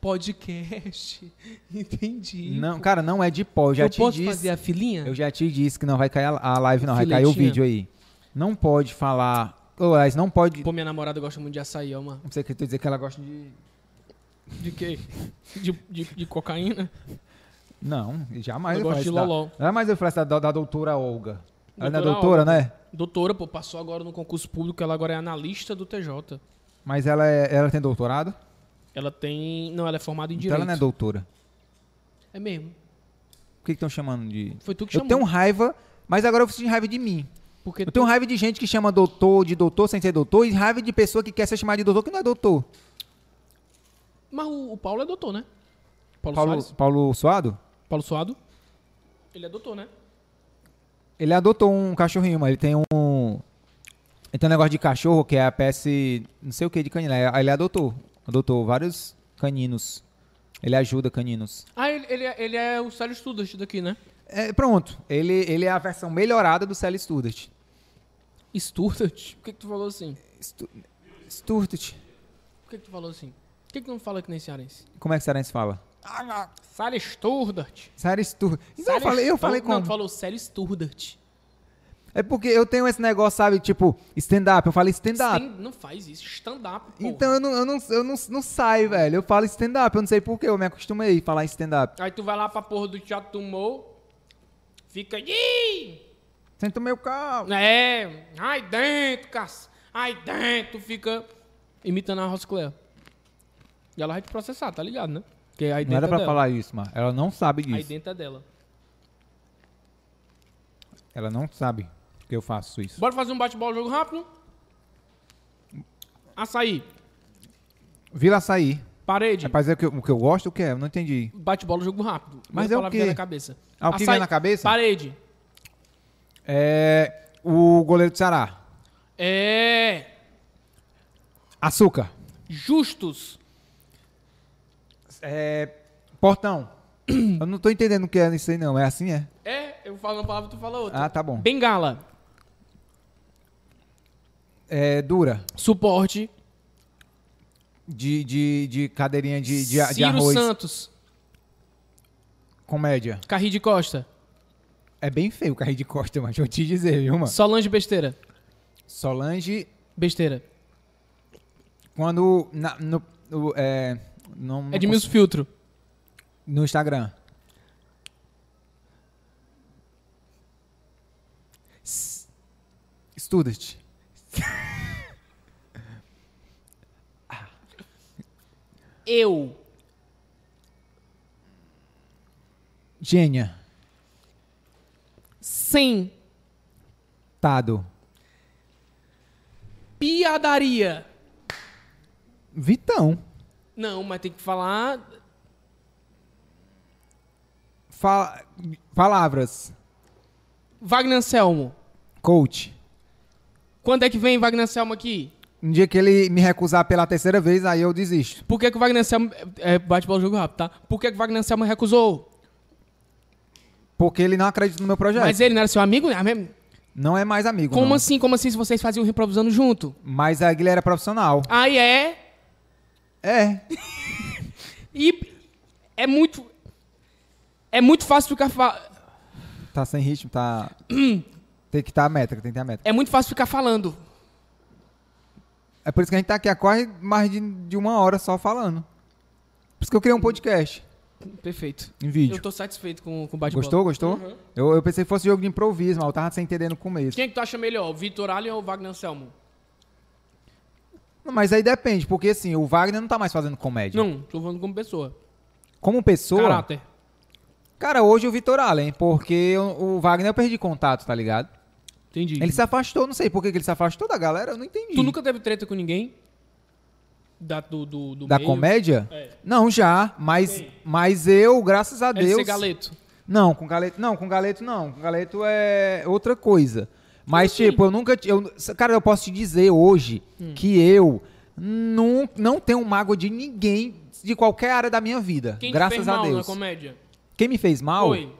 S2: Podcast. Entendi.
S1: Não, cara, não é de pó. Eu já
S2: Hum. eu
S1: te
S2: posso
S1: disse.
S2: fazer a filinha?
S1: Eu já te disse que não vai cair a- a live, não. Vai cair o
S2: Filetinha.
S1: vídeo aí. Não pode falar. Ô, Ais, não pode.
S2: Pô, minha namorada gosta muito de açaí, ó, mano.
S1: Não sei o que tu dizer que ela gosta de.
S2: De quê? De, de, de cocaína?
S1: Não, jamais
S2: Eu
S1: eu, falei
S2: gosto de
S1: isso da-
S2: loló.
S1: Jamais eu falei isso da, da doutora Olga. Ela não é
S2: Doutora
S1: doutora, né?
S2: Doutora, pô, passou agora no concurso público, ela agora é analista do TJ.
S1: Mas ela, é- ela tem doutorado?
S2: Ela tem. Não, ela é formada em
S1: Então
S2: direito.
S1: ela não é doutora.
S2: é, mesmo.
S1: Por que estão chamando de.
S2: Foi tu que
S1: Eu
S2: chamou.
S1: tenho raiva, mas agora eu fico raiva de mim.
S2: Porque
S1: Eu tenho raiva de gente que chama doutor de doutor sem ser doutor e raiva de pessoa que quer ser chamada de doutor que não é doutor.
S2: Mas o, o Paulo é doutor, né? Paulo,
S1: Paulo,
S2: Soares?
S1: Paulo Suado?
S2: Paulo Suado? Ele é doutor, né?
S1: Ele adotou um cachorrinho, mas ele tem um. Ele tem um negócio de cachorro que é a espécie. Não sei o que de canino. Aí Ele adotou. Adotou vários caninos. Ele ajuda caninos.
S2: Ah, ele, ele, é- ele é o Célio Studart daqui, né?
S1: É, pronto. Ele, ele é a versão melhorada do Sally Studart.
S2: Studart? Por que, que tu falou assim?
S1: Stu- Studart.
S2: Por que, que tu falou assim? Por que, que tu não fala que nem cearense?
S1: Como é que Cearense fala?
S2: Célio Studart.
S1: Sally Studart. Então Ah. eu
S2: Célio
S1: falei, eu
S2: Studart.
S1: falei
S2: Não, tu
S1: como?
S2: falou Célio Studart.
S1: É porque eu tenho esse negócio, sabe? Tipo, stand-up. Eu falo stand-up.
S2: Stand- Não faz isso. Stand-up, pô.
S1: Então eu, não, eu, não, eu não, não saio, velho. Eu falo stand-up. Eu não sei porquê. Eu me acostumei a falar stand-up.
S2: Aí tu vai lá pra porra do Teatro Tumor, fica. Ih!
S1: Senta o meu carro.
S2: É, ai dentro, caça, ai dentro, tu fica imitando a Rosclea. E ela vai te processar, tá ligado, né? Porque aí dentro
S1: Não era
S2: é
S1: pra
S2: dela.
S1: falar isso, mano. Ela não sabe
S2: Aí
S1: disso.
S2: dentro é dela.
S1: Ela não sabe que eu faço isso.
S2: Bora fazer um bate-bola, jogo rápido? Açaí.
S1: Vila Açaí.
S2: Parede.
S1: É pra dizer o que, eu- o que eu gosto, o que é? Eu não entendi.
S2: Bate-bola, jogo rápido.
S1: Mas
S2: Mesma
S1: é o
S2: palavra
S1: quê?
S2: que vem na cabeça.
S1: Ah, o que vem na cabeça?
S2: Parede.
S1: É. O goleiro do Ceará.
S2: É.
S1: Açúcar.
S2: Justos.
S1: É. Portão. eu não tô entendendo o que é isso aí, não. É assim, é?
S2: É, eu falo uma palavra, tu fala outra.
S1: Ah, tá bom.
S2: Bengala.
S1: É dura.
S2: Suporte.
S1: De, de, de cadeirinha de, de, de
S2: Ciro
S1: arroz.
S2: Santos.
S1: Comédia.
S2: Carri de Costa.
S1: É bem feio o carrinho de costa, mas vou te dizer, viu, mano?
S2: Solange Besteira.
S1: Solange,
S2: Besteira.
S1: quando. Na, no, o- é, não, não
S2: Edmilson Filtro.
S1: cons- No Instagram. S- Student.
S2: Eu.
S1: Gênia.
S2: Sem.
S1: Tado.
S2: Piadaria.
S1: Vitão.
S2: Não, mas tem que falar.
S1: Fa- palavras.
S2: Wagner Anselmo.
S1: Coach.
S2: Quando é que vem Wagner Anselmo aqui?
S1: Um dia que ele me recusar pela terceira vez, aí eu desisto.
S2: Por que, que o Wagner Anselmo. É, bate bola jogo rápido, tá? Por que, que o Wagner Anselmo recusou?
S1: Porque ele não acredita no meu projeto.
S2: Mas ele não era seu amigo, né? Mesmo-
S1: Não é mais amigo.
S2: Como
S1: É. não.
S2: assim? Como assim se vocês faziam improvisando junto?
S1: Mas a Guilherme era profissional.
S2: Aí é.
S1: É.
S2: E. É muito. É muito fácil ficar. fa-
S1: Tá sem ritmo, tá. tem que estar tá a métrica, tem que ter a métrica.
S2: É muito fácil ficar falando.
S1: É por isso que a gente tá aqui há quase mais de, de uma hora só falando. Por isso que eu
S2: Hum.
S1: criei um podcast
S2: Perfeito.
S1: em
S2: Eu
S1: vídeo.
S2: tô satisfeito com, com o bate-bola.
S1: Gostou, gostou? Eu, eu pensei que fosse jogo de improviso, mas eu tava sem entender no começo.
S2: Quem é Uhum. que tu acha melhor, o Vitor Allen ou o Wagner Anselmo?
S1: Não, Mas aí depende, porque assim, o Wagner não tá mais fazendo comédia.
S2: Não, tô falando como pessoa.
S1: Como pessoa.
S2: Caráter.
S1: Cara, hoje o Vitor Allen, porque o, o Wagner eu perdi contato, tá ligado?
S2: Entendi.
S1: Ele se afastou, não sei por que que ele se afastou da galera, eu não entendi.
S2: Tu nunca teve treta com ninguém? Da, do, do, do
S1: Da
S2: meio?
S1: comédia?
S2: É.
S1: Não, já. Mas, mas eu, graças a
S2: É de
S1: Deus.
S2: ser galeto.
S1: Não, com galeto. Não, com galeto não. Com galeto é outra coisa. Mas, tipo, eu nunca. ti- Eu, cara, eu posso te dizer hoje
S2: Hum.
S1: que eu não, não tenho mágoa de ninguém de qualquer área da minha vida.
S2: Quem te
S1: graças
S2: fez
S1: a
S2: mal na
S1: Deus.
S2: comédia?
S1: Quem me fez mal?
S2: Foi.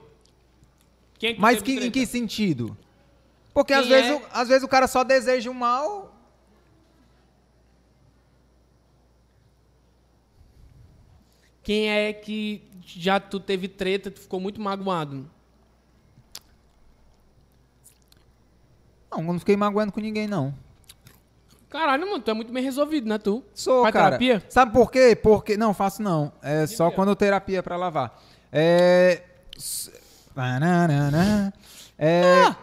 S2: Quem é que
S1: Mas
S2: teve
S1: que- em
S2: treta?
S1: que sentido? Porque
S2: Quem
S1: às, vezes,
S2: é?
S1: o- às vezes o cara só deseja o mal.
S2: Quem é que já tu teve treta, tu ficou muito magoado?
S1: Não, eu não fiquei magoando com ninguém, não.
S2: Caralho, mano, tu é muito bem resolvido, né, tu?
S1: Sou,
S2: Faz
S1: cara.
S2: terapia?
S1: Sabe por quê? Porque não faço não. É só
S2: pior?
S1: quando terapia é pra lavar. É s- Bananana. É,
S2: Ah!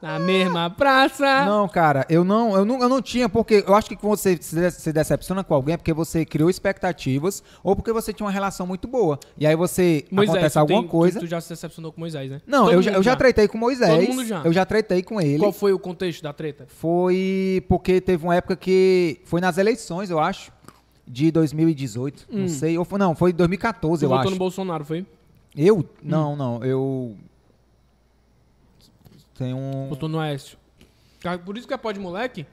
S2: Na mesma praça.
S1: não, cara, eu não, eu não, eu não tinha porque eu acho que quando você se de- se decepciona com alguém é porque você criou expectativas ou porque você tinha uma relação muito boa. E aí você acontece
S2: tu
S1: alguma
S2: tem-
S1: coisa.
S2: Tu, tu já se decepcionou com Moisés, né?
S1: Não,
S2: Todo
S1: eu já,
S2: mundo
S1: eu já tretei com Moisés.
S2: Todo mundo já.
S1: Eu já tretei com ele.
S2: Qual foi o contexto da treta?
S1: Foi porque teve uma época que foi nas eleições, eu acho, de 2018, não sei, ou foi- não, foi 2014,
S2: Você
S1: eu
S2: Hum. votou
S1: acho.
S2: no Hum. Bolsonaro, foi?
S1: Eu? Não, não. Eu. Tem um.
S2: Votou no Aécio. Cara, Por isso que é pó de moleque?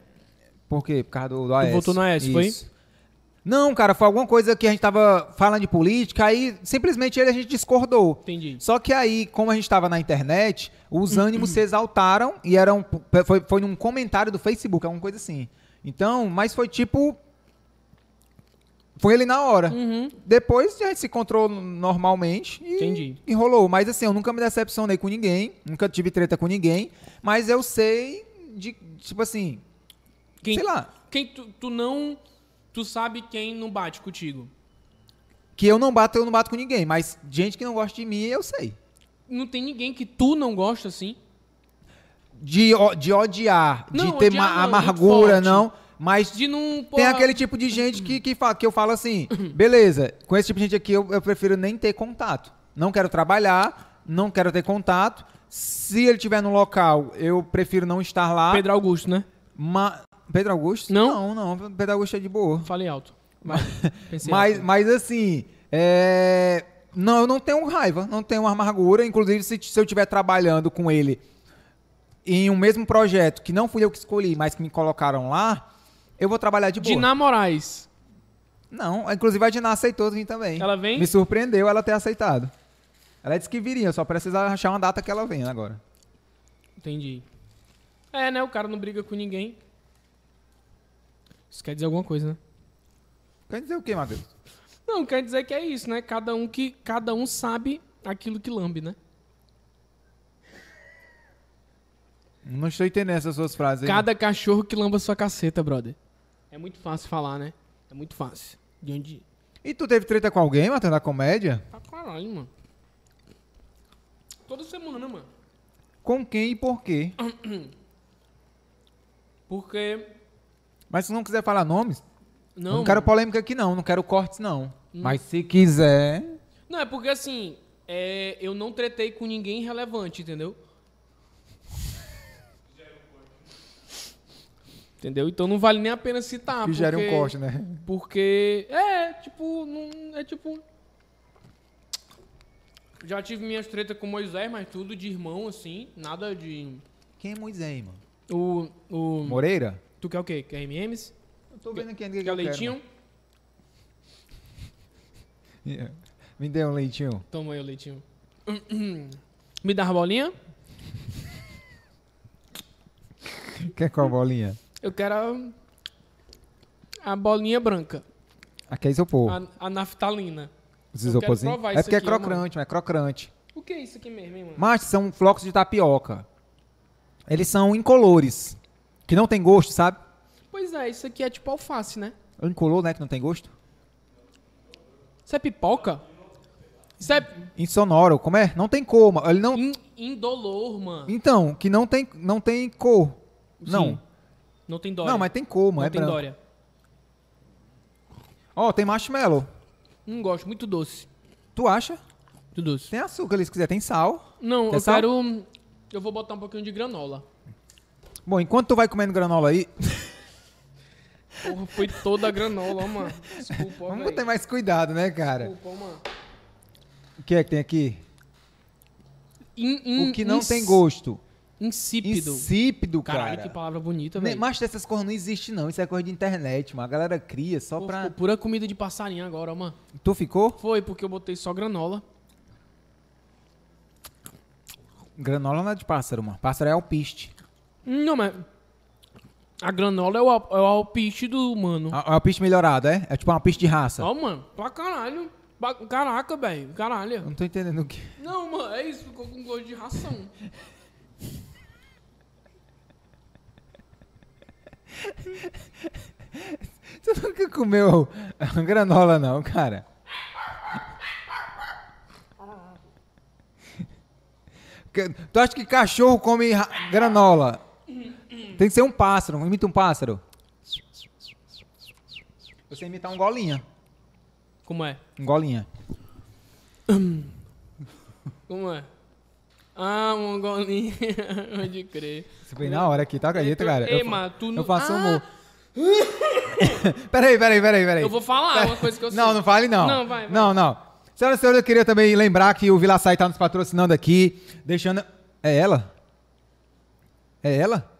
S1: Por quê? Por causa do, do AS.
S2: votou no AS,
S1: Isso. Não, cara, foi alguma coisa que a gente tava falando de política, aí simplesmente ele a gente discordou.
S2: Entendi.
S1: Só que aí, como a gente tava na internet,
S2: Uhum.
S1: os ânimos se exaltaram e eram. Foi, foi num comentário do Facebook, alguma coisa assim. Então, mas foi tipo. Foi ele na hora.
S2: Uhum.
S1: Depois a gente se encontrou normalmente e
S2: Entendi.
S1: e rolou. Mas assim, eu nunca me decepcionei com ninguém, nunca tive treta com ninguém, mas eu sei de, tipo assim,
S2: Quem,
S1: sei lá,
S2: quem tu, tu não. Tu sabe quem não bate contigo.
S1: que eu não bato, eu não bato com ninguém, mas gente que não gosta de mim, eu sei.
S2: Não tem ninguém que tu não gosta assim.
S1: De, o- de odiar, de
S2: Não,
S1: ter
S2: odiar
S1: ma-
S2: não, é muito
S1: amargura,
S2: forte.
S1: não, mas
S2: De não.
S1: tem
S2: porra,
S1: aquele tipo de gente que, que, fala, que eu falo assim, beleza, com esse tipo de gente aqui eu, eu prefiro nem ter contato. Não quero trabalhar, não quero ter contato. Se ele estiver no local, eu prefiro não estar lá.
S2: Pedro Augusto, né?
S1: Ma- Pedro Augusto?
S2: Não?
S1: não, não. Pedro Augusto é de boa.
S2: Falei alto. Mas, pensei
S1: Mas,
S2: rápido.
S1: mas assim, é, não, eu não tenho raiva, não tenho amargura. Inclusive, se, se eu estiver trabalhando com ele em um mesmo projeto que não fui eu que escolhi, mas que me colocaram lá, eu vou trabalhar de boa.
S2: Diná Moraes.
S1: Não, inclusive a Diná aceitou vir também.
S2: Ela vem?
S1: Me surpreendeu ela ter aceitado. Ela disse que viria, só precisa achar uma data que ela venha agora.
S2: Entendi. É, né? O cara não briga com ninguém. Isso quer dizer alguma coisa, né?
S1: Quer dizer o quê, Matheus?
S2: Não, quer dizer que é isso, né? Cada um que cada um sabe aquilo que lambe, né?
S1: Não estou entendendo essas suas frases. aí.
S2: Cada cachorro que lamba sua caceta, brother. É muito fácil falar, né? É muito fácil. De onde?
S1: E tu teve treta com alguém, Matheus, na comédia?
S2: Pra caralho, mano. Toda semana, mano.
S1: Com quem e por quê?
S2: Porque.
S1: Mas se não quiser falar nomes, Eu
S2: Não. Hum.
S1: Não, quero
S2: mano.
S1: polêmica aqui, não. Não quero cortes, não. Mas se quiser.
S2: Não, é porque assim. é, eu não tretei com ninguém relevante, entendeu? entendeu? Então não vale nem a pena citar.
S1: que gere um
S2: porque-
S1: corte, né?
S2: Porque. É, tipo, não. É tipo. Já tive minhas tretas com Moisés, mas tudo de irmão, assim. Nada de.
S1: Quem é Moisés, mano?
S2: O. o...
S1: Moreira?
S2: Tu quer o quê? Quer MMs?
S1: Eu tô vendo aqui ainda
S2: Quer
S1: que
S2: o
S1: eu quero. né?
S2: leitinho?
S1: Yeah. Me dê um leitinho.
S2: Toma aí o leitinho. Me dá a bolinha?
S1: Quer qual bolinha?
S2: Eu quero a, a bolinha branca.
S1: Aqui é isopor.
S2: A, a naftalina.
S1: Os
S2: Ah, eu
S1: isoporzinhos.
S2: quero provar
S1: É
S2: isso
S1: porque é
S2: aqui, ó,
S1: crocante, mas é crocante.
S2: O que é isso aqui mesmo, hein, mano?
S1: Mas são flocos de tapioca. Eles são incolores. Que não tem gosto, sabe?
S2: Pois é, isso aqui é tipo alface, né?
S1: É Incolor, né? Que não tem gosto.
S2: Isso é pipoca? Isso é
S1: Insonoro. Como é? Não tem cor, mano. Ele não...
S2: in- indolor, mano.
S1: Então, que não tem, não tem cor.
S2: Sim.
S1: Não.
S2: Não tem dória.
S1: Não, mas tem cor, mano.
S2: Não
S1: é
S2: tem
S1: branco.
S2: dória.
S1: Ó, tem marshmallow.
S2: Não gosto, muito doce.
S1: Tu acha?
S2: Muito doce.
S1: Tem açúcar ali se quiser, tem sal.
S2: Não,
S1: Quer
S2: eu
S1: sal?
S2: quero. Eu vou botar um pouquinho de granola.
S1: Bom, enquanto tu vai comendo granola aí,
S2: Porra, foi toda a granola, ó, mano. Desculpa, ó,
S1: vamos
S2: véi.
S1: ter mais cuidado, né, cara?
S2: Desculpa, ó, mano.
S1: O que é que tem aqui?
S2: In- in-
S1: O que não
S2: ins-
S1: tem gosto.
S2: Hum, Insípido.
S1: Insípido,
S2: Caralho,
S1: cara.
S2: que palavra bonita,
S1: Nem-
S2: velho.
S1: Mas dessas coisas não existe não. Isso é coisa de internet, mano. A galera cria só
S2: Pô,
S1: pra...
S2: Ficou pura comida de passarinho agora, ó, mano.
S1: Tu ficou?
S2: Foi, porque eu botei só granola.
S1: Granola não é de pássaro, mano. Pássaro é alpiste.
S2: Não, mas. A granola é o, al- é o alpiste do humano.
S1: A- um Alpiste melhorado, é? É tipo uma alpiste de raça.
S2: Ó, mano, pra caralho. Pra- Caraca, velho. Caralho.
S1: Eu não tô entendendo o que...
S2: Não, mano, é isso, ficou com gosto de ração.
S1: Tu nunca comeu granola não, cara. Que- Tu acha que cachorro come ra- granola? Tem que ser um pássaro, imita um pássaro. Você imitar um golinha.
S2: Como é?
S1: Um golinha.
S2: Como é? Ah, Mongolinha, pode crer.
S1: Você foi na hora aqui, tá? Acredita, cara?
S2: Ei,
S1: Eu, fa-
S2: mano, tu não.
S1: eu faço
S2: ah,
S1: humor. peraí, peraí, peraí, peraí.
S2: Eu vou falar uma coisa que eu sei.
S1: Não, não fale não.
S2: Não, vai, vai.
S1: Não, não. Senhoras e senhores, eu queria também lembrar que o Vila Sai tá nos patrocinando aqui, deixando... É ela? É ela?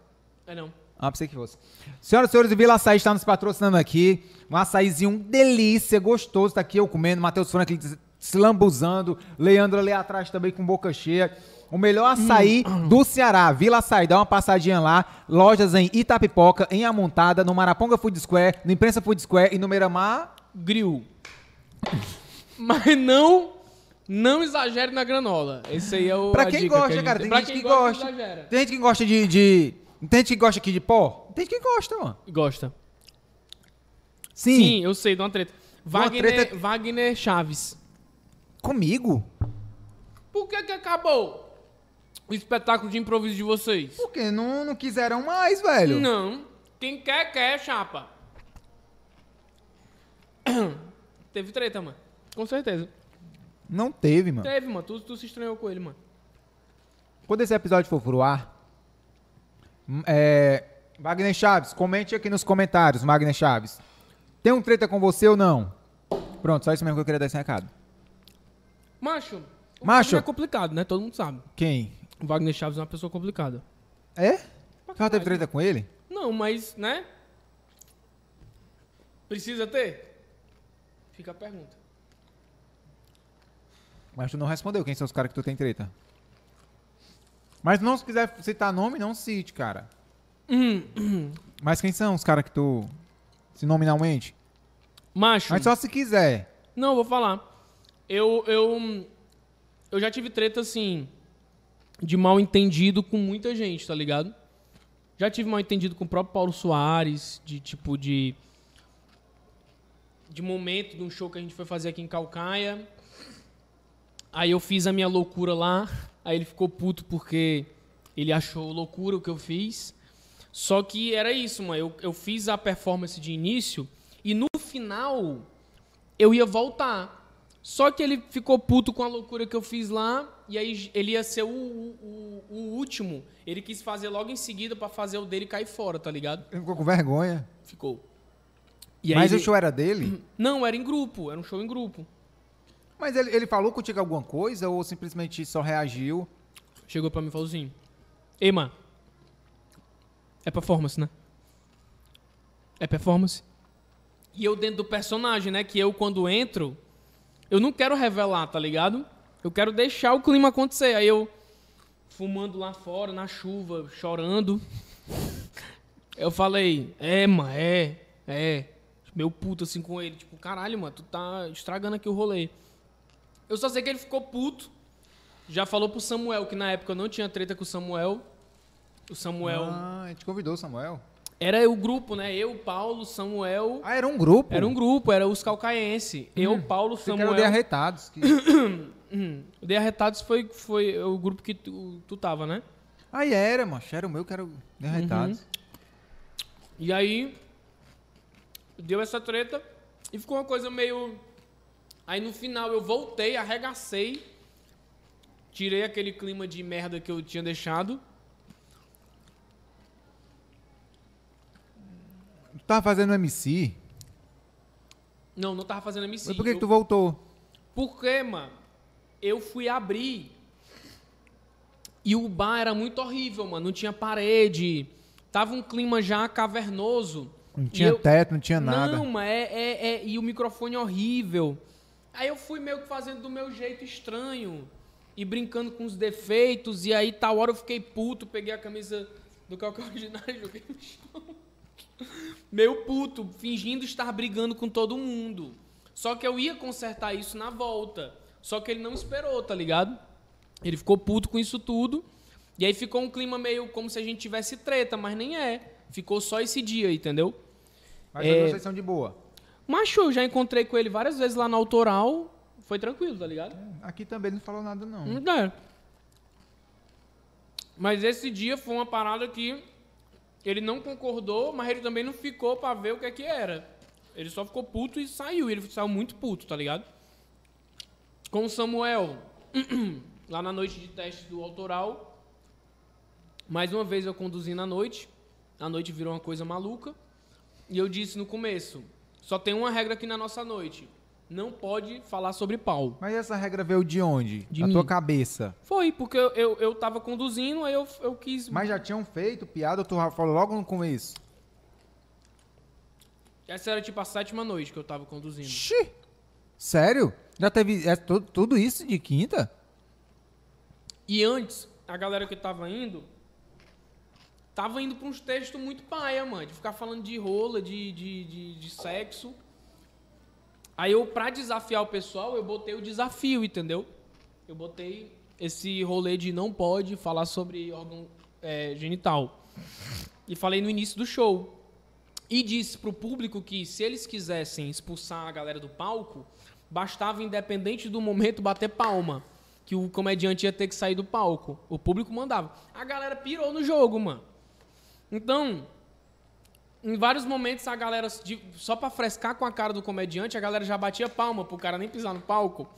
S2: É não.
S1: Ah, pensei que fosse. Senhoras e senhores, o Vila Açaí está nos patrocinando aqui. Um açaizinho delícia, gostoso. Tá aqui eu comendo, Matheus Franklin se lambuzando, Leandro ali atrás também com boca cheia. O melhor açaí
S2: Hum.
S1: do Ceará, Vila Açaí. Dá uma passadinha lá. Lojas em Itapipoca, em Amontada, no Maraponga Food Square, no Imprensa Food Square e no Miramar.
S2: Grill. Mas não. Não exagere na granola. Esse aí é o.
S1: Pra
S2: a
S1: quem
S2: dica que a
S1: gosta,
S2: gente-
S1: cara. Tem
S2: pra
S1: gente
S2: quem
S1: que gosta.
S2: exagera.
S1: Tem gente que gosta de, de... Tem gente que gosta aqui de pó? Tem gente que gosta, mano.
S2: Gosta.
S1: Sim.
S2: Sim, eu sei, dá uma treta. Wagner,
S1: treta-
S2: Wagner Chaves.
S1: Comigo?
S2: Por que que acabou o espetáculo de improviso de vocês?
S1: Porque não, não quiseram mais, velho.
S2: Não. Quem quer, quer, chapa. Teve treta, mano. Com certeza.
S1: Não teve, mano.
S2: Teve, mano. Tu, tu se estranhou com ele, mano.
S1: Quando esse episódio for pro ar, hum, é, Wagner Chaves, comente aqui nos comentários, Wagner Chaves.
S4: Tem um treta com você ou não? Pronto, só isso mesmo que eu queria dar esse recado.
S2: Macho. o
S4: Macho.
S2: Wagner é complicado, né? Todo mundo sabe.
S4: Quem?
S2: O Wagner Chaves é uma pessoa complicada.
S4: É? Você já teve treta com ele?
S2: Não, mas, né? Precisa ter? Fica a pergunta.
S4: Mas tu não respondeu quem são os caras que tu tem treta. Mas não se quiser citar nome, não cite, cara.
S2: Hum.
S4: Mas quem são os caras que tu. Se nominalmente?
S2: Macho.
S4: Mas só se quiser.
S2: Não, vou falar. Eu, eu, eu já tive treta, assim, de mal entendido com muita gente, tá ligado? Já tive mal entendido com o próprio Paulo Soares, de tipo, de. De momento de um show que a gente foi fazer aqui em Calcaia. Aí eu fiz a minha loucura lá. Aí ele ficou puto porque ele achou loucura o que eu fiz. Só que era isso, mano. Eu, eu fiz a performance de início e no final eu ia voltar. Só que ele ficou puto com a loucura que eu fiz lá, e aí ele ia ser o, o- o- o último. Ele quis fazer logo em seguida pra fazer o dele cair fora, tá ligado?
S4: Ele ficou com vergonha.
S2: Ficou. E aí
S4: Mas
S2: ele-
S4: o show era dele?
S2: Não, era em grupo, era um show em grupo.
S4: Mas ele, ele falou contigo alguma coisa ou simplesmente só reagiu?
S2: Chegou pra mim e falou assim: Ei, mano, é performance, né? É performance. E eu dentro do personagem, né? Que eu, quando entro, eu não quero revelar, tá ligado? Eu quero deixar o clima acontecer. Aí eu, fumando lá fora, na chuva, chorando. Eu falei, é, mano, é, é. Meu puto assim com ele. Tipo, caralho, mano, tu tá estragando aqui o rolê. Eu só sei que ele ficou puto. Já falou pro Samuel que na época eu não tinha treta com o Samuel. O Samuel.
S4: Ah, ele te convidou, Samuel.
S2: Era o grupo, né? Eu, Paulo, Samuel.
S4: Ah, era um grupo?
S2: Era um grupo, era os calcaense. Eu, Paulo,
S4: Você que era
S2: Samuel.
S4: o de Arretados. que-
S2: Hum, o De Arretados foi, foi o grupo que tu, tu tava, né?
S4: Aí era, macho. Era o meu que era o de Arretados.
S2: Uhum. E aí deu essa treta e ficou uma coisa meio. Aí no final eu voltei, arregacei, tirei aquele clima de merda que eu tinha deixado.
S4: Tu tava fazendo MC?
S2: Não, não tava fazendo MC.
S4: Mas por que, que
S2: eu-
S4: tu voltou?
S2: Porque, mano, eu fui abrir e o bar era muito horrível, mano. Não tinha parede, tava um clima já cavernoso.
S4: Não
S2: E
S4: tinha
S2: eu-
S4: teto, não tinha nada.
S2: Não, mas é, é- é- E o microfone horrível. Aí eu fui meio que fazendo do meu jeito estranho. E brincando com os defeitos. E aí, tal hora eu fiquei puto. Peguei a camisa do Calcão Ginásio e joguei no chão. Meio puto, fingindo estar brigando com todo mundo. Só que eu ia consertar isso na volta. Só que ele não esperou, tá ligado? Ele ficou puto com isso tudo. E aí ficou um clima meio como se a gente tivesse treta, mas nem é. Ficou só esse dia, entendeu?
S4: Mas
S2: É.
S4: vocês são de boa.
S2: Macho, eu já encontrei com ele várias vezes lá na autoral. Foi tranquilo, tá ligado?
S4: Aqui também ele não falou nada, não.
S2: Não É. Mas esse dia foi uma parada que ele não concordou, mas ele também não ficou pra ver o que é que era. Ele só ficou puto e saiu. Ele saiu muito puto, tá ligado? Com o Samuel, lá na noite de teste do autoral. Mais uma vez eu conduzi na noite. A noite virou uma coisa maluca. E eu disse no começo: só tem uma regra aqui na nossa noite. Não pode falar sobre pau.
S4: Mas essa regra veio de onde?
S2: De
S4: da
S2: mim.
S4: tua cabeça.
S2: Foi, porque eu, eu, eu tava conduzindo, aí eu, eu quis.
S4: Mas já tinham feito piada, tu já falou logo no começo.
S2: Essa era tipo a sétima noite que eu tava conduzindo.
S4: Xi! Sério? Já teve é, tu- tudo isso de quinta?
S2: E antes, a galera que tava indo. Tava indo pra uns textos muito paia, mano. De ficar falando de rola, de, de, de, de sexo. Aí eu, pra desafiar o pessoal, eu botei o desafio, entendeu? Eu botei esse rolê de não pode falar sobre órgão é, genital. E falei no início do show. E disse pro público que se eles quisessem expulsar a galera do palco, bastava, independente do momento, bater palma. Que o comediante ia ter que sair do palco. O público mandava. A galera pirou no jogo, mano. Então, em vários momentos, a galera, de- só pra frescar com a cara do comediante, a galera já batia palma pro cara nem pisar no palco.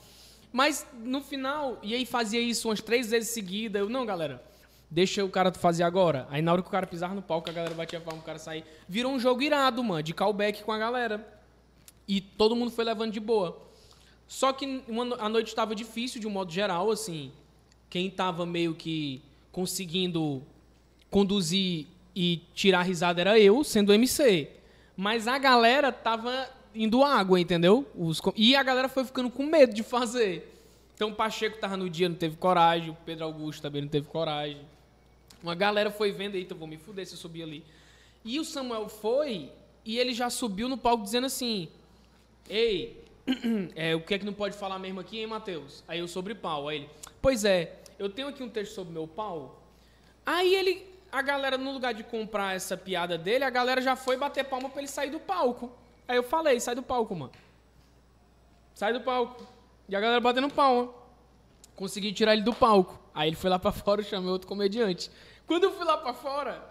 S2: Mas no final, e aí fazia isso umas três vezes seguida. Eu, não, galera, deixa o cara fazer agora. Aí na hora que o cara pisar no palco, a galera batia palma, o cara sair. Virou um jogo irado, mano, de callback com a galera. E todo mundo foi levando de boa. Só que uma no- a noite estava difícil, de um modo geral, assim. Quem estava meio que conseguindo conduzir e tirar risada era eu, sendo MC. Mas a galera tava indo água, entendeu? Os co- e a galera foi ficando com medo de fazer. Então o Pacheco tava no dia, não teve coragem. O Pedro Augusto também não teve coragem. Uma galera foi vendo, eita, eu vou me fuder se eu subir ali. E o Samuel foi e ele já subiu no palco dizendo assim: Ei, é, o que é que não pode falar mesmo aqui, hein, Matheus? Aí eu sobre pau. Aí ele, pois é, eu tenho aqui um texto sobre meu pau. Aí ele, a galera, no lugar de comprar essa piada dele, a galera já foi bater palma pra ele sair do palco. Aí eu falei, sai do palco, mano. Sai do palco. E a galera batendo palma. Consegui tirar ele do palco. Aí ele foi lá pra fora, eu chamei outro comediante. Quando eu fui lá pra fora,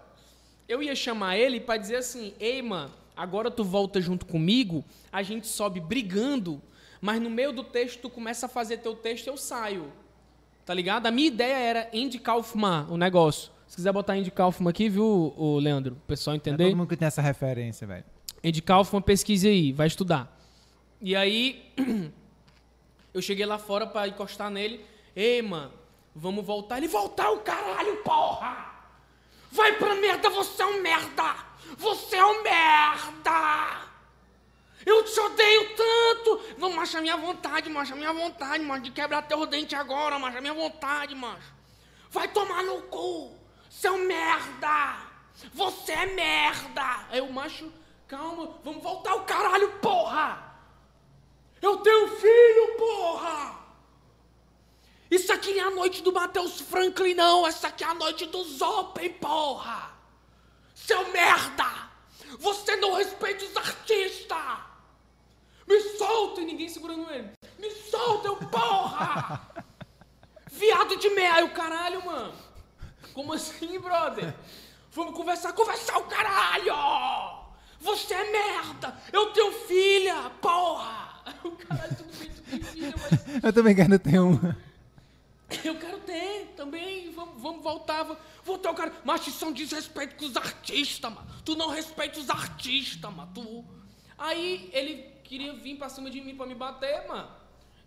S2: eu ia chamar ele pra dizer assim: "Ei, mano, agora tu volta junto comigo, a gente sobe brigando, mas no meio do texto tu começa a fazer teu texto, eu saio". Tá ligado? A minha ideia era Andy Kaufman, o negócio. Se quiser botar Andy Kaufman aqui, viu, ô Leandro, o pessoal
S4: É
S2: entender.
S1: Todo mundo que tem essa referência, velho.
S2: Andy Kaufman, pesquise aí, vai estudar. E aí, eu cheguei lá fora pra encostar nele. Ei, mano, vamos voltar. Ele, voltar o caralho, porra! Vai pra merda, você é um merda! Você é um merda! Eu te odeio tanto! Não, macho, a minha vontade, macho, a minha vontade, macho, de quebrar teu dente agora, macho, a minha vontade, macho. Vai tomar no cu, seu merda! Você é merda! Aí o macho, calma, vamos voltar o caralho, porra! Eu tenho um filho, porra! Isso aqui não é a noite do Matheus Franklin, não! Essa aqui é a noite dos Open, porra! Seu merda! Você não respeita os artistas! Me solta! E ninguém segurando ele. Me solta, eu porra! Viado de meia! o caralho, mano! Como assim, brother? Vamos conversar, conversar o caralho! Você é merda! Eu tenho filha, porra! O caralho, tudo bem, tu tem filha, mas
S1: Eu também quero ter uma.
S2: eu quero ter também. Vamos, vamos voltar. Vamos, voltar o cara. Mas isso é um desrespeito com os artistas, mano. Tu não respeita os artistas, mano. Tu... Aí ele queria vir pra cima de mim pra me bater, mano.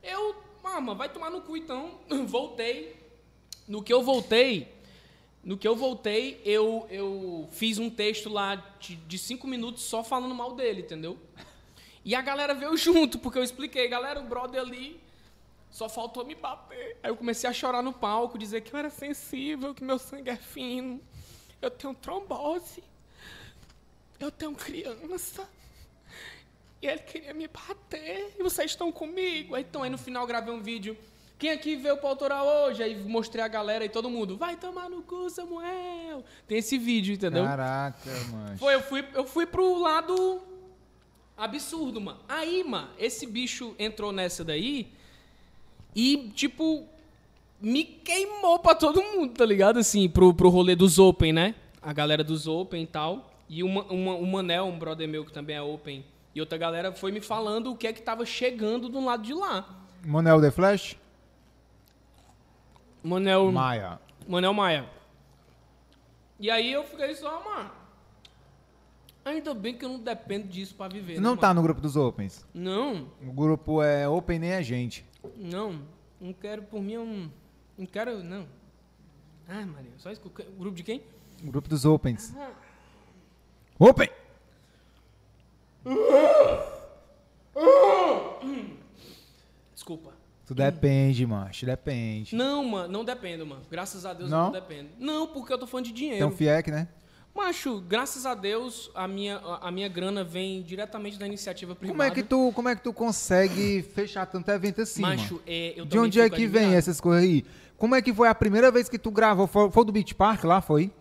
S2: Eu, ah, mano, vai tomar no cu então. Voltei. No que eu voltei, no que eu voltei, eu, eu fiz um texto lá de, de cinco minutos só falando mal dele, entendeu? E a galera veio junto, porque eu expliquei, galera, o brother ali só faltou me bater. Aí eu comecei a chorar no palco, dizer que eu era sensível, que meu sangue é fino. Eu tenho trombose. Eu tenho criança. E ele queria me bater. E vocês estão comigo. Aí, Então, aí no final eu gravei um vídeo. Quem aqui veio pro autoral hoje? Aí mostrei a galera e todo mundo. Vai tomar no cu, Samuel. Tem esse vídeo, entendeu?
S1: Caraca, mano.
S2: Foi, eu fui, eu fui pro lado absurdo, mano. Aí, mano, esse bicho entrou nessa daí e, tipo, me queimou pra todo mundo, tá ligado? Assim, pro, pro rolê dos Open, né? A galera dos Open e tal. E uma, uma, o Manel, um brother meu que também é Open, e outra galera foi me falando o que é que tava chegando do lado de lá.
S1: Manuel The Flash?
S2: Manel.
S1: Maia.
S2: Manel Maia. E aí eu fiquei só, mano. Ainda bem que eu não dependo disso pra viver.
S1: Tu não
S2: né,
S1: tá no grupo dos Opens.
S2: Não,
S1: O grupo é Open nem a gente.
S2: não. Não quero, por mim, é eu não, não quero, não. Ai, Maria, só isso que eu quero. Grupo de quem?
S1: O grupo dos Opens. Open!
S2: Desculpa.
S1: Tu depende, macho. Depende.
S2: Não, mano, não dependo, mano. Graças a Deus eu não
S1: Não?
S2: dependo. Não, porque eu tô falando de dinheiro.
S1: Tem um FIEC, né?
S2: Macho, graças a Deus, a minha, a a minha grana vem diretamente da iniciativa privada.
S1: Como é, que tu, como é que tu consegue fechar tanto evento assim,
S2: Macho,
S1: mano?
S2: é, eu
S1: De
S2: também
S1: onde é
S2: fico
S1: que
S2: admirado.
S1: vem essas coisas aí? Como é que foi a primeira vez que tu gravou? Foi, foi do Beach Park lá, foi?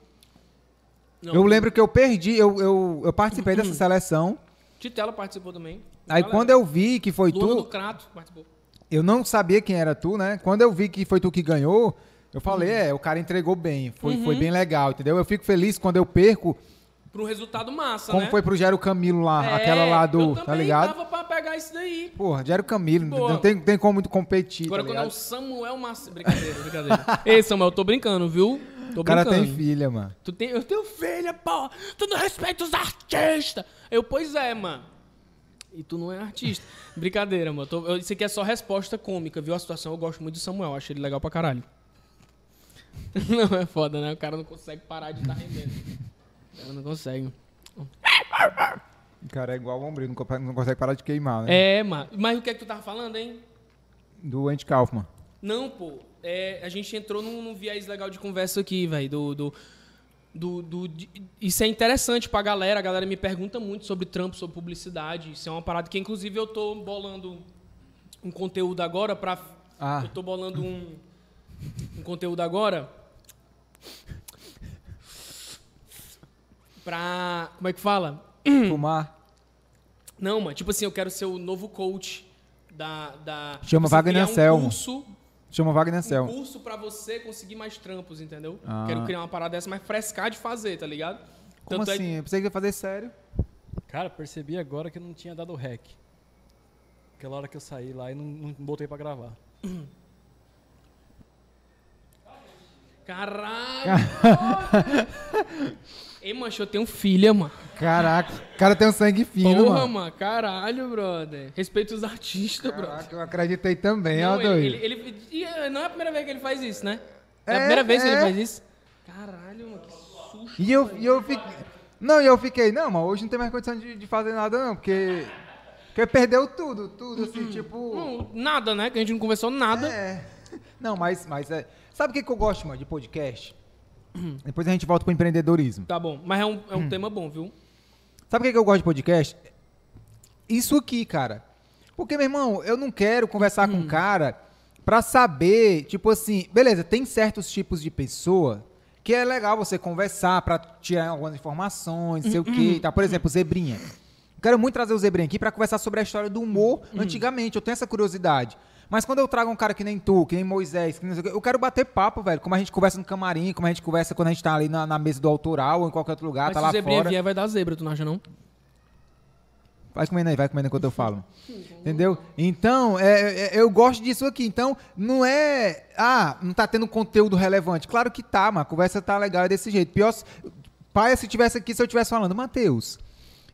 S2: Não,
S1: eu lembro que eu perdi, eu, eu, eu participei dessa seleção.
S2: Titela participou também.
S1: Aí quando eu vi que foi
S2: Luna do
S1: tu,
S2: Crato participou.
S1: eu não sabia quem era tu, né? Quando eu vi que foi tu que ganhou, eu falei,
S2: Uhum.
S1: é, o cara entregou bem, foi, foi bem legal, entendeu? Eu fico feliz quando eu perco,
S2: Pro resultado massa,
S1: como
S2: né?
S1: foi pro Gero Camilo lá,
S2: É,
S1: aquela lá
S2: eu
S1: do, tá
S2: também
S1: ligado?
S2: dava pra pegar isso daí.
S1: Porra, Gero Camilo,
S2: Boa.
S1: não tem, tem como muito competir,
S2: Agora
S1: tá
S2: quando é
S1: ligado?
S2: o Samuel Macedo. Brincadeira, brincadeira. Ei, Samuel, eu tô brincando, viu? Tô
S1: O cara
S2: brincando.
S1: tem filha, mano.
S2: Tu tem... Eu tenho filha, pô! Tu não respeita os artistas! Eu, pois é, mano. E tu não é artista. Brincadeira, mano. Tô- eu- isso aqui é só resposta cômica, viu? A situação, eu gosto muito do Samuel, acho ele legal pra caralho. Não, é foda, né? O cara não consegue parar de estar rendendo. O cara não consegue.
S1: O cara é igual o ombro, não co- não consegue parar de queimar, né?
S2: É, mano. Mas o que é que tu tava falando, hein?
S1: Do Andy Kaufman.
S2: Não, pô. É, a gente entrou num, num viés legal de conversa aqui, velho. Do, do, do, do- de- isso é interessante pra galera. A galera me pergunta muito sobre trampo, sobre publicidade. Isso é uma parada que, inclusive, eu tô bolando um conteúdo agora pra.
S1: Ah.
S2: Eu tô bolando um, um conteúdo agora. Pra. Como é que fala?
S1: Fumar.
S2: Não, mano. Tipo assim, eu quero ser o novo coach da. da
S1: Chama
S2: tipo assim,
S1: Wagner
S2: criar
S1: Anselmo.
S2: Um curso
S1: Chama Wagner
S2: um
S1: Anselmo.
S2: curso pra você conseguir mais trampos, entendeu?
S1: Ah.
S2: Quero criar uma parada dessa, mas frescar de fazer, tá ligado?
S1: Como
S2: Tanto é-
S1: assim? Eu pensei que ia fazer sério.
S3: Cara, percebi agora que eu não tinha dado rec. Aquela hora que eu saí lá e não, não botei pra gravar.
S2: Caralho! Ei, mancho, eu tenho filha, mano.
S1: Caraca, o cara tem um sangue fino,
S2: Porra,
S1: mano.
S2: mano. Caralho, brother. Respeita os artistas, brother.
S1: Caraca, eu acreditei também, ó,
S2: Não,
S1: doido.
S2: ele, ele, ele- e, eh, não é a primeira vez que ele faz isso, né? É,
S1: É,
S2: a primeira vez que
S1: é.
S2: ele faz isso. Caralho, mano, que susto.
S1: E eu, e eu fiquei. Não, e eu fiquei, não, mas hoje não tem mais condição de, de fazer nada, não, porque. Porque perdeu tudo, tudo, assim, tipo.
S2: Não, nada, né? Que a gente não conversou nada.
S1: É. Não, mas, mas é. Sabe o que, que eu gosto, mano, de podcast? Depois a gente volta pro empreendedorismo.
S2: Tá bom, mas é um,
S1: Hum.
S2: é um tema bom, viu?
S1: Sabe o que, que eu gosto de podcast? Isso aqui, cara. Porque, meu irmão, eu não quero conversar
S2: Hum.
S1: com um cara pra saber, tipo assim, beleza, tem certos tipos de pessoa que é legal você conversar pra tirar algumas informações, não sei o
S2: Hum,
S1: quê. Tá? Por exemplo, o Zebrinha. Eu Quero muito trazer o Zebrinha aqui pra conversar sobre a história do humor
S2: Hum,
S1: antigamente. Eu tenho essa curiosidade. Mas quando eu trago um cara que nem tu, que nem Moisés, que nem não sei o quê, eu quero bater papo, velho. Como a gente conversa no camarim, como a gente conversa quando a gente tá ali na, na mesa do autoral ou em qualquer outro lugar,
S2: mas
S1: tá
S2: se o
S1: lá
S2: Zebrinha
S1: fora.
S2: vier, vai dar zebra, tu não acha, não?
S1: Vai comendo aí, vai comendo enquanto eu falo. Entendeu? Então, é, é, eu gosto disso aqui. Então, não é. Ah, não tá tendo conteúdo relevante. Claro que tá, mas a conversa tá legal é desse jeito. Pior, se- paia se tivesse aqui, se eu tivesse falando, Matheus,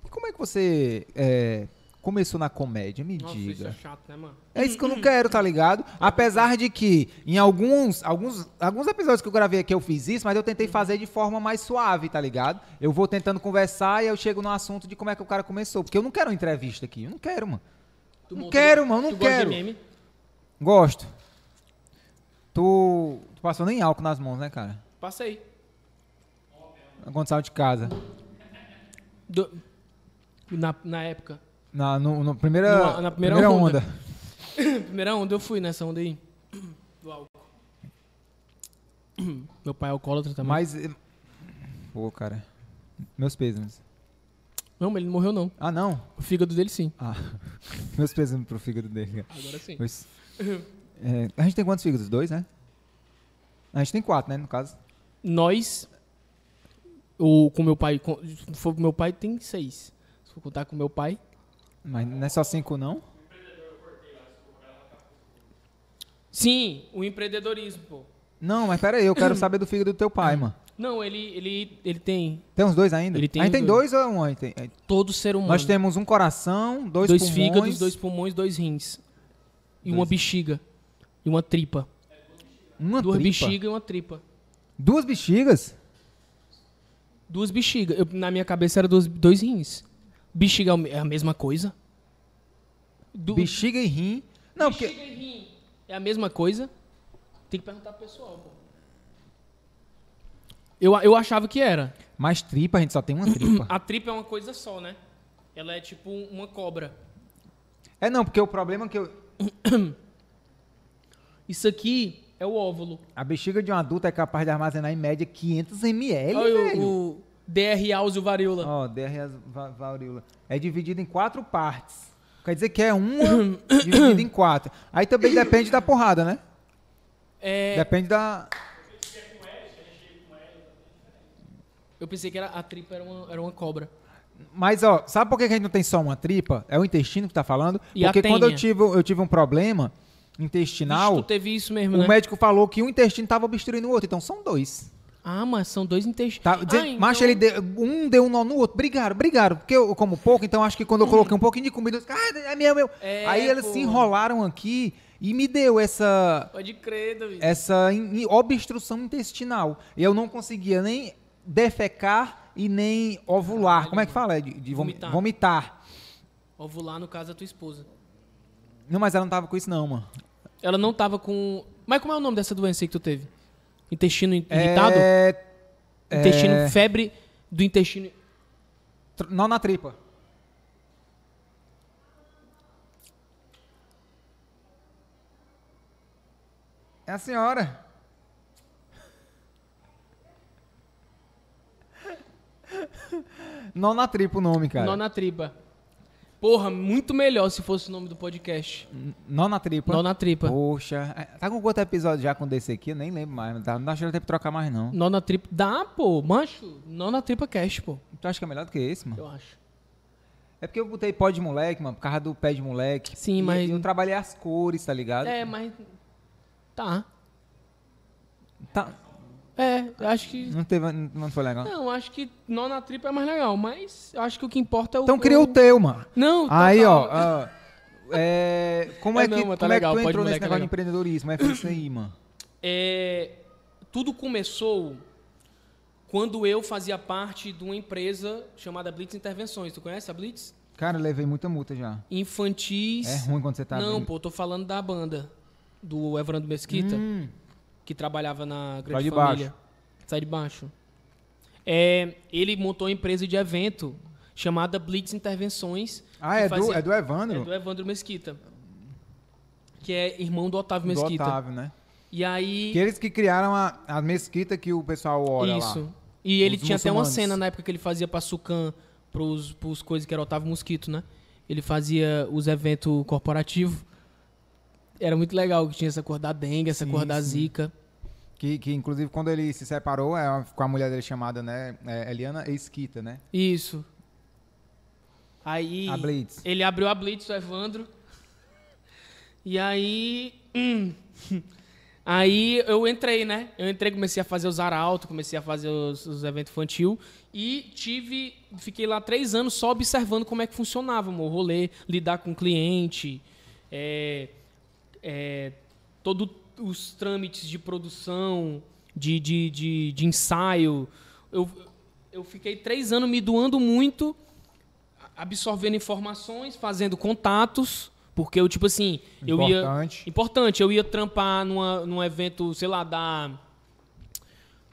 S1: e como é que você é, começou na comédia? Me
S2: Nossa, isso é
S1: diga.
S2: chato, né, mano?
S1: É isso que eu não quero, tá ligado? Apesar de que em alguns, alguns, alguns episódios que eu gravei aqui eu fiz isso, mas eu
S2: Uhum.
S1: tentei fazer de forma mais suave, tá ligado? Eu vou tentando conversar e eu chego no assunto de como é que o cara começou. Porque eu não quero uma entrevista aqui. Eu não quero, mano.
S2: Tu
S1: Não
S2: montou-
S1: quero, mano, não
S2: tu gosta de
S1: quero.
S2: meme?
S1: Gosto. Tu, tu passou nem álcool nas mãos, né, cara?
S2: Passei.
S1: Quando saiu de casa.
S2: Do- Na, na época.
S1: Na, no, no primeira,
S2: Na- na primeira onda. Primeira onda eu fui nessa onda aí. Do álcool. Meu pai é alcoólatra também.
S1: Mas. eh, Pô, cara. Meus pêsames.
S2: Não, mas ele não morreu, não.
S1: Ah, não.
S2: O fígado dele sim.
S1: Ah. Meus pêsames pro fígado dele, cara.
S2: Agora sim.
S1: Pois- É, a gente tem quantos fígados? Dois, né? A gente tem quatro, né? No caso.
S2: Nós. Ou com meu pai. Com, se for com meu pai, tem seis. Se for contar com meu pai.
S1: Mas não é só cinco, não?
S2: Sim, o empreendedorismo, pô.
S1: Não, mas pera aí, eu quero saber do fígado do teu pai, mano.
S2: Não, ele, ele, ele tem
S1: Tem uns dois ainda?
S2: Ele tem
S1: a gente tem
S2: dois.
S1: dois ou um? A gente tem- a gente-
S2: todo ser humano.
S1: Nós temos um coração, dois,
S2: dois,
S1: pulmões.
S2: fígados, dois pulmões, dois rins. E uma bexiga. E uma tripa.
S1: uma
S2: Duas
S1: tripa.
S2: bexigas e uma tripa.
S1: Duas bexigas?
S2: Duas bexigas. Eu- na minha cabeça era dois, dois rins. Bexiga é o me- é a mesma coisa? Du-
S1: Bexiga e rim. Não,
S2: bexiga
S1: porque.
S2: e rim é a mesma coisa? Tem que perguntar pro pessoal, pô. Eu, a- eu achava que era.
S1: Mas tripa, a gente só tem uma tripa.
S2: A tripa é uma coisa só, né? Ela é tipo um- uma cobra.
S1: é não, porque o problema é que eu-
S2: Isso aqui é o óvulo.
S1: a bexiga de um adulto é capaz de armazenar em média 500 ml,
S2: Olha
S1: é velho. Ah.
S2: o, o DR Alzio Variola.
S1: Ó, DRS va- varíola. É dividido em quatro partes. Quer dizer que é uma dividida em quatro. Aí também depende da porrada, né?
S2: É,
S1: Depende da.
S2: eu pensei que era, a tripa era uma, era uma cobra.
S1: Mas, ó, sabe por que que a gente não tem só uma tripa? É o intestino que tá falando.
S2: E a
S1: Porque quando eu
S2: tênia.
S1: tive, eu tive um problema
S2: Vixe,
S1: intestinal,
S2: tu teve isso mesmo,
S1: o
S2: né?
S1: médico falou que um intestino tava obstruindo o outro. Então são dois.
S2: Ah, mas são dois intestinos.
S1: Tá, dizer,
S2: ah,
S1: Macho, ele deu, um deu um nó no outro. Obrigado, obrigado. Porque eu como pouco, então acho que quando eu coloquei um pouquinho de comida, eu disse, ah, é meu, é meu.
S6: É,
S1: Aí eles
S6: pô.
S1: se enrolaram aqui e me deu essa,
S6: Pode crer, David.
S1: essa in- in- obstrução intestinal. E eu não conseguia nem defecar e nem ovular.
S2: Caralho,
S1: Como é que
S2: mano.
S1: fala? É De, de vom-
S2: Vomitar.
S1: vomitar.
S2: Ovular no caso da tua esposa.
S1: Não, mas ela não tava com isso, não, mano.
S2: Ela não tava com. Mas como é o nome dessa doença aí que tu teve? Intestino in- irritado?
S1: É,
S2: Intestino, febre do intestino.
S1: tr- nó na tripa. É a senhora. Nó na tripa o nome, cara.
S2: Nó na tripa. Porra, muito melhor se fosse o nome do podcast.
S1: Nó na tripa.
S2: Nó na tripa.
S1: Poxa, é, tá com quanto episódio já com desse aqui? Eu nem lembro mais. Não dá- não dá cheiro de tempo de trocar mais, não.
S2: Nó na tripa. Dá, pô. Mancho, nó na tripa cast, pô.
S1: Tu acha que é melhor do que esse, mano?
S2: Eu acho.
S1: É porque eu botei pó de moleque, mano, por causa do pé de moleque.
S2: Sim,
S1: E
S2: mas-
S1: Eu trabalhei as cores, tá ligado?
S2: É, mas. Tá.
S1: Tá-
S2: É, eu acho que.
S1: Não, teve, não foi legal.
S2: Não, acho que nó na tripa é mais legal, mas eu acho que o que importa é o.
S1: Então cria o teu, mano.
S2: Não,
S1: Aí,
S2: tá-
S1: ó. ah, é, como
S2: É
S1: é,
S2: não,
S1: que,
S2: mas tá
S1: como
S2: legal,
S1: é que
S2: pode
S1: tu entrou nesse
S2: moleque, é
S1: negócio de
S2: legal.
S1: empreendedorismo? É isso aí, mano.
S2: É, tudo começou quando eu fazia parte de uma empresa chamada Blitz Intervenções. Tu conhece a Blitz?
S1: Cara, eu levei muita multa já.
S2: Infantis.
S1: É ruim quando você tá
S2: Não,
S1: bem-
S2: pô, eu tô falando da banda do Everando Mesquita, que trabalhava na Grande
S1: Hum. de
S2: Família. Sai de baixo. É, ele montou uma empresa de evento chamada Blitz Intervenções.
S1: Ah,
S2: que
S1: é do,
S2: fazia-
S1: é do Evandro?
S2: é do Evandro Mesquita. Que é irmão do Otávio
S1: Do
S2: Mesquita.
S1: Otávio, né?
S2: E aí.
S1: Que eles que criaram a, a mesquita que o pessoal olha
S2: Isso.
S1: lá.
S2: E ele
S1: Os
S2: tinha até uma
S1: muçulmanos.
S2: cena na época que ele fazia pra Sucan, pros, pros coisas que era Otávio Mosquito, né? Ele fazia os eventos corporativos. Era muito legal que tinha essa cor da dengue, essa cor da zika.
S1: Que, que, inclusive, quando ele se separou, é, com a mulher dele chamada, né? é, Eliana Esquita, né?
S2: Isso. Aí
S1: A Blitz.
S2: ele abriu a Blitz, o Evandro. E aí. hum, aí eu entrei, né? Eu entrei, comecei a fazer os arautos, comecei a fazer os, os eventos infantil. E tive. Fiquei lá três anos só observando como é que funcionava meu rolê, lidar com cliente, é, é, todos os trâmites de produção, de, de, de, de ensaio. Eu, eu fiquei três anos me doando muito absorvendo informações, fazendo contatos, porque eu, tipo assim, eu ia.
S1: Importante.
S2: Importante, eu ia trampar numa, num evento, sei lá, da.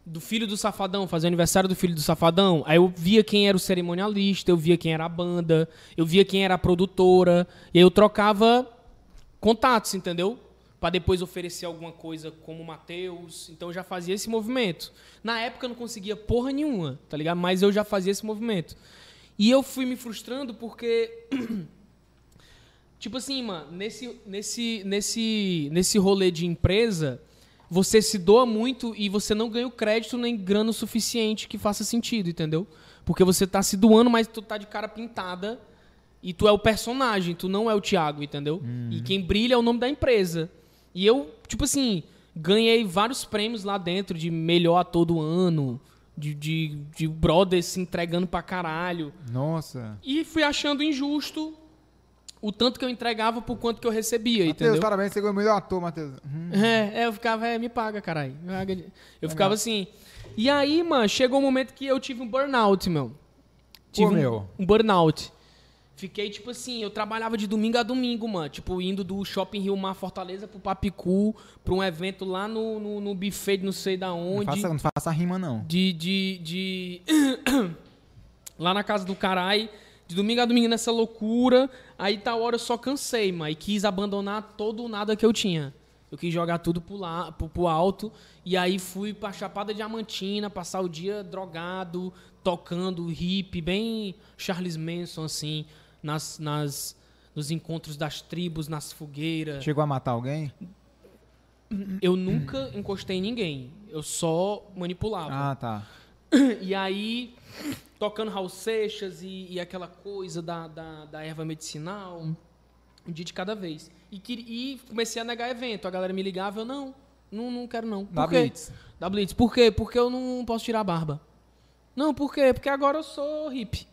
S2: Do filho do Safadão, fazer aniversário do filho do Safadão. Aí eu via quem era o cerimonialista, eu via quem era a banda, eu via quem era a produtora. E aí eu trocava contatos, entendeu? Pra depois oferecer alguma coisa como o Matheus. Então eu já fazia esse movimento. Na época eu não conseguia porra nenhuma, tá ligado? Mas eu já fazia esse movimento. E eu fui me frustrando porque. tipo assim, mano, nesse, nesse, nesse, nesse rolê de empresa, você se doa muito e você não ganha o crédito nem grana o suficiente que faça sentido, entendeu? Porque você tá se doando, mas tu tá de cara pintada e tu é o personagem, tu não é o Thiago, entendeu? E quem brilha é o nome da empresa. E eu, tipo assim, ganhei vários prêmios lá dentro de melhor ator do ano, de, de, de brother se entregando pra caralho.
S1: Nossa.
S2: E fui achando injusto o tanto que eu entregava por quanto que eu recebia,
S1: Matheus,
S2: entendeu?
S1: parabéns, você ganhou o melhor ator, Matheus. Hum.
S2: É, é, eu ficava, é, me paga, caralho. Me paga. Eu ficava assim. E aí, mano, chegou um momento que eu tive um burnout, meu. Tive um,
S1: meu.
S2: um burnout. Fiquei, tipo assim, eu trabalhava de domingo a domingo, mano. Tipo, indo do Shopping Rio Mar Fortaleza pro Papicu, pra um evento lá no, no, no buffet de não sei da
S1: Não
S2: onde.
S1: faça, não faça rima, não.
S2: De. de, de... Lá na casa do carai, de domingo a domingo nessa loucura. Aí tal hora eu só cansei, mano. E quis abandonar todo o nada que eu tinha. Eu quis jogar tudo pro, lá, pro, pro alto. E aí fui pra Chapada Diamantina, passar o dia drogado, tocando hip, bem Charles Manson, assim, nas, nas, nos encontros das tribos, nas fogueiras.
S1: Chegou a matar alguém?
S2: Eu nunca encostei em ninguém. Eu só manipulava.
S1: Ah, tá.
S2: E aí, tocando Raul Seixas e, e aquela coisa da, da, da erva medicinal, um dia de cada vez. E, que- e comecei a negar evento. A galera me ligava, eu não, Não, não quero não. Por
S4: Na
S2: quê?
S4: Blitz.
S2: Da Blitz. Por quê? Porque eu não posso tirar a barba. Não, por quê? Porque agora eu sou hippie.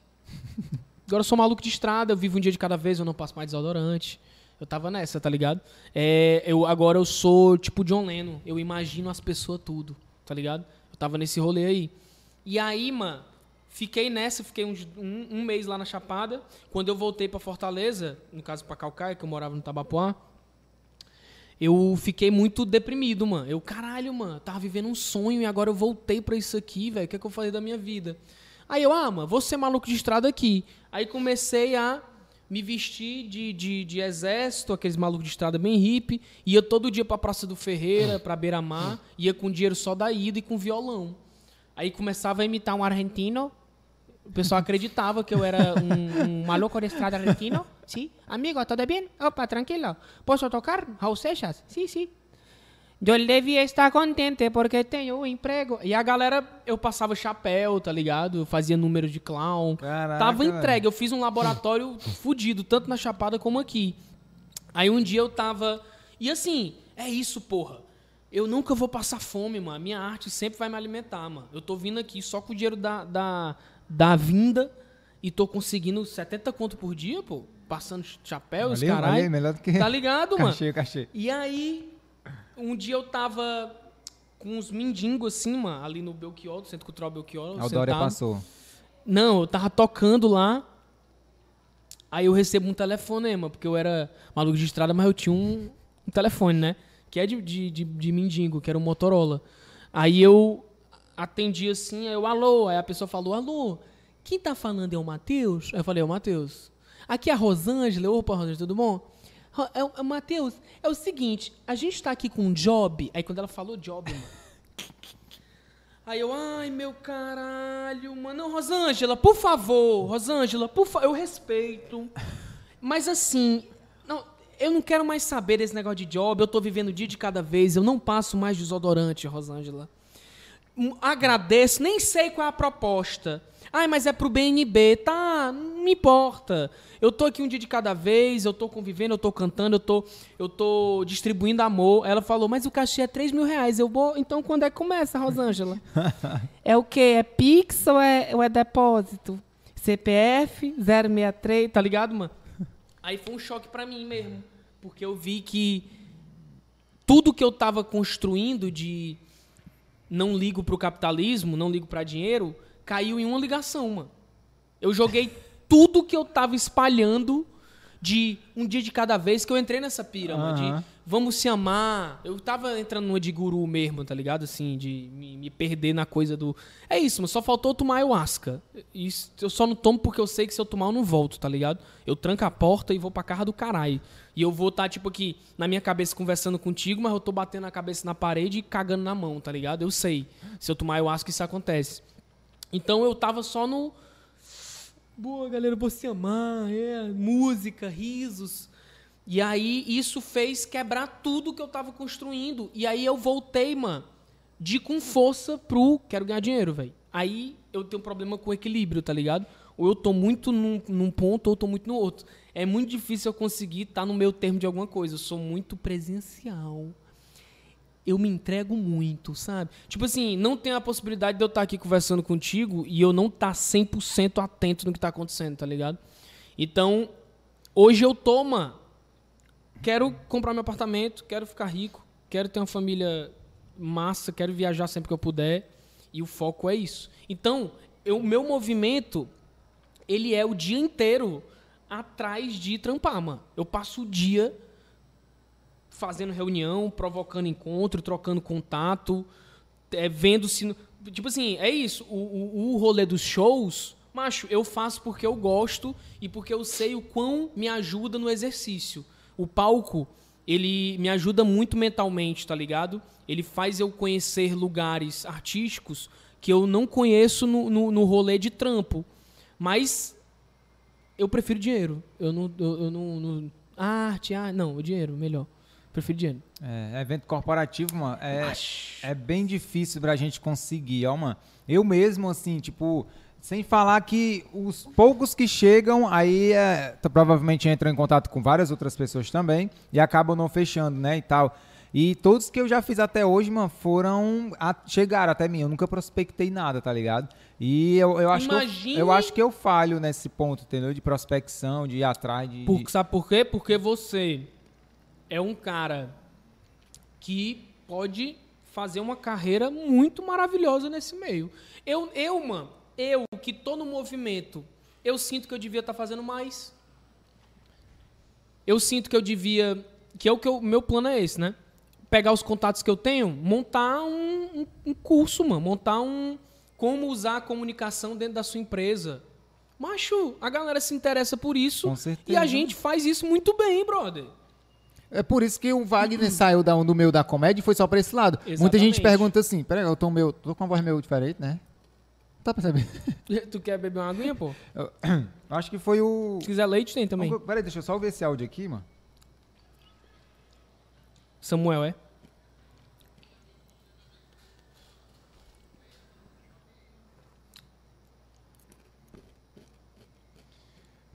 S2: Agora eu sou maluco de estrada, eu vivo um dia de cada vez, eu não passo mais desodorante. Eu tava nessa, tá ligado? É, eu, agora eu sou tipo John Lennon, eu imagino as pessoas tudo, tá ligado? Eu tava nesse rolê aí. E aí, mano, fiquei nessa, fiquei uns- um, um mês lá na Chapada. Quando eu voltei pra Fortaleza, no caso pra Calcaia, que eu morava no Tabapuá, eu fiquei muito deprimido, mano. Eu, caralho, mano, tava vivendo um sonho e agora eu voltei pra isso aqui, velho. O que é que eu falei da minha vida? Aí eu, ah, mano, vou ser maluco de estrada aqui. Aí comecei a me vestir de, de, de exército, aqueles malucos de estrada bem hippie. Ia todo dia pra Praça do Ferreira, pra Beira-Mar. Ia com dinheiro só da ida e com violão. Aí começava a imitar um argentino. O pessoal acreditava que eu era um, um maluco de estrada argentino. Sim. Amigo, tudo bem? Opa, tranquilo. Posso tocar? Raul Seixas? Sim, sim. Eu devia estar contente porque tenho um emprego. E a galera, eu passava chapéu, tá ligado? Eu fazia número de clown.
S4: Caraca,
S2: Tava
S4: velho.
S2: entregue. Eu fiz um laboratório fudido, tanto na Chapada como aqui. Aí um dia eu tava. E assim, é isso, porra. Eu nunca vou passar fome, mano. A minha arte sempre vai me alimentar, mano. Eu tô vindo aqui só com o dinheiro da, da, da vinda e tô conseguindo 70 conto por dia, pô. Passando chapéu, os
S4: Valeu, valeu,
S2: caralho.
S4: melhor do que
S2: Tá ligado, mano?
S4: cachê, cachê.
S2: E aí, um dia eu tava com uns mendigos assim, mano, ali no Belchior, do Centro Cultural Belchior.
S4: A Dória
S1: tá
S2: sentado.
S4: passou.
S2: Não, eu tava tocando lá. Aí eu recebo um telefonema, porque eu era maluco de estrada, mas eu tinha um, um telefone, né? Que é de, de, de, de mendigo, que era um Motorola. Aí eu atendi assim, aí eu, alô. Aí a pessoa falou, alô, quem tá falando é o Matheus? Aí eu falei, é o Matheus. Aqui é a Rosângela. Eu, Opa, Rosângela, tudo bom? Ro- É, o- é, o Matheus, é o seguinte, a gente tá aqui com um job. Aí quando ela falou job, mano. Aí eu, ai meu caralho, mano. Não, Rosângela, por favor, Rosângela, por favor, eu respeito. Mas assim, não, eu não quero mais saber desse negócio de job, eu tô vivendo um dia de cada vez, eu não passo mais desodorante, Rosângela. Hum, Agradeço, nem sei qual é a proposta. Ai, mas é pro BNB, tá? Não importa. Eu tô aqui um dia de cada vez, eu tô convivendo, eu tô cantando, eu tô, eu tô distribuindo amor. Ela falou, mas o cachê é 3 mil reais. Eu vou, então quando é que começa, Rosângela?
S7: É o quê? É Pix ou é, ou é depósito? CPF 063.
S2: tá ligado, mano? Aí foi um choque pra mim mesmo, porque eu vi que tudo que eu tava construindo de não ligo pro capitalismo, não ligo pra dinheiro, caiu em uma ligação, mano. Eu joguei tudo que eu tava espalhando de um dia de cada vez que eu entrei nessa pira, mano, de vamos se amar. Eu tava entrando numa de guru mesmo, tá ligado? Assim, de me, me perder na coisa do. É isso, mano, só faltou eu tomar ayahuasca. Isso, eu só não tomo porque eu sei que se eu tomar eu não volto, tá ligado? Eu tranco a porta e vou pra casa do caralho. E eu vou estar, tipo, aqui na minha cabeça conversando contigo, mas eu tô batendo a cabeça na parede e cagando na mão, tá ligado? Eu sei. Se eu tomar ayahuasca, isso acontece. Então eu tava só no. Boa, galera, vou se amar, é, música, risos. E aí isso fez quebrar tudo que eu tava construindo. E aí eu voltei, mano, de com força pro quero ganhar dinheiro, velho. Aí eu tenho um problema com equilíbrio, tá ligado? Ou eu tô muito num, num ponto ou eu tô muito no outro. É muito difícil eu conseguir estar no meu termo de alguma coisa. Eu sou muito presencial eu me entrego muito, sabe? Tipo assim, não tem a possibilidade de eu estar aqui conversando contigo e eu não tá estar 100% atento no que tá acontecendo, tá ligado? Então, hoje eu tô, mano. Quero comprar meu apartamento, quero ficar rico, quero ter uma família massa, quero viajar sempre que eu puder. E o foco é isso. Então, eu- o meu movimento, ele é o dia inteiro atrás de trampar, mano. Eu passo o dia fazendo reunião, provocando encontro, trocando contato, é, vendo se. no- Tipo assim, é isso. O, o, o rolê dos shows, macho, eu faço porque eu gosto e porque eu sei o quão me ajuda no exercício. O palco, ele me ajuda muito mentalmente, tá ligado? Ele faz eu conhecer lugares artísticos que eu não conheço no, no, no rolê de trampo. Mas eu prefiro dinheiro. Eu não. Eu, eu não, não- arte, ah, não, o dinheiro, melhor. Prefiro dinheiro.
S4: É, evento corporativo, mano, é,
S2: Acho.
S4: é bem difícil pra gente conseguir, ó, mano. Eu mesmo, assim, tipo, sem falar que os poucos que chegam, aí é, t- provavelmente entram em contato com várias outras pessoas também e acabam não fechando, né, e tal.
S1: E todos que eu já fiz até hoje, mano, foram. a- chegaram até mim. Eu nunca prospectei nada, tá ligado? E eu, eu acho que
S2: Imagine-
S1: eu, eu acho que eu falho nesse ponto, entendeu? De prospecção, de ir atrás, de.
S2: Por- sabe por quê? Porque você é um cara que pode fazer uma carreira muito maravilhosa nesse meio. Eu, eu mano, eu que tô no movimento, eu sinto que eu devia estar fazendo mais. Eu sinto que eu devia. Que é o que eu. Meu plano é esse, né? Pegar os contatos que eu tenho, montar um, um- um curso, mano. Montar um. Como usar a comunicação dentro da sua empresa. Macho, a galera se interessa por isso.
S1: Com certeza.
S2: E a gente faz isso muito bem, brother.
S8: É por isso que o Wagner saiu da- do meio da comédia e foi só pra esse lado. Muita
S2: Exatamente.
S8: gente pergunta assim, peraí, eu tô, meio, tô com uma voz meio diferente, né? Tá percebendo?
S2: Tu quer beber uma aguinha, pô?
S1: Eu acho que foi o.
S2: Se quiser leite, tem também.
S1: Peraí, deixa eu só ver esse áudio aqui, mano.
S2: Samuel, é?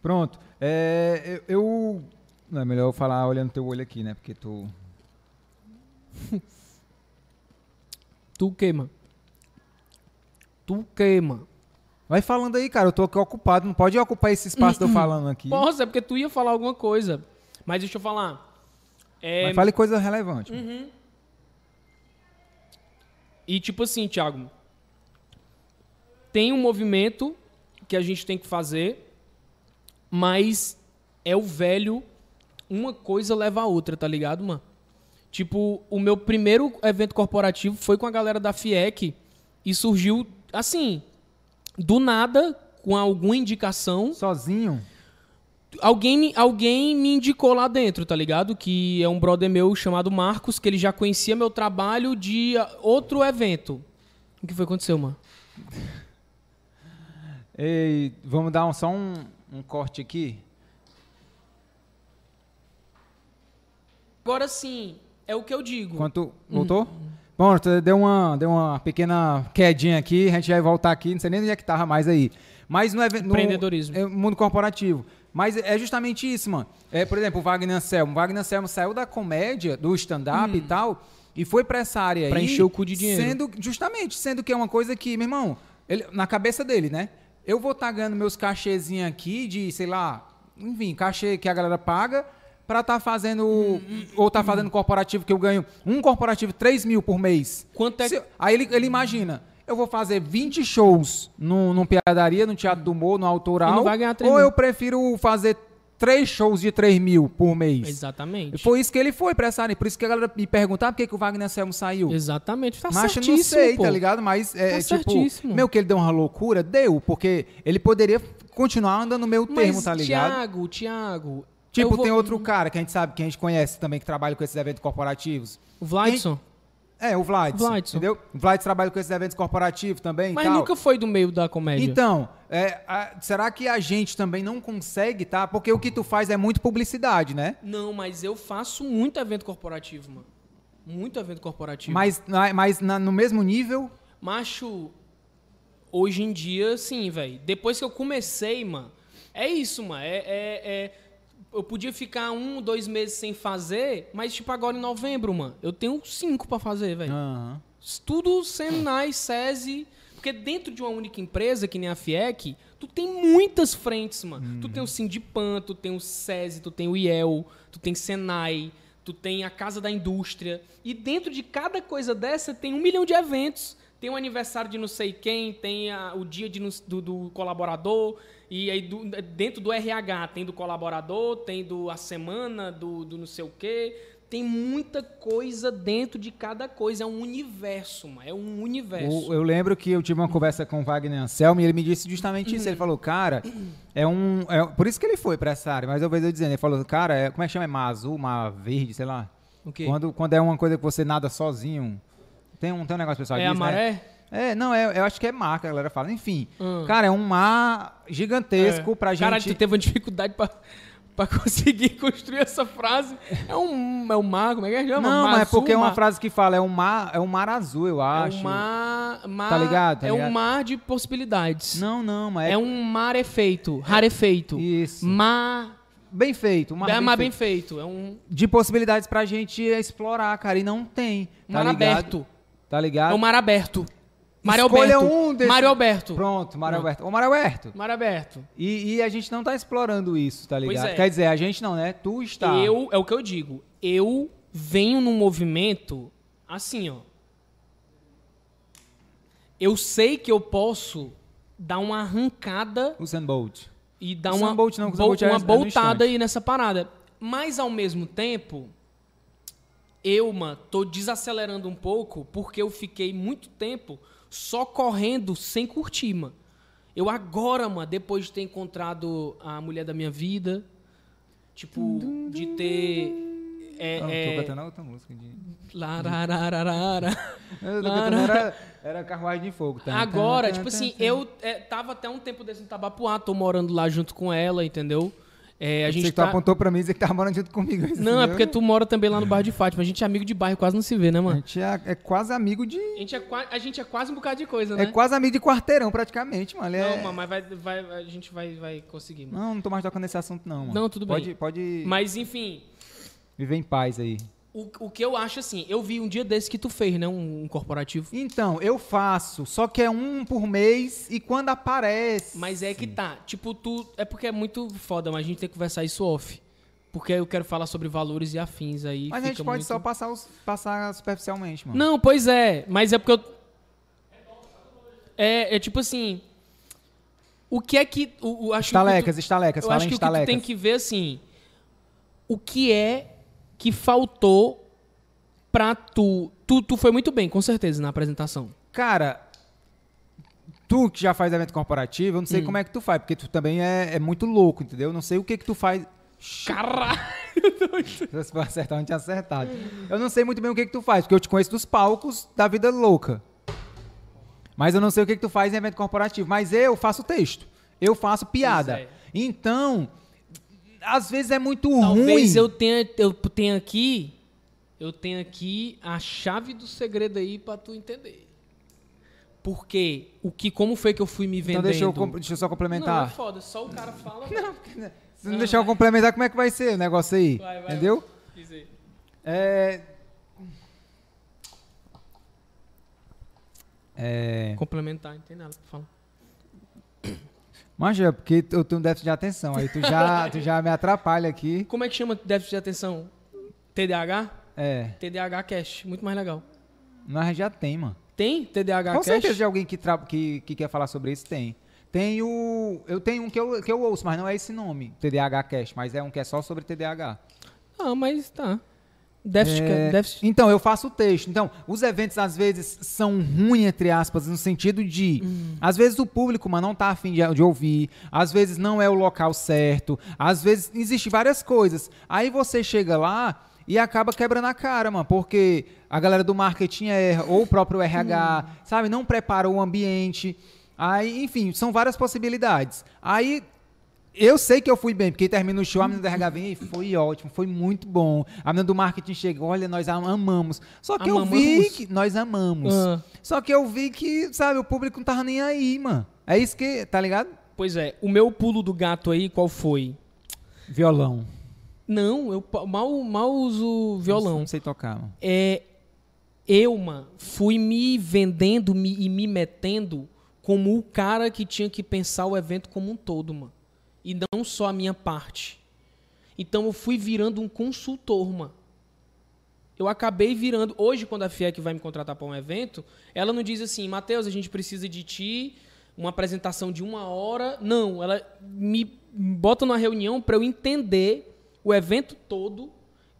S1: Pronto. É, eu, eu- Não, é melhor eu falar olhando teu olho aqui, né? Porque tu.
S2: Tu queima. Tu queima.
S1: Vai falando aí, cara. Eu tô aqui ocupado. Não pode ocupar esse espaço de eu falando aqui.
S2: Nossa, é porque tu ia falar alguma coisa. Mas deixa eu falar. É,
S1: Mas fale coisa relevante.
S2: Uhum. E tipo assim, Thiago, tem um movimento que a gente tem que fazer, mas é o velho, uma coisa leva a outra, tá ligado, mano? Tipo, o meu primeiro evento corporativo foi com a galera da FIEC e surgiu assim, do nada, com alguma indicação
S1: Sozinho.
S2: alguém, me- alguém me indicou lá dentro, tá ligado? Que é um brother meu chamado Marcos, que ele já conhecia meu trabalho de ah, outro evento. O que foi que aconteceu, mano?
S1: Ei, vamos dar um- só um, um corte aqui.
S2: Agora sim, é o que eu digo.
S1: Enquanto. Voltou? Bom, tu deu uma, deu uma pequena quedinha aqui, a gente vai voltar aqui, não sei nem onde é que tava mais aí. Mas no, even- no
S2: Empreendedorismo.
S1: é, mundo corporativo. Mas é justamente isso, mano. É, por exemplo, o Wagner Anselmo. O Wagner Anselmo saiu da comédia, do stand-up e tal, e foi pra essa área
S2: Hum. Pra
S1: aí.
S2: encher o cu de dinheiro.
S1: Sendo, justamente, sendo que é uma coisa que, meu irmão, ele- na cabeça dele, né? Eu vou estar ganhando meus cachezinhos aqui de, sei lá, enfim, cachê que a galera paga pra tá fazendo.
S2: Hum,
S1: ou tá fazendo corporativo que eu ganho um corporativo 3 mil por mês.
S2: Quanto é-
S1: Se- aí ele, ele imagina. Eu vou fazer 20 shows num, num piadaria, no Teatro do Humor, no autoral.
S2: E não vai ganhar 3
S1: ou
S2: mil.
S1: eu prefiro fazer três shows de 3 mil por mês. E
S2: Exatamente.
S1: Foi isso que ele foi pra essa área. Por isso que a galera me perguntava por que, que o Wagner Selmo saiu.
S2: Exatamente, tá
S1: Mas eu
S2: certíssimo,
S1: não sei,
S2: pô.
S1: tá ligado? Mas é
S2: Tá
S1: tipo,
S2: certíssimo.
S1: meu, que ele deu uma loucura, deu, porque ele poderia continuar andando no meio termo,
S2: Mas,
S1: tá ligado?
S2: Tiago, Tiago...
S1: tipo,
S2: eu vou-
S1: tem outro cara que a gente sabe, que a gente conhece também, que trabalha com esses eventos corporativos.
S2: O Vladson.
S1: É, o Vladson,
S2: Vladson.
S1: entendeu? O Vladson trabalha com esses eventos corporativos também e
S2: Mas
S1: tal.
S2: nunca foi do meio da comédia.
S1: Então, é, a- será que a gente também não consegue, tá? Porque o que tu faz é muito publicidade, né?
S2: Não, mas eu faço muito evento corporativo, mano. Muito evento corporativo.
S1: Mas, na- mas na- no mesmo nível,
S2: Macho, hoje em dia, sim, velho. Depois que eu comecei, mano, é isso, mano. É, é- é- Eu podia ficar um, dois meses sem fazer, mas, tipo, agora em novembro, mano, eu tenho cinco pra fazer, velho.
S1: aham,
S2: Tudo Senai, SESI. Porque dentro de uma única empresa, que nem a FIEC, tu tem muitas frentes, mano. Tu tem o Sindipan, tu tem o SESI, tu tem o IEL, tu tem Senai, tu tem a Casa da Indústria. E dentro de cada coisa dessa tem um milhão de eventos. Tem o aniversário de não sei quem, tem a- o dia de não- do, do colaborador, e aí do- dentro do RH tem do colaborador, tem do a semana, do, do não sei o quê, tem muita coisa dentro de cada coisa. É um universo, mano. É um universo.
S1: O- eu lembro que eu tive uma conversa com o Wagner Anselmo e ele me disse justamente isso.
S2: Uhum.
S1: Ele falou, cara, é um. é- por isso que ele foi pra essa área, mas eu vejo eu dizendo, ele falou, cara, é- como é que chama? É mar azul, mar verde, sei lá.
S2: O quê?
S1: Quando, quando é uma coisa que você nada sozinho. Tem um, tem um negócio pessoal
S2: é
S1: disso,
S2: a
S1: né?
S2: maré?
S1: É, não, é, eu acho que é mar que a galera fala. Enfim,
S2: Hum.
S1: cara, é um mar gigantesco
S2: É.
S1: pra gente.
S2: Caralho, tu teve uma dificuldade pra, pra conseguir construir essa frase. É um, é um mar, como é que é? Chama?
S1: Não,
S2: Mar
S1: mas é
S2: azul,
S1: porque é uma
S2: mar-
S1: frase que fala, é um mar, é um mar azul, eu
S2: É
S1: acho.
S2: um mar, mar-
S1: Tá ligado, tá
S2: é
S1: ligado?
S2: um mar de possibilidades.
S1: Não, não, mas é
S2: É um mar efeito, É rarefeito.
S1: Isso.
S2: Mar.
S1: bem feito. Um mar
S2: é
S1: bem
S2: mais
S1: feito.
S2: bem feito. É um
S1: De possibilidades pra gente explorar, cara. E não tem. Tá
S2: mar
S1: ligado?
S2: aberto.
S1: Tá ligado?
S2: É um mar aberto. Mário
S1: Escolha
S2: Alberto.
S1: um desses-
S2: Mário Alberto.
S1: Pronto, Mário
S2: Pronto.
S1: Alberto. Ô, Mário Alberto.
S2: Mário Alberto.
S1: E, e a gente não tá explorando isso, tá
S2: Pois
S1: ligado?
S2: é.
S1: Quer dizer, a gente não, né? Tu está.
S2: Eu, é o que eu digo. Eu venho num movimento assim, ó. Eu sei que eu posso dar uma arrancada
S1: O Bolt.
S2: e dar
S1: O
S2: uma,
S1: Sam Bolt não, que o Sam
S2: bol-
S1: Bolt é-
S2: uma
S1: é no instante.
S2: boltada aí nessa parada. Mas, ao mesmo tempo, eu, mano, tô desacelerando um pouco porque eu fiquei muito tempo só correndo sem curtir, mano. Eu agora, mano, depois de ter encontrado a mulher da minha vida, tipo, de ter... É,
S1: não,
S2: é,
S1: tô cantando outra música. De...
S2: lararararara.
S1: Eu tô
S2: Lá,
S1: cantando,
S2: lá.
S1: era, era Carruagem de Fogo. tá? Tan,
S2: Agora,
S1: tan,
S2: tipo
S1: tan,
S2: assim,
S1: tan.
S2: eu é, tava até um tempo desse em Tabapuá, tô morando lá junto com ela, entendeu? É, a
S1: Você
S2: gente
S1: que tu
S2: tá...
S1: apontou pra mim e disse que tava morando junto comigo.
S2: Não, é
S1: entendeu?
S2: porque tu mora também lá no bairro de Fátima. A gente é amigo de bairro, quase não se vê, né,
S1: A
S2: mano?
S1: gente é, é quase amigo de.
S2: A gente é, qua- a gente é quase um bocado de coisa, né?
S1: É quase amigo de quarteirão, praticamente, mano. Ele é-
S2: Não, mano, mas vai, vai- a gente vai, vai conseguir, mano.
S1: Não, não tô mais tocando nesse assunto, não, mano.
S2: Não, tudo bem.
S1: Pode, pode
S2: Mas, enfim,
S1: viver em paz aí.
S2: o, o que eu acho assim, eu vi um dia desse que tu fez, né? Um, um corporativo.
S1: Então, eu faço, só que é um por mês e quando aparece.
S2: Mas é que tá. Tipo, tu. É porque é muito foda, mas a gente tem que conversar isso off. Porque eu quero falar sobre valores e afins aí.
S1: Mas a gente
S2: fica
S1: pode
S2: muito-
S1: só passar, os- passar superficialmente, mano.
S2: Não, pois é, mas é porque eu. É, é tipo assim. O que é que. O, o- acho que o que tu-
S1: Estalecas, estalecas,
S2: Eu
S1: fala
S2: acho
S1: em
S2: que o que tu
S1: estalecas.
S2: tem que ver, assim, o que é que faltou pra tu... Tu, tu foi muito bem, com certeza, na apresentação.
S1: Cara, tu que já faz evento corporativo, eu
S2: Hum.
S1: não sei como é que tu faz, porque tu também é, é muito louco, entendeu? Eu não sei o que que tu faz.
S2: Caralho!
S1: Se for acertar, eu não tinha acertado. Eu não sei muito bem o que que tu faz, porque eu te conheço dos palcos da vida louca. Mas eu não sei o que que tu faz em evento corporativo. Mas eu faço texto. Eu faço piada.
S2: é.
S1: Então, às vezes é muito
S2: Talvez
S1: ruim.
S2: eu tenha, eu tenha aqui... Eu tenho aqui a chave do segredo aí pra tu entender. Porque o que... Como foi que eu fui me vendendo...
S1: Então deixa eu, com- deixa eu só
S2: Não, é
S1: complementar.
S2: foda. Só o cara fala... né?
S1: Se não deixar eu complementar, como é que vai ser o negócio aí?
S2: Vai, vai.
S1: entendeu?
S2: Diz aí.
S1: É... É...
S2: Complementar, não tem nada pra falar.
S1: Mas é porque eu tenho um déficit de atenção, aí tu já, tu já me atrapalha aqui.
S2: Como é que chama déficit de atenção? TDAH?
S1: É,
S2: TDAH Cash, muito mais legal.
S1: nós já tem, mano.
S2: Tem TDAH
S1: Com
S2: Cash?
S1: certeza de alguém que, tra... que, que quer falar sobre isso tem. Tem o... Eu tenho um que eu, que eu ouço, mas não é esse nome, TDAH Cast, mas é um que é só sobre TDAH.
S2: Ah, mas tá. Déficit,
S1: É,
S2: ca- déficit.
S1: Então, eu faço o texto. Então, os eventos às vezes são ruins, entre aspas, no sentido de. Às vezes o público, mano, não tá afim de, de ouvir. Às vezes não é o local certo. Às vezes existem várias coisas. Aí você chega lá e acaba quebrando a cara, mano, porque a galera do marketing erra, ou o próprio RH, sabe, não preparou o ambiente. Aí, enfim, são várias possibilidades. Aí eu sei que eu fui bem, porque termina o show, a menina do RH vem e foi ótimo, foi muito bom. A menina do marketing chega, olha, nós am- amamos. Só que eu vi
S2: Amamos.
S1: que nós amamos.
S2: Ah.
S1: Só que eu vi que, sabe, o público não tava nem aí, mano. É isso que, tá ligado?
S2: Pois é, o meu pulo do gato aí, qual foi?
S1: Violão.
S2: Não, eu pa- mal, mal uso violão.
S1: Não sei tocar, mano.
S2: É, eu, mano, fui me vendendo me- e me metendo como o cara que tinha que pensar o evento como um todo, mano. E não só a minha parte. Então eu fui virando um consultor, mano. Eu acabei virando. Hoje, quando a FIEC vai me contratar para um evento, ela não diz assim, Matheus, a gente precisa de ti, uma apresentação de uma hora. Não, ela me bota numa reunião para eu entender o evento todo,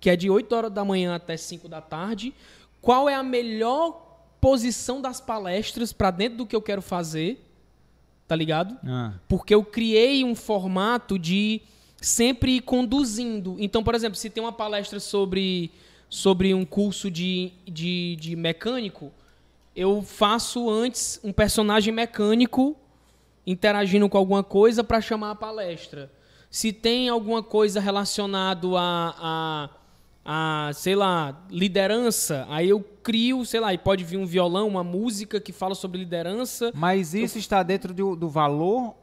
S2: que é de 8 horas da manhã até 5 da tarde, qual é a melhor posição das palestras para dentro do que eu quero fazer, tá ligado?
S1: Ah.
S2: Porque eu criei um formato de sempre ir conduzindo. Então, por exemplo, se tem uma palestra sobre, sobre um curso de, de, de mecânico, eu faço antes um personagem mecânico interagindo com alguma coisa para chamar a palestra. Se tem alguma coisa relacionado a, a, a, sei lá, liderança, aí eu crio, sei lá, e pode vir um violão, uma música que fala sobre liderança.
S1: Mas isso está dentro do, do valor?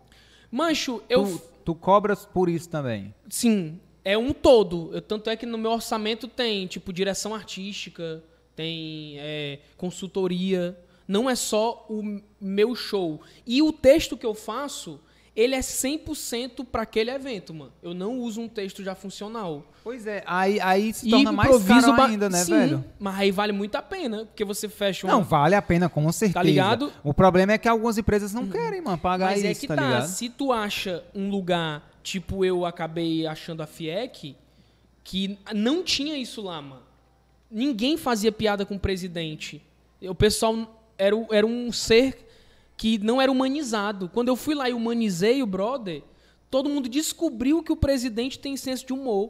S2: Mancho, eu.
S1: Tu, Tu cobras por isso também.
S2: Sim, é um todo. Eu- tanto é que no meu orçamento tem, tipo, direção artística, tem é, consultoria. Não é só o m- meu show. E o texto que eu faço, ele é 100% para aquele evento, mano. Eu não uso um texto já funcional.
S1: Pois é, aí, aí se
S2: E
S1: torna mais
S2: improviso
S1: caro
S2: ba-
S1: ainda, né,
S2: Sim,
S1: velho?
S2: mas aí vale muito a pena, porque você fecha uma...
S1: Não, vale a pena, com certeza.
S2: Tá ligado? Hum.
S1: O problema é que algumas empresas não querem, mano, pagar
S2: Mas
S1: isso,
S2: é que
S1: tá,
S2: tá,
S1: ligado?
S2: se tu acha um lugar, tipo eu acabei achando a FIEC, que não tinha isso lá, mano. Ninguém fazia piada com o presidente. O pessoal era, o- era um ser que não era humanizado. Quando eu fui lá e humanizei o brother, todo mundo descobriu que o presidente tem senso de humor.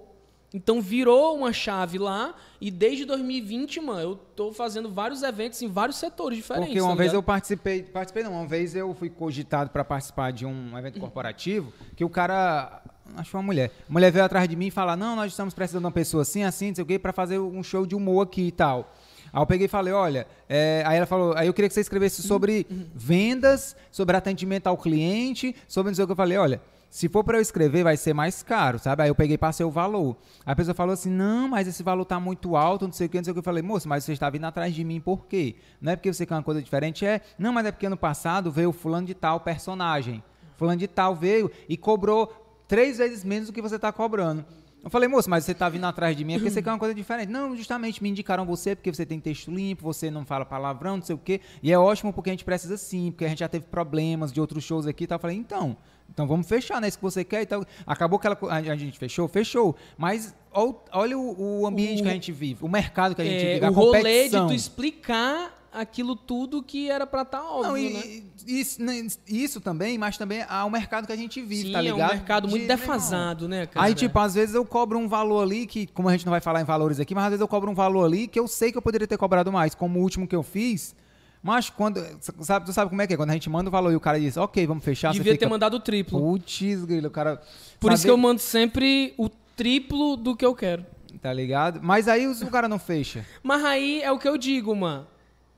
S2: Então virou uma chave lá e desde 2020, mano, eu tô fazendo vários eventos em vários setores diferentes.
S1: Porque uma
S2: tá
S1: vez
S2: ligado?
S1: eu participei, participei não, uma vez eu fui cogitado para participar de um evento corporativo que o cara achou uma mulher. A mulher veio atrás de mim e falar: "Não, nós estamos precisando de uma pessoa assim, assim, não sei o quê, para fazer um show de humor aqui e tal". Aí eu peguei e falei: "Olha, é, aí ela falou: "Aí eu queria que você escrevesse sobre
S2: Uhum.
S1: vendas, sobre atendimento ao cliente, sobre não sei o que eu falei: "Olha, se for para eu escrever, vai ser mais caro, sabe? Aí eu peguei e passei o valor. Aí a pessoa falou assim: não, mas esse valor tá muito alto, não sei o que, não sei o que. Eu falei, moço, mas você está vindo atrás de mim por quê? Não é porque você quer uma coisa diferente? É, não, mas é porque ano passado veio fulano de tal personagem. Fulano de tal veio e cobrou três vezes menos do que você está cobrando. Eu falei, moço, mas você tá vindo atrás de mim é porque você quer uma coisa diferente. Não, justamente me indicaram você porque você tem texto limpo, você não fala palavrão, não sei o quê. E é ótimo porque a gente precisa sim, porque a gente já teve problemas de outros shows aqui e tal. Eu falei, então, então vamos fechar, né? Isso que você quer e tal. Acabou que ela, co- a a gente fechou? Fechou. Mas ol- olha o, o ambiente
S2: O-
S1: que a gente vive, o mercado que a gente
S2: É,
S1: vive, a
S2: o rolê de
S1: competição.
S2: tu explicar aquilo tudo que era pra estar óbvio,
S1: Não,
S2: né?
S1: e, e- isso, né, isso também, mas também há o mercado que a gente vive,
S2: Sim,
S1: tá ligado?
S2: é um mercado muito
S1: De- meu irmão,
S2: defasado, né, cara?
S1: Aí, tipo, às vezes eu cobro um valor ali que, como a gente não vai falar em valores aqui, mas às vezes eu cobro um valor ali que eu sei que eu poderia ter cobrado mais, como o último que eu fiz. Mas quando. Sabe, tu sabe como é que é? Quando a gente manda o valor e o cara diz, ok, vamos fechar,
S2: devia
S1: você
S2: ter
S1: fica.
S2: mandado o triplo.
S1: Putz, grilo, o cara.
S2: Por isso que eu
S1: sabe-
S2: mando sempre o triplo do que eu quero.
S1: Tá ligado? Mas aí os- o cara não fecha.
S2: Mas aí é o que eu digo, mano.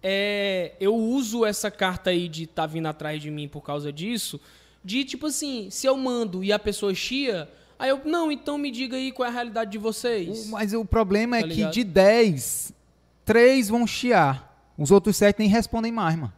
S2: É, eu uso essa carta aí de tá vindo atrás de mim por causa disso. De tipo assim, se eu mando e a pessoa chia, aí eu, não, então me diga aí qual é a realidade de vocês.
S1: O- mas o problema é
S2: Tá
S1: que
S2: ligado?
S1: de 10, 3 vão chiar. Os outros 7 nem respondem mais, mano.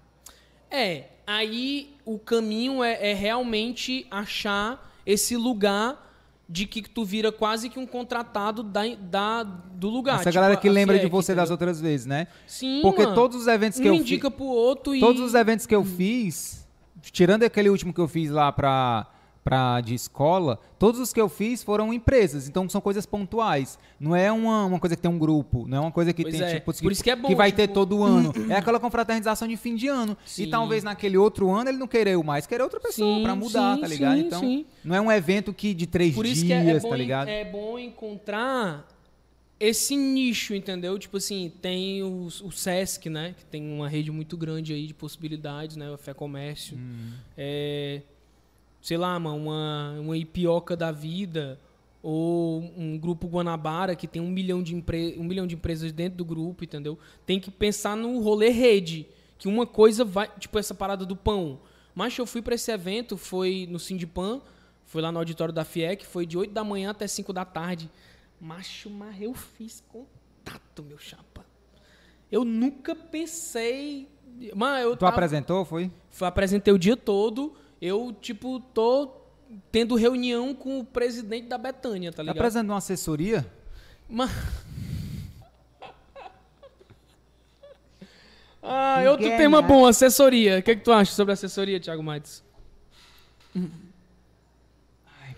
S2: É, aí o caminho é, é realmente achar esse lugar de que tu vira quase que um contratado da, da- do lugar.
S1: Essa
S2: tipo
S1: galera
S2: a-
S1: que
S2: a
S1: lembra de
S2: FIEC,
S1: você das
S2: entendeu?
S1: outras vezes, né?
S2: Sim,
S1: Porque
S2: mano.
S1: todos os eventos
S2: um
S1: que eu fiz.
S2: indica pro outro e...
S1: Todos os eventos que eu fiz, tirando aquele último que eu fiz lá pra, pra de escola, todos os que eu fiz foram empresas, então são coisas pontuais. Não é uma, uma coisa que tem um grupo, não é uma coisa que
S2: Pois
S1: tem,
S2: é,
S1: tipo,
S2: por isso que é bom,
S1: vai ter
S2: tipo-
S1: todo ano. é aquela confraternização de fim de ano. E
S2: Sim.
S1: talvez naquele outro ano ele não queira mais, querer outra pessoa
S2: Sim,
S1: pra mudar,
S2: sim,
S1: tá ligado?
S2: sim,
S1: então,
S2: sim.
S1: não é um evento que de três
S2: Por
S1: dias,
S2: isso que é, é bom,
S1: tá
S2: en-
S1: ligado?
S2: é bom encontrar esse nicho, entendeu? Tipo assim, tem os- o Sesc, né? Que tem uma rede muito grande aí de possibilidades, né? O Fé Comércio.
S1: Hum.
S2: É, sei lá, mano, uma, uma Ipioca da Vida ou um grupo Guanabara que tem um milhão, de empre- um milhão de empresas dentro do grupo, entendeu? Tem que pensar no rolê rede, que uma coisa vai... Tipo, essa parada do pão. Mas eu fui pra esse evento, foi no Sindipan, foi lá no auditório da FIEC, foi de 8 da manhã até 5 da tarde. Macho, mas eu fiz contato, meu chapa. Eu nunca pensei... Mas eu
S1: Tu
S2: tava-
S1: apresentou, foi?
S2: Fui- apresentei o dia todo. Eu, tipo, tô tendo reunião com o presidente da Betânia, tá
S1: Tá
S2: ligado?
S1: apresentando uma assessoria?
S2: Ma- ah, outro
S1: Ninguém
S2: tema
S1: é
S2: bom, assessoria. O que, é que tu acha sobre assessoria, Thiago Matos?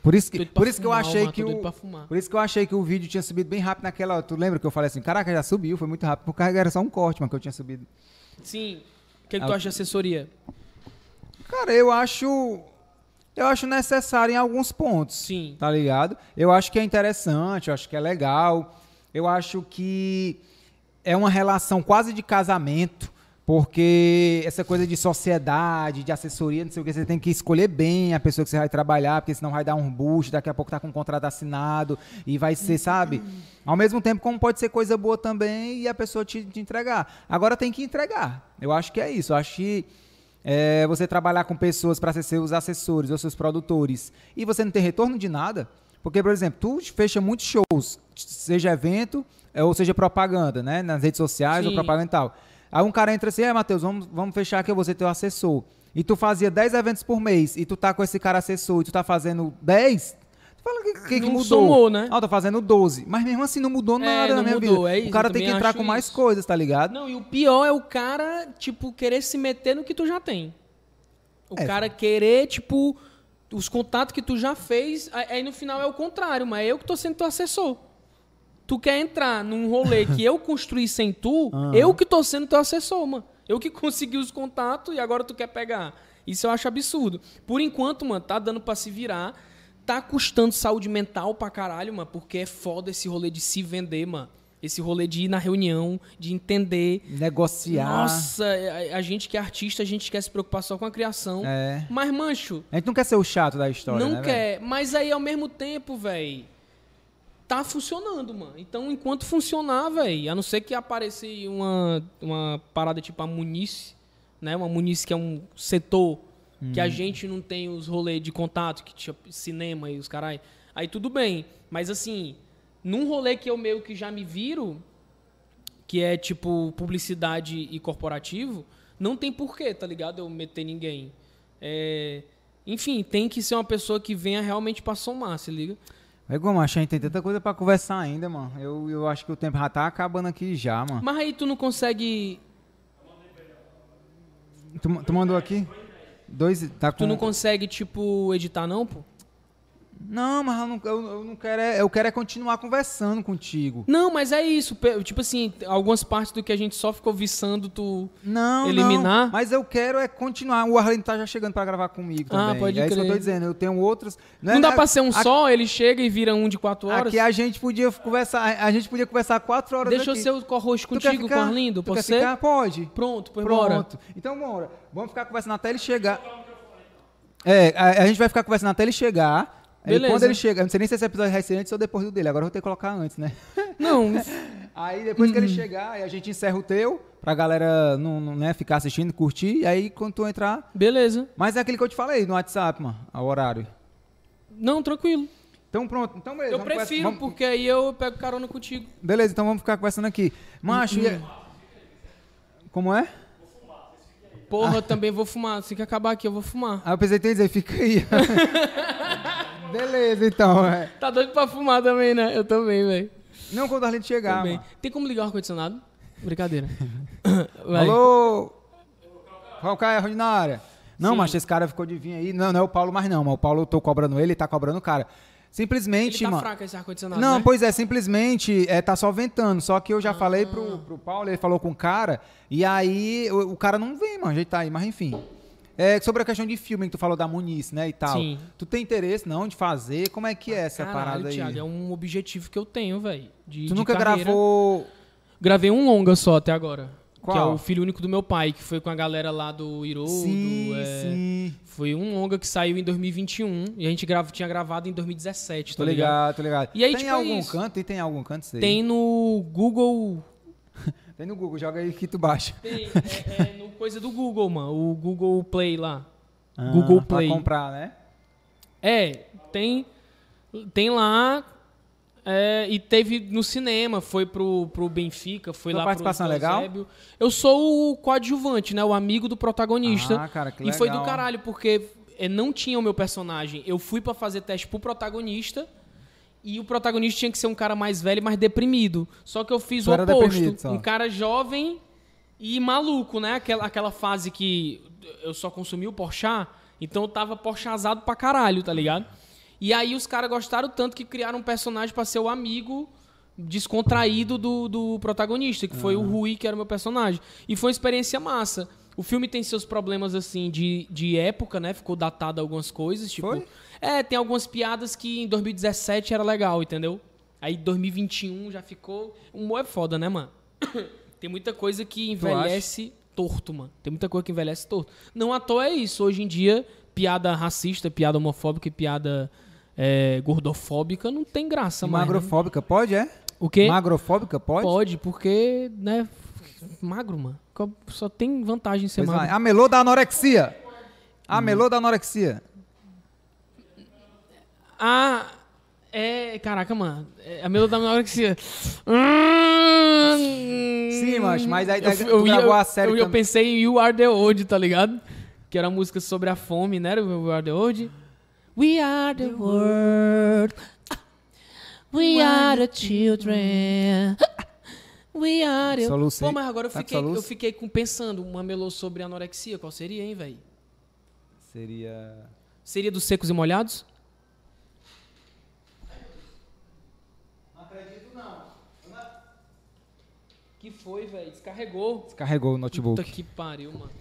S1: Por isso que,
S2: Doido
S1: por
S2: pra
S1: isso que eu
S2: é fumar,
S1: achei
S2: mano,
S1: que
S2: tô doido
S1: o,
S2: pra fumar.
S1: por isso que eu achei que o vídeo tinha subido bem rápido naquela, hora. tu lembra que eu falei assim, caraca, já subiu, foi muito rápido, porque era só um corte, mano, que eu tinha subido.
S2: Sim. O que, é que
S1: Ah,
S2: tu
S1: o-
S2: acha de assessoria?
S1: Cara, eu acho eu acho necessário em alguns pontos.
S2: Sim.
S1: Tá ligado? Eu acho que é interessante, eu acho que é legal. Eu acho que é uma relação quase de casamento, porque essa coisa de sociedade, de assessoria, não sei o que, você tem que escolher bem a pessoa que você vai trabalhar, porque senão vai dar um bucho, daqui a pouco tá com um contrato assinado e vai ser, sabe? Ao mesmo tempo, como pode ser coisa boa também e a pessoa te, te entregar. Agora tem que entregar. Eu acho que é isso. Eu acho que é, você trabalhar com pessoas para ser seus assessores ou seus produtores e você não ter retorno de nada, porque, por exemplo, tu fecha muitos shows, seja evento é, ou seja propaganda, né? Nas redes sociais ou
S2: Sim.
S1: propaganda e tal. Aí um cara entra assim, é, Matheus, vamos, vamos fechar que eu vou ser teu assessor. E tu fazia 10 eventos por mês e tu tá com esse cara assessor e tu tá fazendo 10... tu Fala que, que, que
S2: Não
S1: mudou.
S2: somou, né?
S1: Ah, tá fazendo 12. Mas mesmo assim não mudou
S2: É,
S1: nada na
S2: não
S1: minha
S2: mudou,
S1: vida.
S2: é isso,
S1: o cara
S2: eu
S1: tem que
S2: também
S1: entrar
S2: acho
S1: com mais
S2: isso.
S1: coisas, tá ligado?
S2: Não, e o pior é o cara, tipo, querer se meter no que tu já tem. O
S1: É.
S2: cara querer, tipo, os contatos que tu já fez, aí aí no final é o contrário, mas eu que tô sendo teu assessor. Tu quer entrar num rolê que eu construí sem tu, eu que tô sendo teu assessor, mano. Eu que consegui os contatos e agora tu quer pegar. Isso eu acho absurdo. Por enquanto, mano, tá dando pra se virar. Tá custando saúde mental pra caralho, mano, porque é foda esse rolê de se vender, mano. Esse rolê de ir na reunião, de entender.
S1: Negociar.
S2: Nossa, a, a gente que é artista, a gente quer se preocupar só com a criação.
S1: É.
S2: Mas, mancho,
S1: A gente não quer ser o chato da história,
S2: não
S1: né, velho?
S2: quer. Mas aí, ao mesmo tempo, velho, tá funcionando, mano. Então, enquanto funcionar, velho, a não ser que aparecer uma, uma parada tipo a Munice, né? Uma Munice que é um setor que
S1: Uhum.
S2: a gente não tem os rolês de contato, que tinha cinema e os carai. Aí tudo bem. Mas, assim, num rolê que eu meio que já me viro, que é tipo publicidade e corporativo, não tem porquê, tá ligado? Eu meter ninguém. É, Enfim, tem que ser uma pessoa que venha realmente pra somar, se liga?
S1: É igual, macho, a gente tem tanta coisa pra conversar ainda, mano. Eu, eu acho que o tempo já tá acabando aqui já, mano.
S2: Mas aí tu não consegue.
S1: Tu, tu mandou aqui? Dois. Tá com...
S2: Tu não consegue, tipo, editar, não, pô?
S1: Não, mas eu não, eu, eu não quero. É, eu quero é continuar conversando contigo.
S2: Não, mas é isso. pe- Tipo assim, algumas partes do que a gente só ficou viçando, tu.
S1: Não, não.
S2: Eliminar?
S1: Mas eu quero é continuar. O Arlindo tá já chegando pra gravar comigo
S2: Ah,
S1: também.
S2: pode
S1: é isso que eu
S2: crer.
S1: tô dizendo. Eu tenho outros.
S2: Não,
S1: é-
S2: dá pra ser um
S1: a-
S2: só, ele chega e vira um de quatro horas.
S1: Aqui é a gente podia conversar. A gente podia conversar quatro horas
S2: Deixa eu
S1: aqui.
S2: ser o co-host
S1: Tu quer
S2: contigo,
S1: ficar?
S2: Corlindo,
S1: Tu
S2: pode
S1: quer
S2: ser?
S1: ficar? Pode.
S2: Pronto, foi embora.
S1: Pronto. Então, bora. Vamos ficar conversando até ele chegar. É, a, a gente vai ficar conversando até ele chegar. Aí
S2: Beleza.
S1: quando ele chegar, eu não sei nem se esse episódio vai ser antes ou depois do dele. Agora eu vou ter que colocar antes, né?
S2: Não,
S1: Aí depois que
S2: Uhum.
S1: ele chegar, aí a gente encerra o teu, pra galera não, não, né, ficar assistindo, curtir. E aí quando tu entrar.
S2: beleza.
S1: Mas é aquele que eu te falei no WhatsApp, mano, o horário.
S2: Não, tranquilo.
S1: Então pronto, então beleza.
S2: Eu
S1: vamos conversa-
S2: prefiro,
S1: vamos-
S2: porque aí eu pego carona contigo.
S1: Beleza, então vamos ficar conversando aqui. Macho, e- é- como é?
S2: Porra,
S1: Ah.
S2: eu também vou fumar. Assim que acabar aqui, eu vou fumar.
S1: Aí eu pensei, tem dizer, fica aí. Beleza, então. É.
S2: Tá doido pra fumar também, né? Eu também, velho.
S1: Não quando o Arlindo chegar.
S2: Também.
S1: Ah, mano.
S2: Tem como ligar o ar-condicionado? Brincadeira. Vai.
S1: Alô? Qual cara é na área? Não, mas esse cara ficou de vir aí. Não, não é o Paulo mais não, mas o Paulo eu tô cobrando ele, ele tá cobrando o cara.
S2: Ele
S1: Simplesmente,
S2: tá
S1: mano.
S2: fraco esse ar-condicionado,
S1: Não,
S2: né? Ah.
S1: pois é, simplesmente é, tá só ventando. Só que eu já falei pro, pro Paulo, ele falou com o cara, e aí o, o cara não vem, mano, a gente tá aí, mas enfim. É, sobre a questão de filme que tu falou da Muniz, né, e tal.
S2: Sim.
S1: Tu tem interesse, não, de fazer? Como é que é essa
S2: Caralho,
S1: parada aí?
S2: Thiago, é um objetivo que eu tenho, velho. de-
S1: Tu
S2: de
S1: nunca
S2: carreira.
S1: gravou...
S2: Gravei um longa só até agora.
S1: Qual?
S2: Que é o Filho Único do Meu Pai, que foi com a galera lá do Irodo.
S1: sim,
S2: é,
S1: sim.
S2: Foi um longa que saiu em 2021 e a gente grava, tinha gravado em 2017,
S1: Tô
S2: tá ligado?
S1: ligado, tô ligado.
S2: E aí,
S1: tem
S2: tipo, é
S1: algum
S2: isso.
S1: canto? E tem algum canto? Sei.
S2: Tem no Google
S1: Tem no Google, joga aí que tu baixa.
S2: Tem, é, é no coisa do Google, mano. O Google Play lá. Google
S1: Ah,
S2: Play.
S1: Pra comprar, né?
S2: É, tem, tem lá. é, e teve no cinema, foi pro, pro Benfica, foi
S1: Tua
S2: lá
S1: participação
S2: pro
S1: é legal?
S2: Eusébio. Eu sou o coadjuvante, né? O amigo do protagonista.
S1: Ah, cara, que
S2: E foi do
S1: legal.
S2: caralho, porque é, não tinha o meu personagem. Eu fui pra fazer teste pro protagonista. E o protagonista tinha que ser um cara mais velho e mais deprimido. Só que eu fiz
S1: Tu
S2: o
S1: era
S2: oposto.
S1: deprimido só.
S2: Um cara jovem e maluco, né? Aquela, aquela fase que eu só consumi o Porchat, então eu tava porchazado pra caralho, tá ligado? E aí os caras gostaram tanto que criaram um personagem pra ser o amigo descontraído do, do protagonista, que foi o Rui, que era o meu personagem. E foi uma experiência massa. O filme tem seus problemas, assim, de, de época, né? Ficou datado algumas coisas, tipo...
S1: Foi?
S2: É, tem algumas piadas que em 2017 era legal, entendeu? Aí 2021 já ficou... O humor é foda, né, mano? Tem muita coisa que envelhece torto, mano. Tem muita coisa que envelhece torto. Não à toa é isso. Hoje em dia, piada racista, piada homofóbica e piada é, gordofóbica não tem né? graça, mano.
S1: Magrofóbica, pode, é?
S2: O quê?
S1: Magrofóbica, pode?
S2: Pode, porque, né?
S9: magro, mano. Só tem vantagem em ser
S1: Pois vai.
S9: magro.
S1: Amelô da anorexia. Amelô
S2: Hum.
S1: da anorexia.
S9: Ah, é. Caraca, mano. É a melodia da anorexia. Sim,
S1: Sim, macho, mas aí- aí tu gravou a série
S9: Hum. Eu, eu
S1: também.
S9: pensei em You Are the Old, tá ligado? Que era a música sobre a fome, né? Era o You Are the Old. We are the world. We are the children. We are the.
S1: Soluço,
S2: Pô,
S1: hein?
S2: mas agora eu
S1: Tá com
S2: fiquei,
S1: soluço?
S2: eu fiquei com, pensando uma melô sobre anorexia. Qual seria, hein, velho?
S1: Seria...
S2: Seria dos secos e molhados? Não acredito, não. Que foi, velho? Descarregou.
S1: Descarregou o notebook.
S2: Puta que pariu, mano.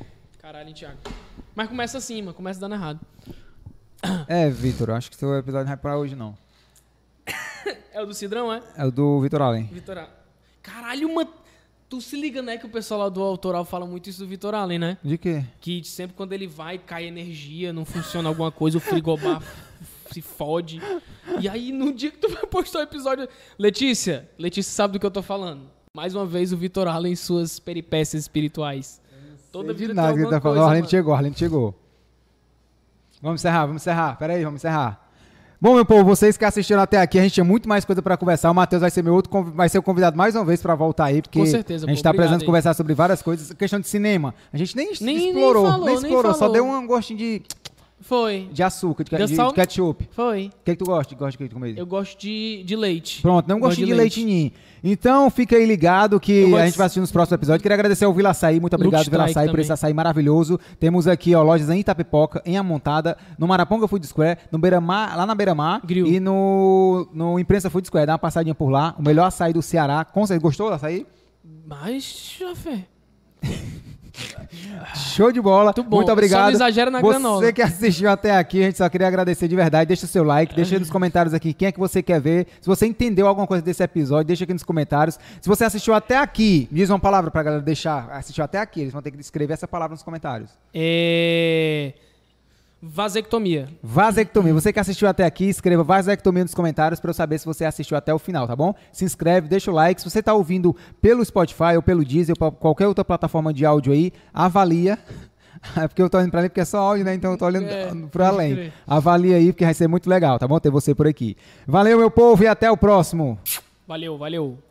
S2: Caralho, hein, Thiago. Mas começa assim, mano. Começa dando errado.
S1: É, Vitor, acho que seu episódio não é pra hoje, não.
S2: É o do Cidrão, é?
S1: É o do Vitor Allen.
S2: Vitor Caralho, mano. Tu se liga, né, que o pessoal lá do autoral fala muito isso do Vitor Allen, né?
S1: De quê?
S2: Que sempre quando ele vai, cai energia, não funciona alguma coisa, o frigobar f- se fode. E aí, no dia que tu vai postar o episódio. Letícia, Letícia sabe do que eu tô falando. Mais uma vez, o Vitor Allen em suas peripécias espirituais. Toda
S1: De
S2: vida
S1: nada que
S2: tem
S1: ele tá
S2: alguma
S1: falando.
S2: coisa,
S1: O Arlindo
S2: mano.
S1: chegou, o Arlindo chegou. Vamos encerrar, vamos encerrar. Pera aí, vamos encerrar. Bom, meu povo, vocês que assistiram até aqui, a gente tinha muito mais coisa pra conversar. O Matheus vai ser meu outro, conv- vai ser o convidado mais uma vez pra voltar aí, porque
S9: Com certeza,
S1: a gente
S9: pô,
S1: tá
S9: obrigado
S1: precisando
S9: aí.
S1: conversar sobre várias coisas. Questão de cinema, a gente nem,
S9: Nem- nem
S1: explorou, nem,
S9: falou, nem
S1: explorou, só
S9: falou.
S1: deu um gostinho de,
S9: Foi.
S1: de açúcar, de,
S9: Deu
S1: de-
S9: só
S1: de
S9: um-
S1: ketchup.
S9: Foi.
S1: O que, que tu gosta? Gosta de comer?
S9: Eu gosto de, de leite.
S1: Pronto, não
S9: Gosto
S1: gostinho de,
S9: de
S1: leite. ninho. Então, fica aí ligado
S9: Eu
S1: que
S9: gosto-
S1: a gente vai assistir nos próximos episódios. Queria agradecer ao Vila Açaí, muito obrigado
S9: Luke
S1: Vila
S9: Strike
S1: Açaí por
S9: também.
S1: esse açaí maravilhoso. Temos aqui, ó, lojas em Itapipoca, em Amontada, no Maraponga Food Square, no Beira-Mar, lá na Beira-Mar
S9: Grill.
S1: e no, no Imprensa Food Square. Dá uma passadinha por lá, o melhor açaí do Ceará. Com certeza, gostou do açaí?
S9: Mas, já fé.
S1: Show de bola.
S9: Muito bom.
S1: Muito obrigado.
S9: Só não exagera na
S1: você
S9: granola.
S1: que assistiu até aqui, a gente só queria agradecer de verdade. Deixa o seu like, deixa nos comentários aqui quem é que você quer ver. Se você entendeu alguma coisa desse episódio, deixa aqui nos comentários. Se você assistiu até aqui, me diz uma palavra pra galera deixar. Assistiu até aqui, eles vão ter que escrever essa palavra nos comentários.
S9: É. Vasectomia.
S1: Vasectomia. Você que assistiu até aqui, escreva vasectomia nos comentários pra eu saber se você assistiu até o final, tá bom? Se inscreve, deixa o like. Se você tá ouvindo pelo Spotify ou pelo Deezer ou pra qualquer outra plataforma de áudio aí, avalia. É porque eu tô olhando pra ali porque é só áudio, né? Então eu tô olhando
S9: É,
S1: pra
S9: pode
S1: além.
S9: crer.
S1: Avalia aí porque vai ser muito legal, tá bom? Ter você por aqui. Valeu, meu povo, e até o próximo.
S9: Valeu, valeu.